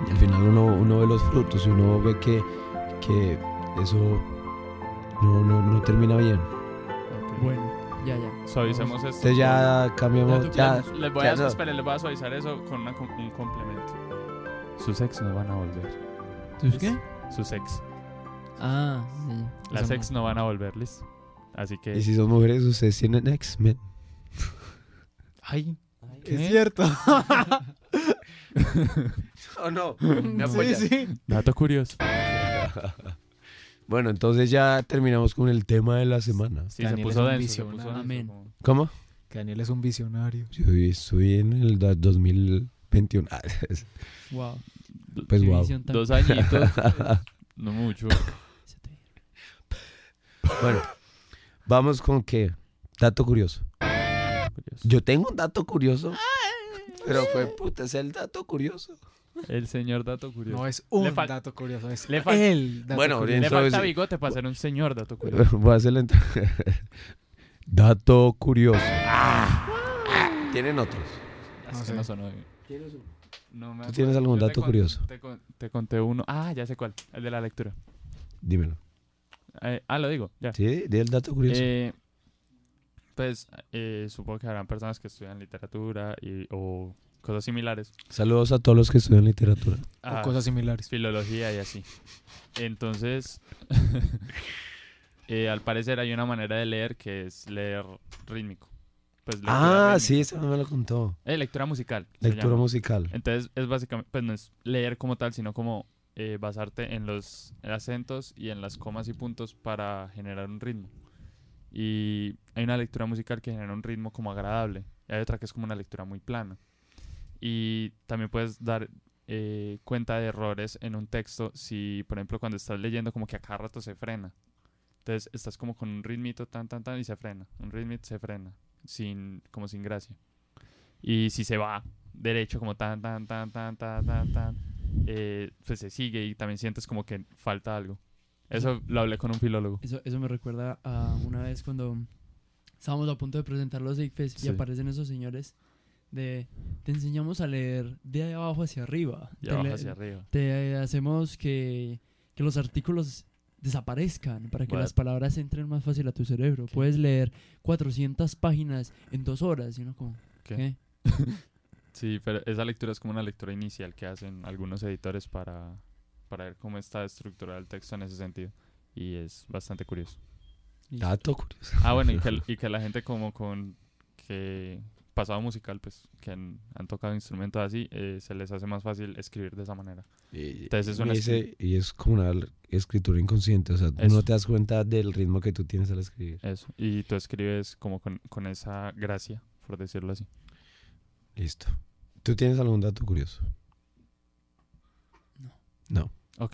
Speaker 1: Y al final uno, uno ve los frutos y uno ve que, que eso no, no, no termina bien.
Speaker 4: Ok.
Speaker 3: Bueno, ya, ya.
Speaker 4: Suavicemos esto.
Speaker 1: Entonces ya cambiamos, ya,
Speaker 4: Ya, les voy
Speaker 1: ya
Speaker 4: a,
Speaker 1: no.
Speaker 4: esperen, les voy a suavizar eso con una com- un complemento. Sus ex no van a volver.
Speaker 3: ¿Tus qué?
Speaker 4: Sus ex.
Speaker 3: Ah, sí.
Speaker 4: Las
Speaker 2: Esa
Speaker 4: ex no van a volver, ¿listo? Así que...
Speaker 1: Y si son mujeres, ustedes tienen X-Men.
Speaker 4: Ay,
Speaker 2: Es
Speaker 4: ¿qué?
Speaker 2: cierto. [LAUGHS]
Speaker 1: Oh, [LAUGHS] no.
Speaker 2: sí, sí.
Speaker 4: Dato curioso.
Speaker 1: Bueno, entonces ya terminamos con el tema de la semana.
Speaker 4: Sí,
Speaker 2: Daniel
Speaker 4: se puso
Speaker 2: es un
Speaker 4: denso. Se puso
Speaker 2: visionario.
Speaker 4: denso,
Speaker 3: Amén.
Speaker 4: como-
Speaker 1: ¿Cómo?
Speaker 2: Que Daniel es un visionario.
Speaker 1: Yo estoy en el da- 2021. Ah, es-
Speaker 3: Wow.
Speaker 1: Pues
Speaker 3: Qué
Speaker 1: wow.
Speaker 3: visión tan-
Speaker 4: Dos añitos. [LAUGHS] no mucho.
Speaker 1: Bueno, vamos con qué. Dato curioso. Yo tengo un dato curioso. Pero fue puta, es el dato curioso.
Speaker 4: El señor dato curioso.
Speaker 2: No es un
Speaker 4: Le fal-
Speaker 2: dato curioso, es
Speaker 4: le fal-
Speaker 2: el dato
Speaker 1: Bueno,
Speaker 2: curioso.
Speaker 4: Le falta
Speaker 1: entonces-
Speaker 4: bigote para ser un señor
Speaker 1: Eh,
Speaker 4: dato curioso.
Speaker 1: Voy a hacer la intro- [LAUGHS] Dato curioso. Tienen otros.
Speaker 4: Es
Speaker 2: No
Speaker 4: que
Speaker 2: sé.
Speaker 4: no sonó bien. No me
Speaker 1: ¿Tú tienes
Speaker 4: acuerdo.
Speaker 1: algún
Speaker 4: Yo te
Speaker 1: dato
Speaker 4: con-
Speaker 1: curioso?
Speaker 4: Te, con- te conté uno. Ah, ya sé cuál. El de la lectura.
Speaker 1: Dímelo.
Speaker 4: Eh, ah, lo digo. Ya.
Speaker 1: Sí, di el dato curioso.
Speaker 4: Eh, pues eh, supongo que habrán personas que estudian literatura y, o cosas similares.
Speaker 1: Saludos a todos los que estudian literatura.
Speaker 4: Ah,
Speaker 2: O cosas similares.
Speaker 4: filología y así. Entonces, [LAUGHS] eh, al parecer hay una manera de leer que es leer rítmico. Pues, lectura
Speaker 1: Ah,
Speaker 4: rítmica.
Speaker 1: sí, esa me lo contó.
Speaker 4: Eh, lectura musical. se
Speaker 1: Lectura
Speaker 4: llama.
Speaker 1: musical.
Speaker 4: Entonces es básicamente, pues no es leer como tal, sino como eh, basarte en los acentos y en las comas y puntos para generar un ritmo. Y hay una lectura musical que genera un ritmo como agradable. Y hay otra que es como una lectura muy plana. Y también puedes dar eh, cuenta de errores en un texto si, por ejemplo, cuando estás leyendo como que a cada rato se frena. Entonces estás como con un ritmito tan, tan, tan y se frena. Un ritmito se frena. Sin, como sin gracia. Y si se va derecho como tan, tan, tan, tan, tan, tan, tan, eh, pues se sigue y también sientes como que falta algo. Eso lo hablé con un filólogo.
Speaker 3: Eso, eso me recuerda a una vez cuando estábamos a punto de presentar los ICFES
Speaker 4: Sí.
Speaker 3: y aparecen esos señores de te enseñamos a leer de ahí abajo hacia arriba.
Speaker 4: Y
Speaker 3: te,
Speaker 4: abajo
Speaker 3: le-
Speaker 4: hacia arriba.
Speaker 3: te hacemos que, que los artículos desaparezcan para que
Speaker 4: What?
Speaker 3: las palabras entren más fácil a tu cerebro. Puedes leer 400 páginas en dos horas y uno como...
Speaker 4: ¿Qué?
Speaker 3: ¿Qué?
Speaker 4: Sí, pero esa lectura es como una lectura inicial que hacen algunos editores para, para ver cómo está estructurado el texto en ese sentido. Y es bastante curioso.
Speaker 3: Listo.
Speaker 1: Dato curioso.
Speaker 4: Ah, bueno, y que, y que la gente como con que pasado musical, pues, que han, han tocado instrumentos así, eh, se les hace más fácil escribir de esa manera.
Speaker 1: [LAUGHS] Y,
Speaker 4: Entonces es
Speaker 1: y
Speaker 4: una
Speaker 1: ese- y es como una l- escritura inconsciente, o sea, tú
Speaker 4: Eso.
Speaker 1: no te das cuenta del ritmo que tú tienes al escribir.
Speaker 4: Eso. Y tú escribes como con, con esa gracia, por decirlo así.
Speaker 1: Listo. ¿Tú tienes algún dato curioso?
Speaker 3: No.
Speaker 1: No,
Speaker 4: Ok.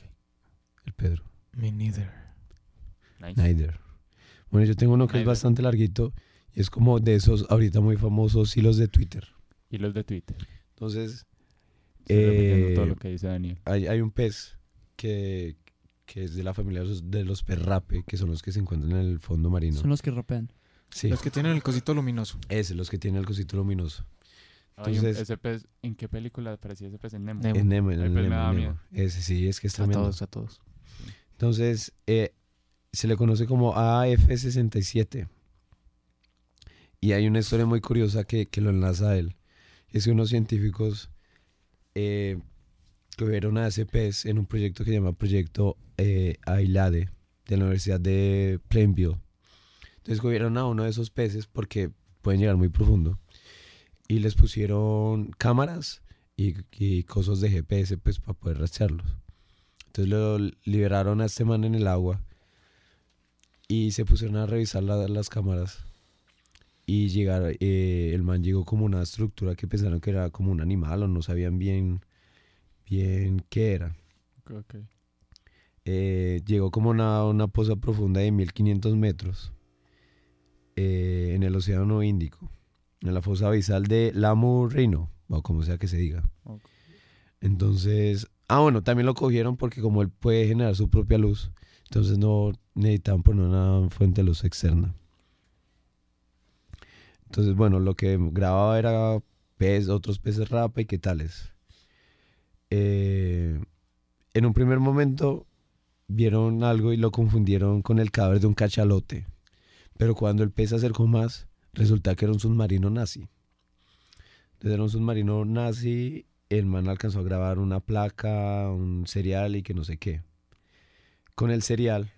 Speaker 1: el Pedro.
Speaker 2: Me neither.
Speaker 4: Nice.
Speaker 1: Neither. Bueno, yo tengo uno que es
Speaker 4: Neither.
Speaker 1: bastante larguito y es como de esos ahorita muy famosos hilos de Twitter.
Speaker 4: Y los de Twitter.
Speaker 1: Entonces,
Speaker 4: Estoy repitiendo
Speaker 1: eh,
Speaker 4: todo lo que dice Daniel.
Speaker 1: hay, hay un pez que, que es de la familia de los- de los perrape, que son los que se encuentran en el fondo marino.
Speaker 3: Son los que rapean.
Speaker 1: Sí,
Speaker 2: Los que tienen el cosito luminoso.
Speaker 1: ese, los que tienen el cosito luminoso.
Speaker 4: Ay, un-
Speaker 1: entonces-
Speaker 4: ese pez, ¿En qué película aparecía ese pez? En Nemo.
Speaker 2: Nemo.
Speaker 1: En Nemo, en
Speaker 4: Ay,
Speaker 1: el
Speaker 4: pues me
Speaker 1: Nemo,
Speaker 4: daba
Speaker 1: en
Speaker 4: miedo.
Speaker 1: Nemo. Ese sí, es que es
Speaker 2: A
Speaker 1: tremendo.
Speaker 2: todos, a todos.
Speaker 1: Entonces, eh, se le conoce como AF67. Y hay una historia muy curiosa que, que lo enlaza a él. Es que unos científicos eh, cogieron a ese pez en un proyecto que se llama Proyecto eh, AILADE de la Universidad de Plainville. Entonces cogieron a uno de esos peces porque pueden llegar muy profundo. Y les pusieron cámaras y, y cosas de GPS pues para poder rastrearlos. Entonces lo liberaron a este man en el agua y se pusieron a revisar la- las cámaras y llegar, eh, el man llegó como una estructura que pensaron que era como un animal o no sabían bien, bien qué era.
Speaker 4: Ok, ok.
Speaker 1: Eh, llegó como una, una poza profunda de 1500 metros eh, en el Océano Índico, en la fosa abisal de Lamu Reino, o como sea que se diga.
Speaker 4: Ok.
Speaker 1: Entonces, ah, bueno, también lo cogieron porque como él puede generar su propia luz, entonces no necesitaban poner una fuente de luz externa. Entonces, bueno, lo que grababa era pez, otros peces rapa y qué tales. Eh, en un primer momento vieron algo y lo confundieron con el cadáver de un cachalote. Pero cuando el pez se acercó más, resulta que era un submarino nazi. Entonces era un submarino nazi, el man alcanzó a grabar una placa, un cereal y que no sé qué. Con el cereal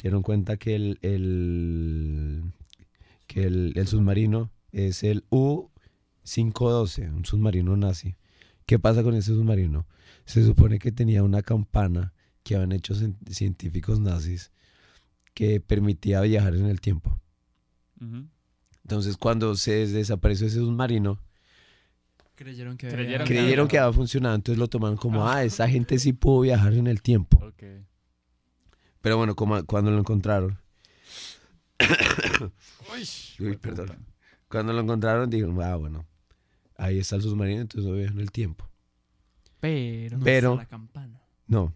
Speaker 1: dieron cuenta que el, el- que el, el submarino es el U-512, un submarino nazi. ¿Qué pasa con ese submarino? Se supone que tenía una campana que habían hecho cien- científicos nazis que permitía viajar en el tiempo.
Speaker 4: Ujú.
Speaker 1: Entonces, cuando se desapareció ese submarino,
Speaker 3: Creyeron que
Speaker 4: Creyeron
Speaker 3: había-
Speaker 1: creyeron que había funcionado, entonces lo tomaron como, ah, esa gente sí pudo viajar en el tiempo.
Speaker 4: Ok.
Speaker 1: Pero bueno, como, cuando lo encontraron, Uy, perdón.
Speaker 4: Puta.
Speaker 1: cuando lo encontraron, dijeron, ah, bueno, ahí está el submarino, entonces no viajó en el tiempo.
Speaker 3: Pero. no
Speaker 1: Pero-
Speaker 3: está la campana.
Speaker 1: No.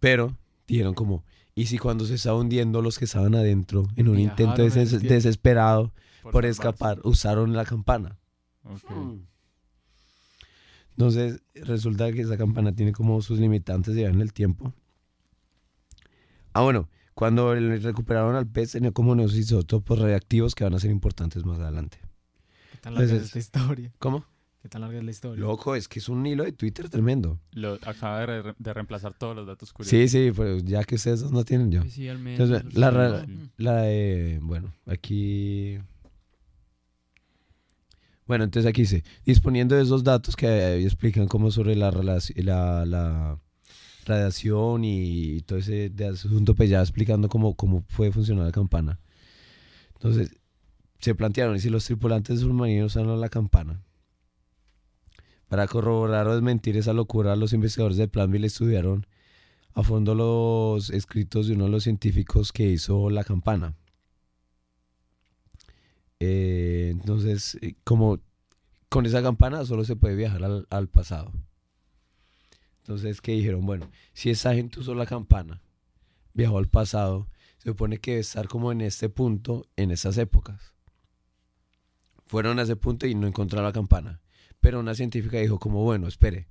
Speaker 1: Pero dijeron como, ¿y si cuando se estaba hundiendo los que estaban adentro, en un
Speaker 2: Viajaron
Speaker 1: intento
Speaker 2: en el
Speaker 1: deses-
Speaker 2: tiempo.
Speaker 1: desesperado por
Speaker 4: salvarse.
Speaker 1: escapar, usaron la campana?
Speaker 4: Ok.
Speaker 1: Entonces, resulta que esa campana tiene como sus limitantes ya en el tiempo. Ah, bueno, cuando le recuperaron al pez tenía como unos isótopos reactivos que van a ser importantes más adelante.
Speaker 2: ¿Qué tan larga
Speaker 1: Entonces-
Speaker 2: es esta historia?
Speaker 1: ¿Cómo?
Speaker 2: ¿Qué tan larga es la historia?
Speaker 1: Loco, es que es un hilo de Twitter tremendo.
Speaker 4: Lo, acaba de, re- de reemplazar todos los datos curiosos.
Speaker 1: Sí, sí, pues ya que ustedes dos no tienen yo.
Speaker 3: Pues sí, al menos,
Speaker 1: Entonces, la
Speaker 3: sí,
Speaker 1: ra-
Speaker 3: ¿no?
Speaker 1: La de, bueno, aquí... Bueno, entonces aquí dice, disponiendo de esos datos que eh, explican como sobre la, relaci- la, la radiación y todo ese de asunto, pues ya explicando cómo, cómo puede funcionar la campana. Entonces, se plantearon, ¿y si los tripulantes submarinos usaron la campana? Para corroborar o desmentir esa locura, los investigadores de Planville estudiaron a fondo los escritos de uno de los científicos que hizo la campana. Eh, entonces, eh, como con esa campana solo se puede viajar al, al pasado. Entonces, que dijeron? Bueno, si esa gente usó la campana, viajó al pasado, se supone que debe estar como en este punto, en esas épocas. Fueron a ese punto y no encontraron la campana. Pero una científica dijo como, bueno, espere,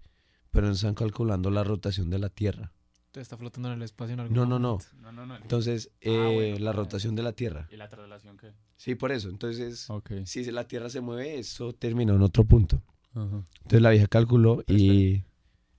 Speaker 1: pero no están calculando la rotación de la Tierra.
Speaker 2: Entonces, ¿Está flotando en el espacio en algún
Speaker 1: No, no, no.
Speaker 2: momento.
Speaker 4: No, no, no. el-
Speaker 1: Entonces, eh, la rotación de la Tierra.
Speaker 4: ¿Y la traslación qué?
Speaker 1: Sí, por eso. Entonces,
Speaker 4: Ok.
Speaker 1: si la Tierra se mueve, eso termina en otro punto. Entonces la vieja calculó
Speaker 4: Pero
Speaker 1: y...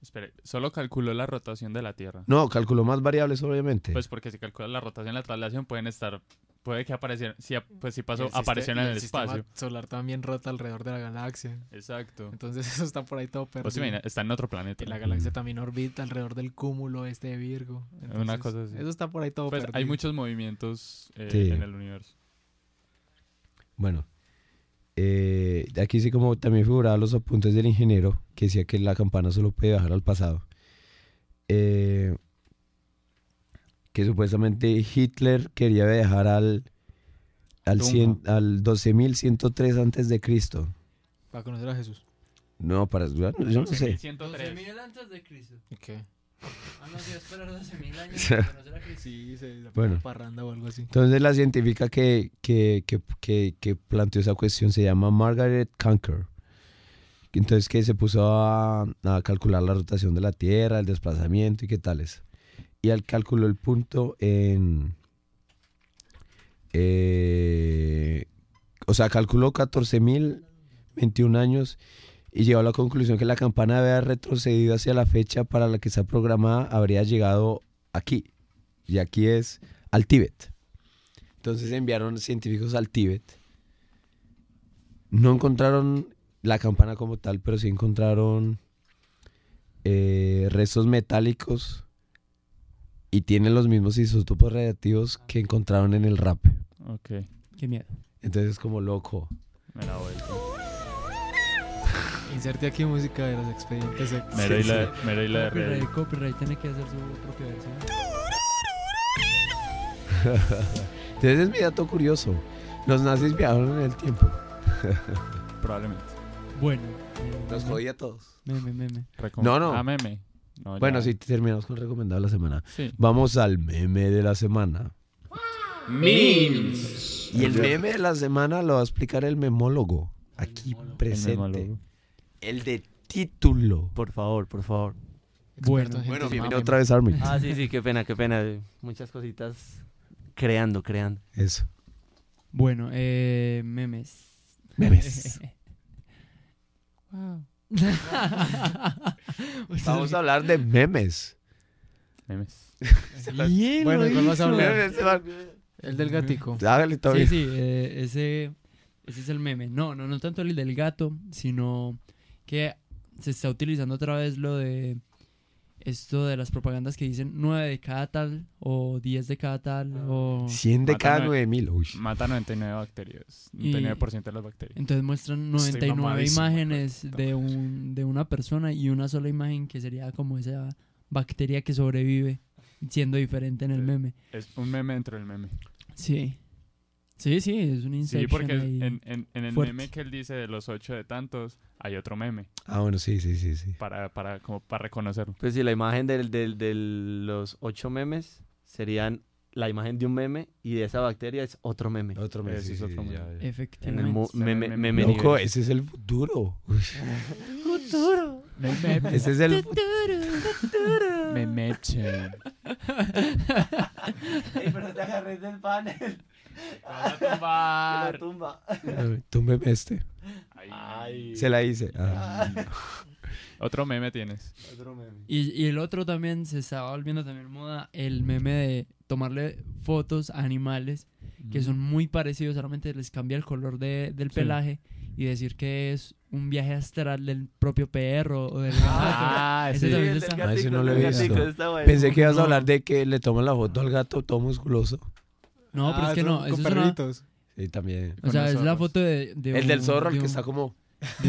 Speaker 4: Espere, solo calculó la rotación de la Tierra.
Speaker 1: No, calculó más variables, obviamente.
Speaker 4: Pues porque si calculas la rotación y la traslación pueden estar... Puede que aparecieran... Si, ap- pues si
Speaker 2: Y
Speaker 4: pasó,
Speaker 2: siste-
Speaker 4: aparecieron
Speaker 2: y
Speaker 4: en el
Speaker 2: sistema
Speaker 4: espacio.
Speaker 2: solar también rota alrededor de la galaxia.
Speaker 4: Exacto.
Speaker 2: Entonces, [LAUGHS] eso está por ahí todo perdido.
Speaker 4: O sea, Pues imagina, mm, está en otro planeta.
Speaker 2: Que la galaxia también orbita alrededor del cúmulo este de Virgo. Entonces,
Speaker 4: cosa así.
Speaker 2: Eso está por ahí todo
Speaker 4: Pues hay
Speaker 2: perdido.
Speaker 4: muchos movimientos eh,
Speaker 1: Sí.
Speaker 4: en el universo.
Speaker 1: Bueno, eh, aquí sí como también figuraban los apuntes del ingeniero que decía que la campana solo puede bajar al pasado. Eh, que supuestamente Hitler quería viajar al, al,
Speaker 4: Tumba.
Speaker 1: 100 al 12.103 antes de Cristo.
Speaker 2: Para conocer a Jesús.
Speaker 1: No, para... Yo no sé.
Speaker 4: 103.
Speaker 3: 12.000 antes de Cristo.
Speaker 2: ¿Y qué?
Speaker 3: Ah, no, sí, esperar 12.000 años para conocer a Cristo.
Speaker 2: Sí, se la
Speaker 1: Bueno.
Speaker 2: parranda o algo así.
Speaker 1: Entonces la científica que, que, que- que- que planteó esa cuestión se llama Margaret Kanker. Entonces que se puso a, a calcular la rotación de la Tierra, el desplazamiento y qué tales. Y al calculó el punto en... eh, o sea, calculó 14.021 años y llegó a la conclusión que la campana había retrocedido hacia la fecha para la que está programada, habría llegado aquí. Y aquí es al Tíbet. Entonces enviaron científicos al Tíbet. No encontraron la campana como tal, pero sí encontraron eh, restos metálicos y tienen los mismos isótopos radiactivos que encontraron en el rap.
Speaker 4: Ok,
Speaker 3: Qué miedo.
Speaker 1: Entonces es como loco.
Speaker 4: me la vuelvo.
Speaker 2: Inserte aquí música de los expedientes X.
Speaker 4: Mero y la, mero y la de
Speaker 3: Copyright,
Speaker 4: Reddit.
Speaker 3: copyright tiene que hacer su propia versión.
Speaker 1: Entonces es mi dato curioso. Los nazis viajaron en el tiempo.
Speaker 4: Probablemente.
Speaker 3: Bueno. eh,
Speaker 1: Los jodí a todos.
Speaker 3: Meme, meme.
Speaker 4: Recom-
Speaker 1: No, no.
Speaker 4: Ah, meme. No,
Speaker 1: Bueno,
Speaker 4: ya.
Speaker 1: sí, terminamos con el recomendado de la semana.
Speaker 4: Sí.
Speaker 1: Vamos al meme de la semana.
Speaker 5: Memes.
Speaker 1: Y el meme de la semana lo va a explicar el memólogo. Aquí presente.
Speaker 4: El memólogo.
Speaker 1: El de título.
Speaker 5: Por favor, por favor.
Speaker 3: Bueno.
Speaker 1: Bueno, bienvenido
Speaker 2: bienvenido
Speaker 1: otra vez,
Speaker 5: [LAUGHS]
Speaker 1: Armin.
Speaker 5: Ah, sí, sí, qué pena, qué pena. eh, Muchas cositas creando, creando.
Speaker 1: Eso.
Speaker 3: Bueno, eh, memes. [LAUGHS]
Speaker 1: Memes.
Speaker 3: wow.
Speaker 2: [LAUGHS]
Speaker 1: Vamos a hablar de memes.
Speaker 4: Memes.
Speaker 3: Bien,
Speaker 2: Bueno, ¿cuál vas a
Speaker 3: Rodrigo.
Speaker 2: hablar?
Speaker 1: Memes, se va-
Speaker 2: El del [LAUGHS] gatico.
Speaker 1: Hágale, Toby.
Speaker 3: Sí, sí, eh, ese, ese es el meme. No, no, no tanto el del gato, sino que se está utilizando otra vez lo de esto de las propagandas que dicen 9 de cada tal o 10 de cada tal
Speaker 2: Ah.
Speaker 3: o
Speaker 1: 100 de cada
Speaker 4: Mátame.
Speaker 1: 9000. Uy.
Speaker 4: Mata 99 bacterias.
Speaker 3: Y-
Speaker 4: 99% de las bacterias.
Speaker 3: entonces muestran
Speaker 2: Estoy
Speaker 3: 99
Speaker 2: mamadísimo,
Speaker 3: imágenes
Speaker 2: hijueputa
Speaker 3: de un de una persona y una sola imagen que sería como esa bacteria que sobrevive siendo diferente en el
Speaker 4: Sí.
Speaker 3: meme.
Speaker 4: Es un meme dentro del meme.
Speaker 3: Sí. Sí, sí, es un
Speaker 4: Sí,
Speaker 3: inception
Speaker 4: porque
Speaker 3: ahí.
Speaker 4: en, en- en el
Speaker 3: fuerte.
Speaker 4: meme que él dice de los ocho de tantos, hay otro meme
Speaker 1: Ah, bueno, sí, sí, sí, sí.
Speaker 4: para, para, como para reconocerlo.
Speaker 5: Pues sí, la imagen del- del- de los ocho memes serían la imagen de un meme y de esa bacteria es otro meme.
Speaker 1: Otro meme.
Speaker 4: Ese
Speaker 1: sí,
Speaker 4: es
Speaker 1: sí,
Speaker 4: otro
Speaker 1: sí,
Speaker 4: meme.
Speaker 3: Eh,
Speaker 1: ya, ya.
Speaker 5: En el
Speaker 3: Efectivamente.
Speaker 5: mu- meme,
Speaker 4: Meme,
Speaker 5: meme
Speaker 4: meme.
Speaker 1: Loco,
Speaker 5: nivel.
Speaker 1: ese es el futuro. Uy,
Speaker 4: Meme.
Speaker 1: Ese es el futuro.
Speaker 4: Meme.
Speaker 5: pero te agarré del panel.
Speaker 3: Ah,
Speaker 5: tumba.
Speaker 1: [LAUGHS] Tú meme este. Se la hice. Ah.
Speaker 4: Otro meme tienes.
Speaker 5: Otro meme.
Speaker 3: [LAUGHS] Y, y el otro también se estaba volviendo también moda, el meme de tomarle fotos a animales que son muy parecidos, solamente les cambia el color de- del
Speaker 4: Sí.
Speaker 3: pelaje y decir que es un viaje astral del propio perro o del gato.
Speaker 4: Ah,
Speaker 3: Ese
Speaker 4: sí.
Speaker 3: también
Speaker 5: el
Speaker 3: se
Speaker 5: del
Speaker 3: está-
Speaker 1: Ah, ese no
Speaker 5: gatico,
Speaker 1: lo
Speaker 5: el
Speaker 1: he
Speaker 5: del
Speaker 1: visto.
Speaker 5: gatico, está bueno.
Speaker 1: Pensé que ibas a hablar de que le toman la foto al gato todo musculoso.
Speaker 3: No, pero
Speaker 4: Ah,
Speaker 3: es que no, eso
Speaker 2: Ah, Con
Speaker 3: es una,
Speaker 2: perritos.
Speaker 1: Sí, también.
Speaker 3: o
Speaker 4: con
Speaker 3: sea,
Speaker 4: los
Speaker 3: es la
Speaker 4: zorros.
Speaker 3: foto de, de
Speaker 1: El
Speaker 3: un-
Speaker 1: del zorro,
Speaker 3: de
Speaker 1: el que
Speaker 3: un-
Speaker 1: está como.
Speaker 3: de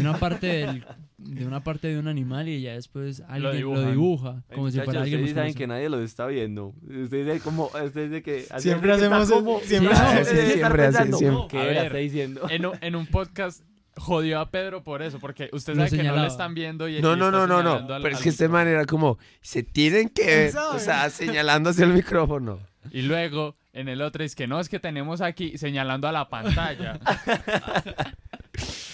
Speaker 1: [LAUGHS]
Speaker 3: una parte del- de una parte de un animal y ya después alguien lo,
Speaker 4: dibujan.
Speaker 3: dibuja
Speaker 5: Ay,
Speaker 3: como si
Speaker 5: muchachos,
Speaker 3: fuera alguien
Speaker 5: ustedes saben
Speaker 3: musculoso.
Speaker 5: que nadie los está viendo. Ustedes dicen como, ustedes dicen que ustedes
Speaker 2: Siempre
Speaker 5: dicen que
Speaker 2: hacemos-
Speaker 1: [LAUGHS]
Speaker 5: está como-
Speaker 2: siempre
Speaker 5: [LAUGHS] Ah,
Speaker 1: hacemos-
Speaker 5: ustedes están
Speaker 1: siempre, así,
Speaker 5: pensando,
Speaker 1: siempre.
Speaker 5: ¿Qué
Speaker 4: A
Speaker 5: la
Speaker 4: ver.
Speaker 5: está diciendo?
Speaker 3: Ah,
Speaker 4: En un, en un podcast jodió a Pedro por eso, porque usted
Speaker 3: Lo
Speaker 4: sabe que no
Speaker 3: señalaba.
Speaker 4: le están viendo y
Speaker 1: No,
Speaker 4: y
Speaker 1: no,
Speaker 4: está
Speaker 1: no, no, no.
Speaker 4: señalando al-
Speaker 1: Pero es
Speaker 4: al
Speaker 1: que este man era como. Se tienen que ver. O
Speaker 2: ¿Sabe?
Speaker 1: sea, señalando hacia el micrófono.
Speaker 4: Y luego en el otro es que no, es que tenemos aquí señalando a la
Speaker 3: [LAUGHS]
Speaker 4: pantalla.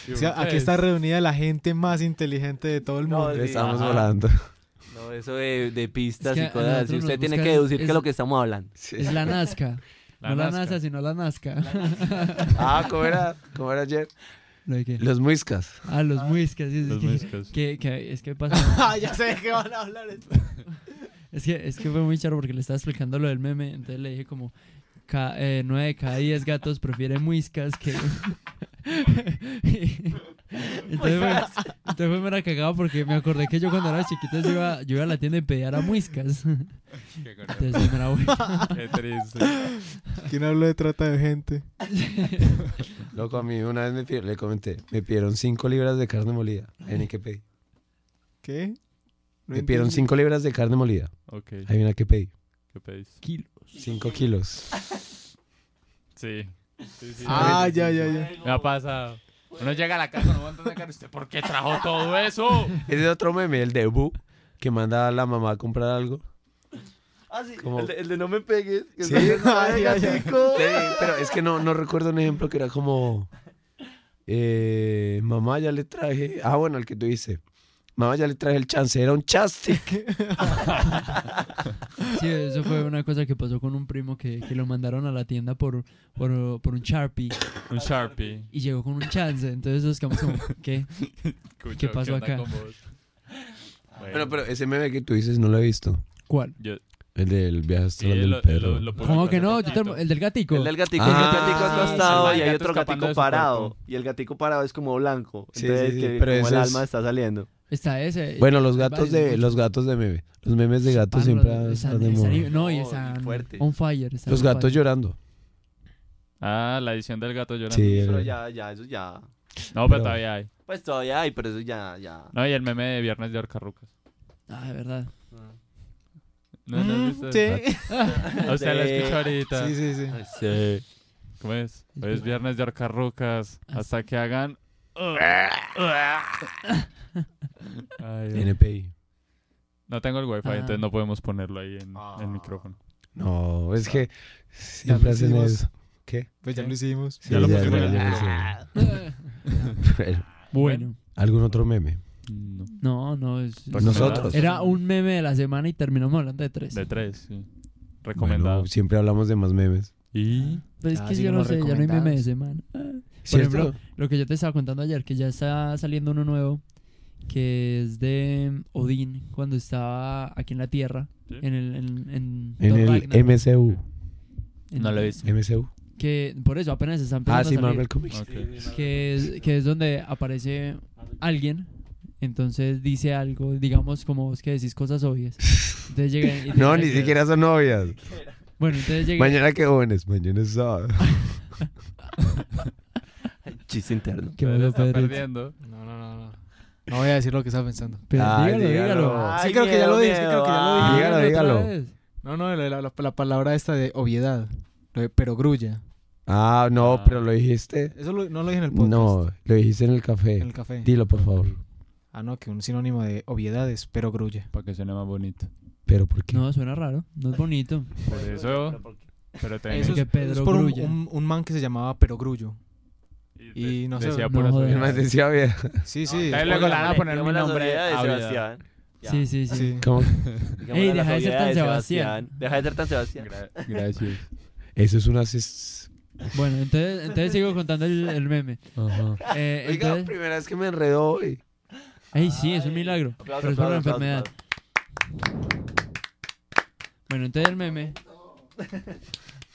Speaker 4: Pues,
Speaker 2: O sea, aquí está reunida la gente más inteligente de todo el
Speaker 5: Pues. No,
Speaker 2: mundo.
Speaker 5: Sí,
Speaker 1: Estamos
Speaker 5: ajá.
Speaker 1: volando.
Speaker 5: No, eso de, de pistas
Speaker 3: Es que
Speaker 5: y
Speaker 3: a
Speaker 5: cosas así.
Speaker 3: nosotros
Speaker 5: Usted
Speaker 3: nos
Speaker 5: tiene
Speaker 3: buscan
Speaker 5: que deducir qué
Speaker 3: es-
Speaker 5: es lo que estamos hablando.
Speaker 1: [LAUGHS] Sí.
Speaker 3: Es la Nazca.
Speaker 4: [LAUGHS] La
Speaker 3: no la
Speaker 4: Nazca.
Speaker 3: NASA, sino la Nazca.
Speaker 1: Ah, ¿cómo era? ¿Cómo era ayer?
Speaker 3: [LAUGHS] ¿Lo de qué?
Speaker 1: Los muiscas.
Speaker 3: Ah, los muiscas. sí, sí,
Speaker 4: Los
Speaker 3: es que-
Speaker 4: muiscas.
Speaker 3: que- que- es que pasa.
Speaker 2: [LAUGHS] Ah, ya sé de qué van a
Speaker 5: [LAUGHS]
Speaker 2: hablar.
Speaker 3: es, que, es que fue muy charo porque le estaba explicando lo del meme. Entonces le dije como: ca- eh, nueve de cada diez gatos prefieren muiscas que. [LAUGHS] Entonces fue, entonces fue mera cagada porque me acordé que yo cuando era chiquito yo iba, yo iba a la tienda y pedía era muiscas. [LAUGHS] Entonces fue mera buena.
Speaker 4: Qué triste.
Speaker 2: ¿Quién habló de trata de gente?
Speaker 1: Loco, a mí una vez me pidieron, le comenté, me pidieron 5 libras de carne molida. Ahí ni que pedí.
Speaker 2: ¿Qué? No
Speaker 1: Me pidieron
Speaker 2: entiendo.
Speaker 1: 5 libras de carne molida.
Speaker 4: Ok,
Speaker 1: Hay una que pedí.
Speaker 4: ¿qué pedís?
Speaker 3: Kilo.
Speaker 1: 5 [LAUGHS] kilos.
Speaker 4: Sí. sí, sí.
Speaker 2: Ah, ya, ya, ya.
Speaker 4: Me ha pasado. Uno llega a la casa con un montón de carne. ¿Usted por qué trajo todo eso?
Speaker 1: Ese es otro meme, el de Bu, que manda a la mamá a comprar algo.
Speaker 5: Ah, sí.
Speaker 1: Como-
Speaker 5: El, de, el de no me pegues. Que
Speaker 1: Sí.
Speaker 5: está haciendo la
Speaker 2: Ay,
Speaker 5: de
Speaker 2: ay, ay.
Speaker 5: gatico.
Speaker 1: Sí, pero es que no, no recuerdo un ejemplo que era como. eh, mamá, ya le traje. Ah, bueno, el que tú dices. Mamá, ya le traje el chance. Era un chastic.
Speaker 3: [LAUGHS] Sí, eso fue una cosa que pasó con un primo que, que lo mandaron a la tienda por, por, por un Sharpie
Speaker 4: Un Sharpie.
Speaker 3: y llegó con un chance. Entonces nos quedamos como, ¿qué?
Speaker 4: Cucho,
Speaker 3: [LAUGHS] ¿Qué pasó
Speaker 4: onda
Speaker 3: acá?
Speaker 4: con vos? Bueno,
Speaker 1: Bueno, pero ese meme que tú dices no lo he visto.
Speaker 3: ¿Cuál?
Speaker 4: yo-
Speaker 1: El del viaje astral
Speaker 4: Sí,
Speaker 1: del
Speaker 4: lo-
Speaker 1: perro.
Speaker 4: lo- lo puso
Speaker 3: ¿Cómo
Speaker 4: en
Speaker 3: que no? Yo
Speaker 4: gatito.
Speaker 3: te- el del gatico.
Speaker 5: El del gatico,
Speaker 1: Ah,
Speaker 5: el gatico
Speaker 1: sí,
Speaker 5: acostado
Speaker 4: sí,
Speaker 5: y
Speaker 4: el
Speaker 5: hay
Speaker 4: gato
Speaker 5: otro
Speaker 4: escapando de
Speaker 5: gatico
Speaker 4: su
Speaker 5: parado.
Speaker 4: cuerpo.
Speaker 5: Y el gatico parado es como blanco.
Speaker 1: Sí,
Speaker 5: Entonces,
Speaker 1: sí, sí,
Speaker 5: que
Speaker 1: pero
Speaker 5: como el
Speaker 1: ese es-
Speaker 5: alma está saliendo.
Speaker 3: Está ese. eh,
Speaker 1: Bueno, los
Speaker 3: hay
Speaker 1: gatos
Speaker 3: varios,
Speaker 1: de
Speaker 3: muchos.
Speaker 1: los gatos de meme. Los memes de gatos
Speaker 3: Pan,
Speaker 1: siempre
Speaker 3: los-
Speaker 1: han-
Speaker 3: están-
Speaker 1: están de
Speaker 3: están-
Speaker 1: moda.
Speaker 3: No, y
Speaker 5: Oh,
Speaker 3: están
Speaker 5: fuerte.
Speaker 3: on fire. están
Speaker 1: Los
Speaker 3: on
Speaker 1: gatos
Speaker 3: fire.
Speaker 1: llorando.
Speaker 4: Ah, la edición del gato llorando.
Speaker 1: Sí,
Speaker 5: Pero
Speaker 1: el-
Speaker 5: ya, ya, eso ya.
Speaker 4: No, pero,
Speaker 1: Pero-
Speaker 4: todavía hay.
Speaker 5: Pues todavía hay, pero eso ya, ya. [LAUGHS]
Speaker 4: No, y el meme de Viernes de Orcarrucas.
Speaker 3: Ah,
Speaker 4: [LAUGHS]
Speaker 3: de verdad.
Speaker 4: ¿No, no has visto? O sea, la
Speaker 5: Sí.
Speaker 4: escucho ahorita.
Speaker 2: Mm, Sí, sí, sí.
Speaker 5: Sí.
Speaker 4: ¿Cómo es? Hoy es Viernes de Orcarrucas.
Speaker 3: Ah,
Speaker 4: Hasta que
Speaker 3: [LAUGHS]
Speaker 4: hagan... Ay, Dios.
Speaker 1: NPI.
Speaker 4: no tengo el wifi,
Speaker 3: Ah.
Speaker 4: entonces no podemos ponerlo ahí en
Speaker 2: Ah.
Speaker 4: el micrófono.
Speaker 1: No, es que
Speaker 2: Ya lo
Speaker 1: siempre hacen
Speaker 2: hicimos.
Speaker 1: eso. ¿Qué?
Speaker 2: Pues ya lo hicimos.
Speaker 1: Sí,
Speaker 4: lo
Speaker 1: ya,
Speaker 4: pusimos Ah.
Speaker 1: ya,
Speaker 4: en el
Speaker 1: ya lo hicimos. Bueno,
Speaker 3: bueno,
Speaker 1: [LAUGHS] ¿Algún otro meme?
Speaker 4: No.
Speaker 3: no, no. es-
Speaker 1: Pues Nosotros.
Speaker 3: Era un meme de la semana y terminamos hablando de tres.
Speaker 4: De tres, sí. Recomendado.
Speaker 1: Bueno, siempre hablamos de más memes.
Speaker 4: Y...
Speaker 3: Pues es
Speaker 2: Ah,
Speaker 3: que
Speaker 2: sí,
Speaker 3: yo no
Speaker 2: los
Speaker 3: sé, ya no hay meme de
Speaker 2: recomendados.
Speaker 3: semana. Ah.
Speaker 1: ¿Cierto?
Speaker 3: ejemplo, Lo que yo te estaba contando ayer, que ya está saliendo uno nuevo, que es de Odín, cuando estaba aquí en la Tierra,
Speaker 4: ¿Sí?
Speaker 3: en el... En, en
Speaker 1: en
Speaker 3: Thor
Speaker 1: el
Speaker 3: Ragnarok,
Speaker 1: MCU.
Speaker 3: en-
Speaker 4: No lo he visto.
Speaker 1: MCU.
Speaker 3: Que por eso apenas está empezando
Speaker 1: Ah, sí,
Speaker 3: a salir,
Speaker 1: Marvel Comics.
Speaker 4: Ok.
Speaker 3: que es, que es donde aparece alguien, entonces dice algo, digamos como vos que decís cosas obvias. Entonces llega
Speaker 1: [LAUGHS]
Speaker 3: y te
Speaker 1: No,
Speaker 3: dice-
Speaker 1: ni siquiera son novias.
Speaker 3: Bueno, entonces llega...
Speaker 1: Mañana qué jóvenes, mañana es
Speaker 3: [LAUGHS]
Speaker 1: sábado.
Speaker 5: Chiste interno.
Speaker 3: ¿Qué
Speaker 4: Pedro
Speaker 3: pasó,
Speaker 4: está
Speaker 3: Pedrito?
Speaker 4: perdiendo.
Speaker 2: No, no, no, no. No voy a decir lo que estaba pensando.
Speaker 3: Pero
Speaker 1: Ay,
Speaker 3: dígalo,
Speaker 1: Ah, dígalo.
Speaker 3: dígalo.
Speaker 5: Ay,
Speaker 2: Sí, creo que ya lo
Speaker 5: miedo,
Speaker 2: dije, sí, creo que ya lo
Speaker 5: miedo.
Speaker 2: dije.
Speaker 1: Dígalo,
Speaker 3: otra
Speaker 1: dígalo.
Speaker 3: vez.
Speaker 2: No, no, la, la- la palabra esta de obviedad. Lo de pero grulla.
Speaker 1: Ah, no,
Speaker 4: Ah.
Speaker 1: pero lo dijiste.
Speaker 2: Eso lo- no lo dije en el podcast.
Speaker 1: No, eh, lo dijiste en el
Speaker 2: En
Speaker 1: café.
Speaker 2: el café.
Speaker 1: Dilo, por favor.
Speaker 2: Ah, no, que un sinónimo de obviedad es pero grulla.
Speaker 4: Para que suene más bonito.
Speaker 1: Pero ¿por qué?
Speaker 3: No, suena raro, no es bonito.
Speaker 4: Por eso... Pero también...
Speaker 2: Eso
Speaker 3: que
Speaker 2: es,
Speaker 3: Pedro
Speaker 2: es por un,
Speaker 3: Grulla.
Speaker 2: un- un man que se llamaba Pero Grullo. Y no sé,
Speaker 4: Decía
Speaker 3: no
Speaker 4: puras
Speaker 3: jodas.
Speaker 1: El más
Speaker 4: obviedades.
Speaker 1: decía bien.
Speaker 2: Sí, [LAUGHS] sí.
Speaker 4: Ahí luego le van a poner mi nombre
Speaker 5: de
Speaker 4: a vida.
Speaker 5: Sebastián. Ya.
Speaker 3: Sí, sí, sí.
Speaker 2: Sí.
Speaker 1: ¿Cómo?
Speaker 5: Digamos
Speaker 3: Ey, deja de ser
Speaker 5: las
Speaker 3: tan
Speaker 5: obviedades
Speaker 3: Sebastián.
Speaker 5: Deja de ser tan Sebastián.
Speaker 4: Gra- [LAUGHS] Gracias.
Speaker 1: Eso es una... sis-
Speaker 3: Bueno, entonces, entonces sigo contando el, el meme. Eh,
Speaker 1: Oiga,
Speaker 3: entonces,
Speaker 1: primera vez que me enredó hoy.
Speaker 3: ay, sí, es un
Speaker 5: Ay.
Speaker 3: milagro.
Speaker 5: Aplausos,
Speaker 3: Pero es por la
Speaker 5: aplausos,
Speaker 3: enfermedad.
Speaker 5: aplausos.
Speaker 3: Bueno, entonces el meme. [LAUGHS]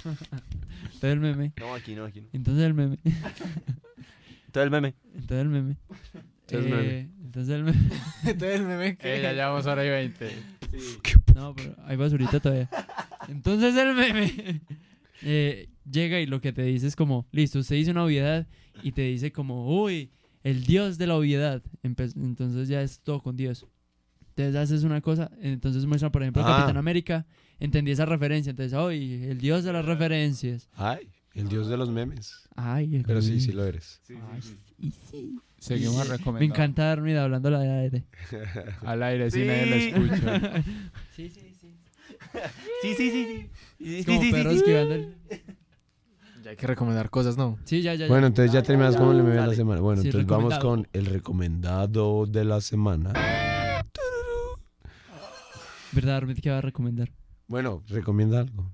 Speaker 3: Entonces el meme.
Speaker 5: No, aquí no, aquí no.
Speaker 3: Entonces el meme.
Speaker 5: Todo el meme.
Speaker 3: Entonces el meme.
Speaker 5: Entonces el meme.
Speaker 3: Eh, Entonces el meme. [LAUGHS]
Speaker 2: Entonces el meme que-
Speaker 4: Eh, ya llevamos hora y veinte.
Speaker 3: No, pero hay basurita todavía. Entonces el meme [LAUGHS] eh, llega y lo que te dice es como, listo, usted dice una obviedad y te dice como, uy, el dios de la obviedad. Empe- entonces ya es todo con Dios. Entonces haces una cosa, entonces muestra, por ejemplo,
Speaker 1: Ah.
Speaker 3: Capitán América, entendí esa referencia, entonces, uy, el dios de las referencias.
Speaker 1: Ay, el dios de los memes.
Speaker 3: Ay, el
Speaker 1: Pero sí,
Speaker 3: meme.
Speaker 1: sí lo eres.
Speaker 3: Ay, y sí.
Speaker 4: Seguimos recomendando.
Speaker 3: Me encanta dormir hablando la de aire.
Speaker 4: Al aire, si
Speaker 5: Sí.
Speaker 4: nadie lo [LAUGHS] escucha.
Speaker 3: [LAUGHS] Sí, sí, sí.
Speaker 5: Sí, sí, sí, sí. Sí,
Speaker 3: Es como perro esquivando el-
Speaker 2: Ya hay que recomendar cosas, ¿no?
Speaker 3: Sí, ya, ya, ya.
Speaker 1: Bueno, entonces ya terminamos con el meme de la
Speaker 5: Dale.
Speaker 1: semana. Bueno,
Speaker 3: Sí,
Speaker 1: entonces vamos
Speaker 3: recomendado.
Speaker 1: con el recomendado de la semana. Tururú.
Speaker 3: ¿Verdad, Armin, qué va a recomendar?
Speaker 1: Bueno, recomienda algo.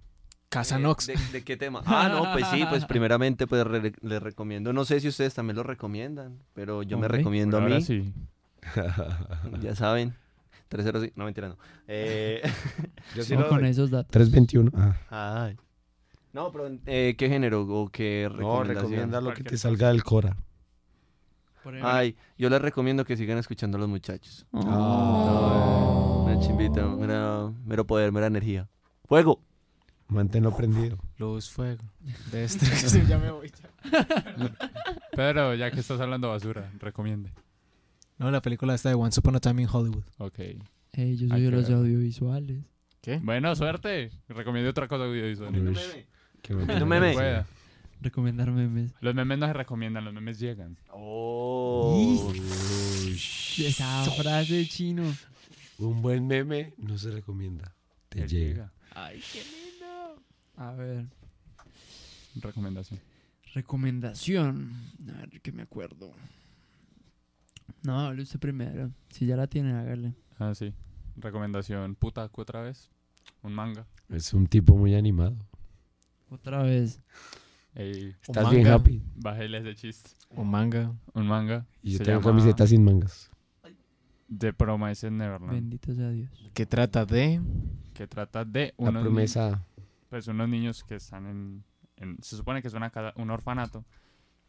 Speaker 2: Casa
Speaker 5: Eh,
Speaker 2: Nox.
Speaker 5: ¿De, de qué tema? Ah, no, pues sí,
Speaker 3: [LAUGHS]
Speaker 5: pues primeramente pues re- les recomiendo, no sé si ustedes también lo recomiendan, pero yo me
Speaker 3: Ok.
Speaker 5: recomiendo
Speaker 4: Ahora
Speaker 5: a mí,
Speaker 4: sí.
Speaker 5: ya saben, 305, no mentira, no. Eh, [LAUGHS]
Speaker 1: Yo
Speaker 3: No, con esos datos.
Speaker 1: 321. Ah.
Speaker 5: ay. No, pero eh, ¿qué género o qué
Speaker 1: No,
Speaker 5: recomendación?
Speaker 1: recomienda lo que
Speaker 4: Cualquier
Speaker 1: te salga del Cora.
Speaker 3: Por ejemplo.
Speaker 5: Ay, yo les recomiendo que sigan escuchando a los muchachos.
Speaker 1: Ah.
Speaker 5: Una chimbita, mera, mero poder, mera energía. ¡Fuego!
Speaker 1: Manténlo prendido.
Speaker 2: Luz, fuego. este, [LAUGHS] Destrucción. ya me voy. ya.
Speaker 4: Pedro, ya que estás hablando basura, recomiende.
Speaker 2: No, la película está de Once Upon a Time in Hollywood.
Speaker 4: Ok.
Speaker 3: Ey, yo
Speaker 4: Hay
Speaker 3: soy de
Speaker 4: que
Speaker 3: los
Speaker 4: ver.
Speaker 3: audiovisuales.
Speaker 4: Bueno, suerte. Recomiendo otra cosa audiovisual.
Speaker 1: Uy, qué bueno.
Speaker 5: Un meme.
Speaker 4: Pueda.
Speaker 3: Recomendar memes.
Speaker 4: Los memes no se recomiendan, los memes llegan.
Speaker 5: ¡Oh!
Speaker 3: Esa frase chino.
Speaker 1: Un buen meme no se recomienda. Te
Speaker 4: Él
Speaker 1: llega.
Speaker 3: Ay, qué lindo. A ver,
Speaker 4: llega. Recomendación.
Speaker 3: recomendación. A ver, que me acuerdo. No, hable usted primero. Si ya la tiene, hágale.
Speaker 4: Ah, sí. Recomendación. Putaku otra vez. Un manga.
Speaker 1: Es un tipo muy animado.
Speaker 3: Otra vez.
Speaker 4: Ey,
Speaker 2: Un
Speaker 1: Estás bien
Speaker 2: manga.
Speaker 1: happy.
Speaker 4: bájele ese chiste.
Speaker 2: Un manga.
Speaker 4: Un manga.
Speaker 1: Y yo
Speaker 4: Se
Speaker 1: tengo
Speaker 4: llama-
Speaker 1: camisetas sin mangas.
Speaker 4: de Promises
Speaker 1: Ah.
Speaker 4: Neverland,
Speaker 3: Bendito sea Dios.
Speaker 2: Que trata de...
Speaker 4: que trata de
Speaker 1: La
Speaker 4: unos, ni-
Speaker 1: promesa.
Speaker 4: pues, unos niños que están en, en- Se supone que es una casa- un orfanato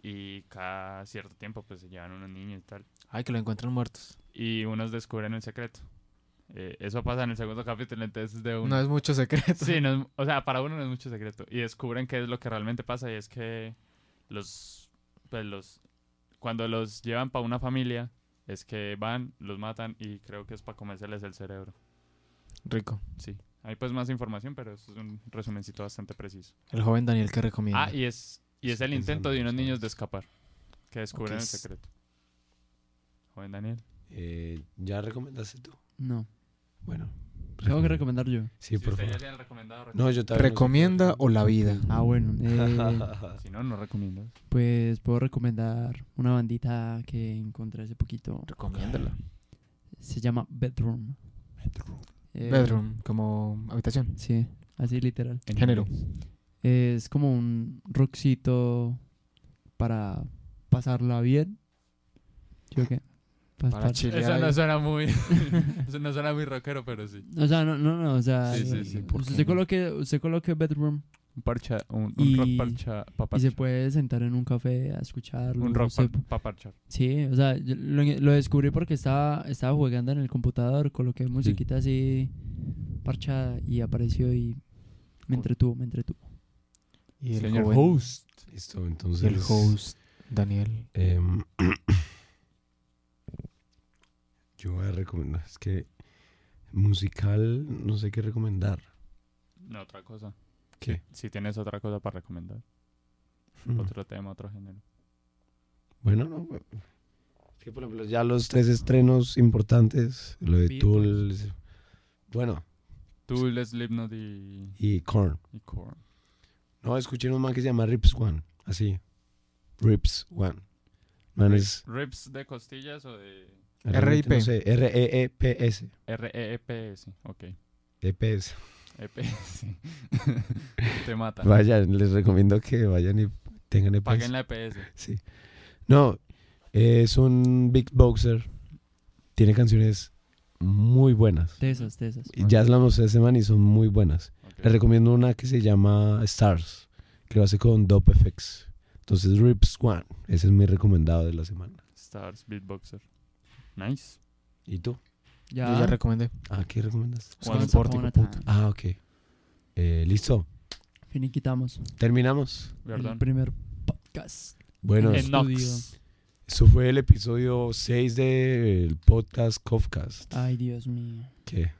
Speaker 4: y cada cierto tiempo pues se llevan unos niños y tal.
Speaker 2: Ay, que lo encuentran muertos.
Speaker 4: Y unos descubren el secreto. Eh, eso pasa en el segundo capítulo, entonces de uno...
Speaker 2: No es mucho
Speaker 4: [LAUGHS]
Speaker 2: secreto.
Speaker 4: Sí, no es- o sea, para uno no es mucho secreto. Y descubren qué es lo que realmente pasa y es que los, pues los, cuando los llevan para una familia, es que van, los matan y creo que es para comérseles el cerebro.
Speaker 2: [LAUGHS] Rico.
Speaker 4: Sí. Hay pues más información, pero eso es un resumencito bastante preciso.
Speaker 2: El joven Daniel que recomienda.
Speaker 4: Ah, y es, y es el
Speaker 1: Estoy
Speaker 4: intento de
Speaker 1: pensando,
Speaker 4: unos
Speaker 1: estoy
Speaker 4: niños de escapar, que descubren el
Speaker 2: Ok, s-
Speaker 4: secreto. Joven Daniel.
Speaker 1: Eh, ¿Ya recomendaste tú?
Speaker 3: No.
Speaker 1: Bueno.
Speaker 3: Tengo que recomendar yo.
Speaker 1: Sí,
Speaker 4: Si
Speaker 1: por
Speaker 4: usted ya
Speaker 1: favor.
Speaker 4: tiene el recomendado,
Speaker 1: No, yo también.
Speaker 2: ¿Recomienda o la vida?
Speaker 1: [LAUGHS]
Speaker 3: Ah, bueno. eh,
Speaker 4: Si no, no recomiendo.
Speaker 3: pues puedo recomendar una bandita que encontré hace poquito.
Speaker 2: Recomiéndala.
Speaker 3: Se llama Bedroom. Eh,
Speaker 2: Bedroom, como habitación.
Speaker 3: Sí, así literal.
Speaker 4: En
Speaker 2: Género.
Speaker 4: inglés.
Speaker 3: Es como un rockcito para pasarla bien. ¿Yo qué? Pa-
Speaker 2: Para
Speaker 3: pa-
Speaker 2: chilear
Speaker 4: Eso no
Speaker 2: ahí.
Speaker 4: suena muy. [LAUGHS] eso no suena muy rockero, pero sí.
Speaker 3: O sea, no, no, no, o sea,
Speaker 4: Sí, sí, sí,
Speaker 3: eh,
Speaker 4: ¿por qué
Speaker 3: usted,
Speaker 4: no?
Speaker 3: coloque, usted coloque bedroom
Speaker 4: Un parcha, un, un
Speaker 3: Y-
Speaker 4: rock parcha pa'
Speaker 3: y se
Speaker 4: parchar.
Speaker 3: puede sentar en un café a escucharlo.
Speaker 4: Un rock
Speaker 3: se-
Speaker 4: pa- pa' parchar.
Speaker 3: sí, o sea, yo lo, lo descubrí porque estaba, estaba jugando en el computador, coloqué musiquita así parchada y apareció y me entretuvo, me entretuvo.
Speaker 2: Y el
Speaker 4: Señor
Speaker 2: joven,
Speaker 4: host.
Speaker 1: Listo,
Speaker 2: y
Speaker 1: entonces.
Speaker 2: el host, Daniel.
Speaker 1: em, [CLEARS THROAT] yo voy a recomendar. Es que musical, no sé qué recomendar.
Speaker 4: No, otra cosa.
Speaker 1: ¿Qué?
Speaker 4: Si tienes otra cosa para recomendar.
Speaker 1: Mm.
Speaker 4: Otro tema, otro género.
Speaker 1: Bueno, no. pues, Es que, por ejemplo, ya los tres estrenos importantes, lo de Tool, bueno,
Speaker 4: Tú, Leslie Slipknot y,
Speaker 1: y Korn.
Speaker 4: y Korn.
Speaker 1: No, escuché un man que se llama Rips One, así. Rips One. Man es
Speaker 4: ¿Rips de costillas o de
Speaker 1: realmente
Speaker 2: R.I.P..
Speaker 1: No sé, R-E-E-P-S.
Speaker 4: E, R-E-E-P-S? Ok.
Speaker 1: EPS. [LAUGHS]
Speaker 4: EPS. E, Te mata.
Speaker 1: Vayan, les recomiendo que vayan y tengan EPS.
Speaker 4: Paguen la E EPS.
Speaker 1: Sí. No, es un big boxer. Tiene canciones muy buenas.
Speaker 3: De esas, de esas.
Speaker 1: Y Ya las mostré ese man y son muy buenas.
Speaker 4: Ok.
Speaker 1: Les recomiendo una que se llama Stars, que lo hace con Dope FX. Entonces, Rip Swan, ese es mi recomendado de la semana.
Speaker 4: Stars, Beatboxer. Nice.
Speaker 1: ¿Y tú?
Speaker 2: Yo ya
Speaker 3: Ya,
Speaker 2: recomendé.
Speaker 1: Ah, ¿qué recomendas?
Speaker 3: Juan
Speaker 4: Juan
Speaker 2: Pórtico,
Speaker 3: Zaponatán.
Speaker 1: Ah, ok. Eh, Listo,
Speaker 3: Finiquitamos
Speaker 1: terminamos.
Speaker 3: el
Speaker 4: Perdón.
Speaker 3: primer podcast.
Speaker 1: Bueno,
Speaker 4: En Nox.
Speaker 3: estudio.
Speaker 1: eso fue el episodio 6 del podcast
Speaker 4: Ah.
Speaker 1: Kofcast.
Speaker 3: Ay, Dios mío.
Speaker 1: ¿Qué?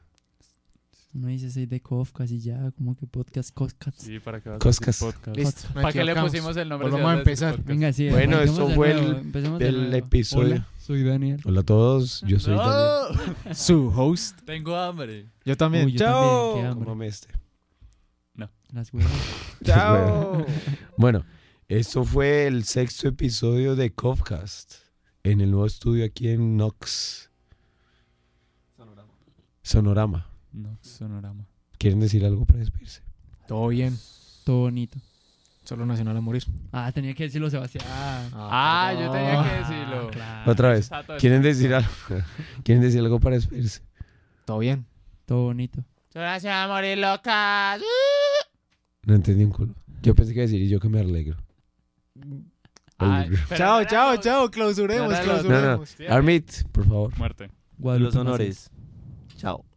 Speaker 3: No dice seis de Kofkas y ya, como que podcast, Kofkas.
Speaker 4: Sí, para que vas a decir
Speaker 1: Coscas.
Speaker 4: podcast.
Speaker 3: Listo,
Speaker 2: nos
Speaker 4: ¿Para qué le
Speaker 2: equivocamos.
Speaker 4: pusimos el nombre?
Speaker 2: Volvamos a
Speaker 4: si vas decir
Speaker 2: empezar.
Speaker 4: podcast?
Speaker 3: Venga, sí.
Speaker 1: Bueno,
Speaker 3: arranquemos
Speaker 1: eso
Speaker 3: de
Speaker 1: fue
Speaker 3: nuevo,
Speaker 1: el-
Speaker 3: empecemos de
Speaker 1: Del
Speaker 3: nuevo.
Speaker 1: episodio. Hola.
Speaker 3: soy Daniel.
Speaker 1: a todos, yo soy Daniel.
Speaker 2: Su host.
Speaker 4: Tengo hambre.
Speaker 2: Yo también.
Speaker 3: Uy, yo también, qué hambre.
Speaker 1: Cómame este.
Speaker 3: Las huevas.
Speaker 1: Chao. [LAUGHS] Bueno, eso fue el sexto episodio de Kofcast en el nuevo estudio aquí en Nox. Sonorama.
Speaker 4: No, sonorama.
Speaker 1: ¿Quieren decir algo para despedirse?
Speaker 2: Todo bien.
Speaker 3: Todo bonito.
Speaker 2: Solo Nacional a morir.
Speaker 3: Ah, tenía que decirlo, Sebastián. Ah,
Speaker 4: Ah, yo tenía que decirlo.
Speaker 3: claro.
Speaker 1: Otra vez.
Speaker 4: Ah, Está todo
Speaker 1: Pues, ¿Quieren decir algo? [LAUGHS] ¿Quieren decir algo para despedirse?
Speaker 2: Todo bien.
Speaker 3: Todo bonito.
Speaker 6: Ahora se va a morir loca.
Speaker 1: No entendí un culo. Yo pensé que iba a decir y yo que me alegro.
Speaker 4: Ay,
Speaker 1: Alegro.
Speaker 4: pero
Speaker 2: Chao,
Speaker 4: no
Speaker 2: chao,
Speaker 4: era-
Speaker 2: chao. Clausuremos,
Speaker 4: no era-
Speaker 2: clausuremos.
Speaker 1: Armit, por favor.
Speaker 4: Muerte.
Speaker 3: Guadalupe
Speaker 5: Los
Speaker 3: Macías.
Speaker 5: honores. Chao.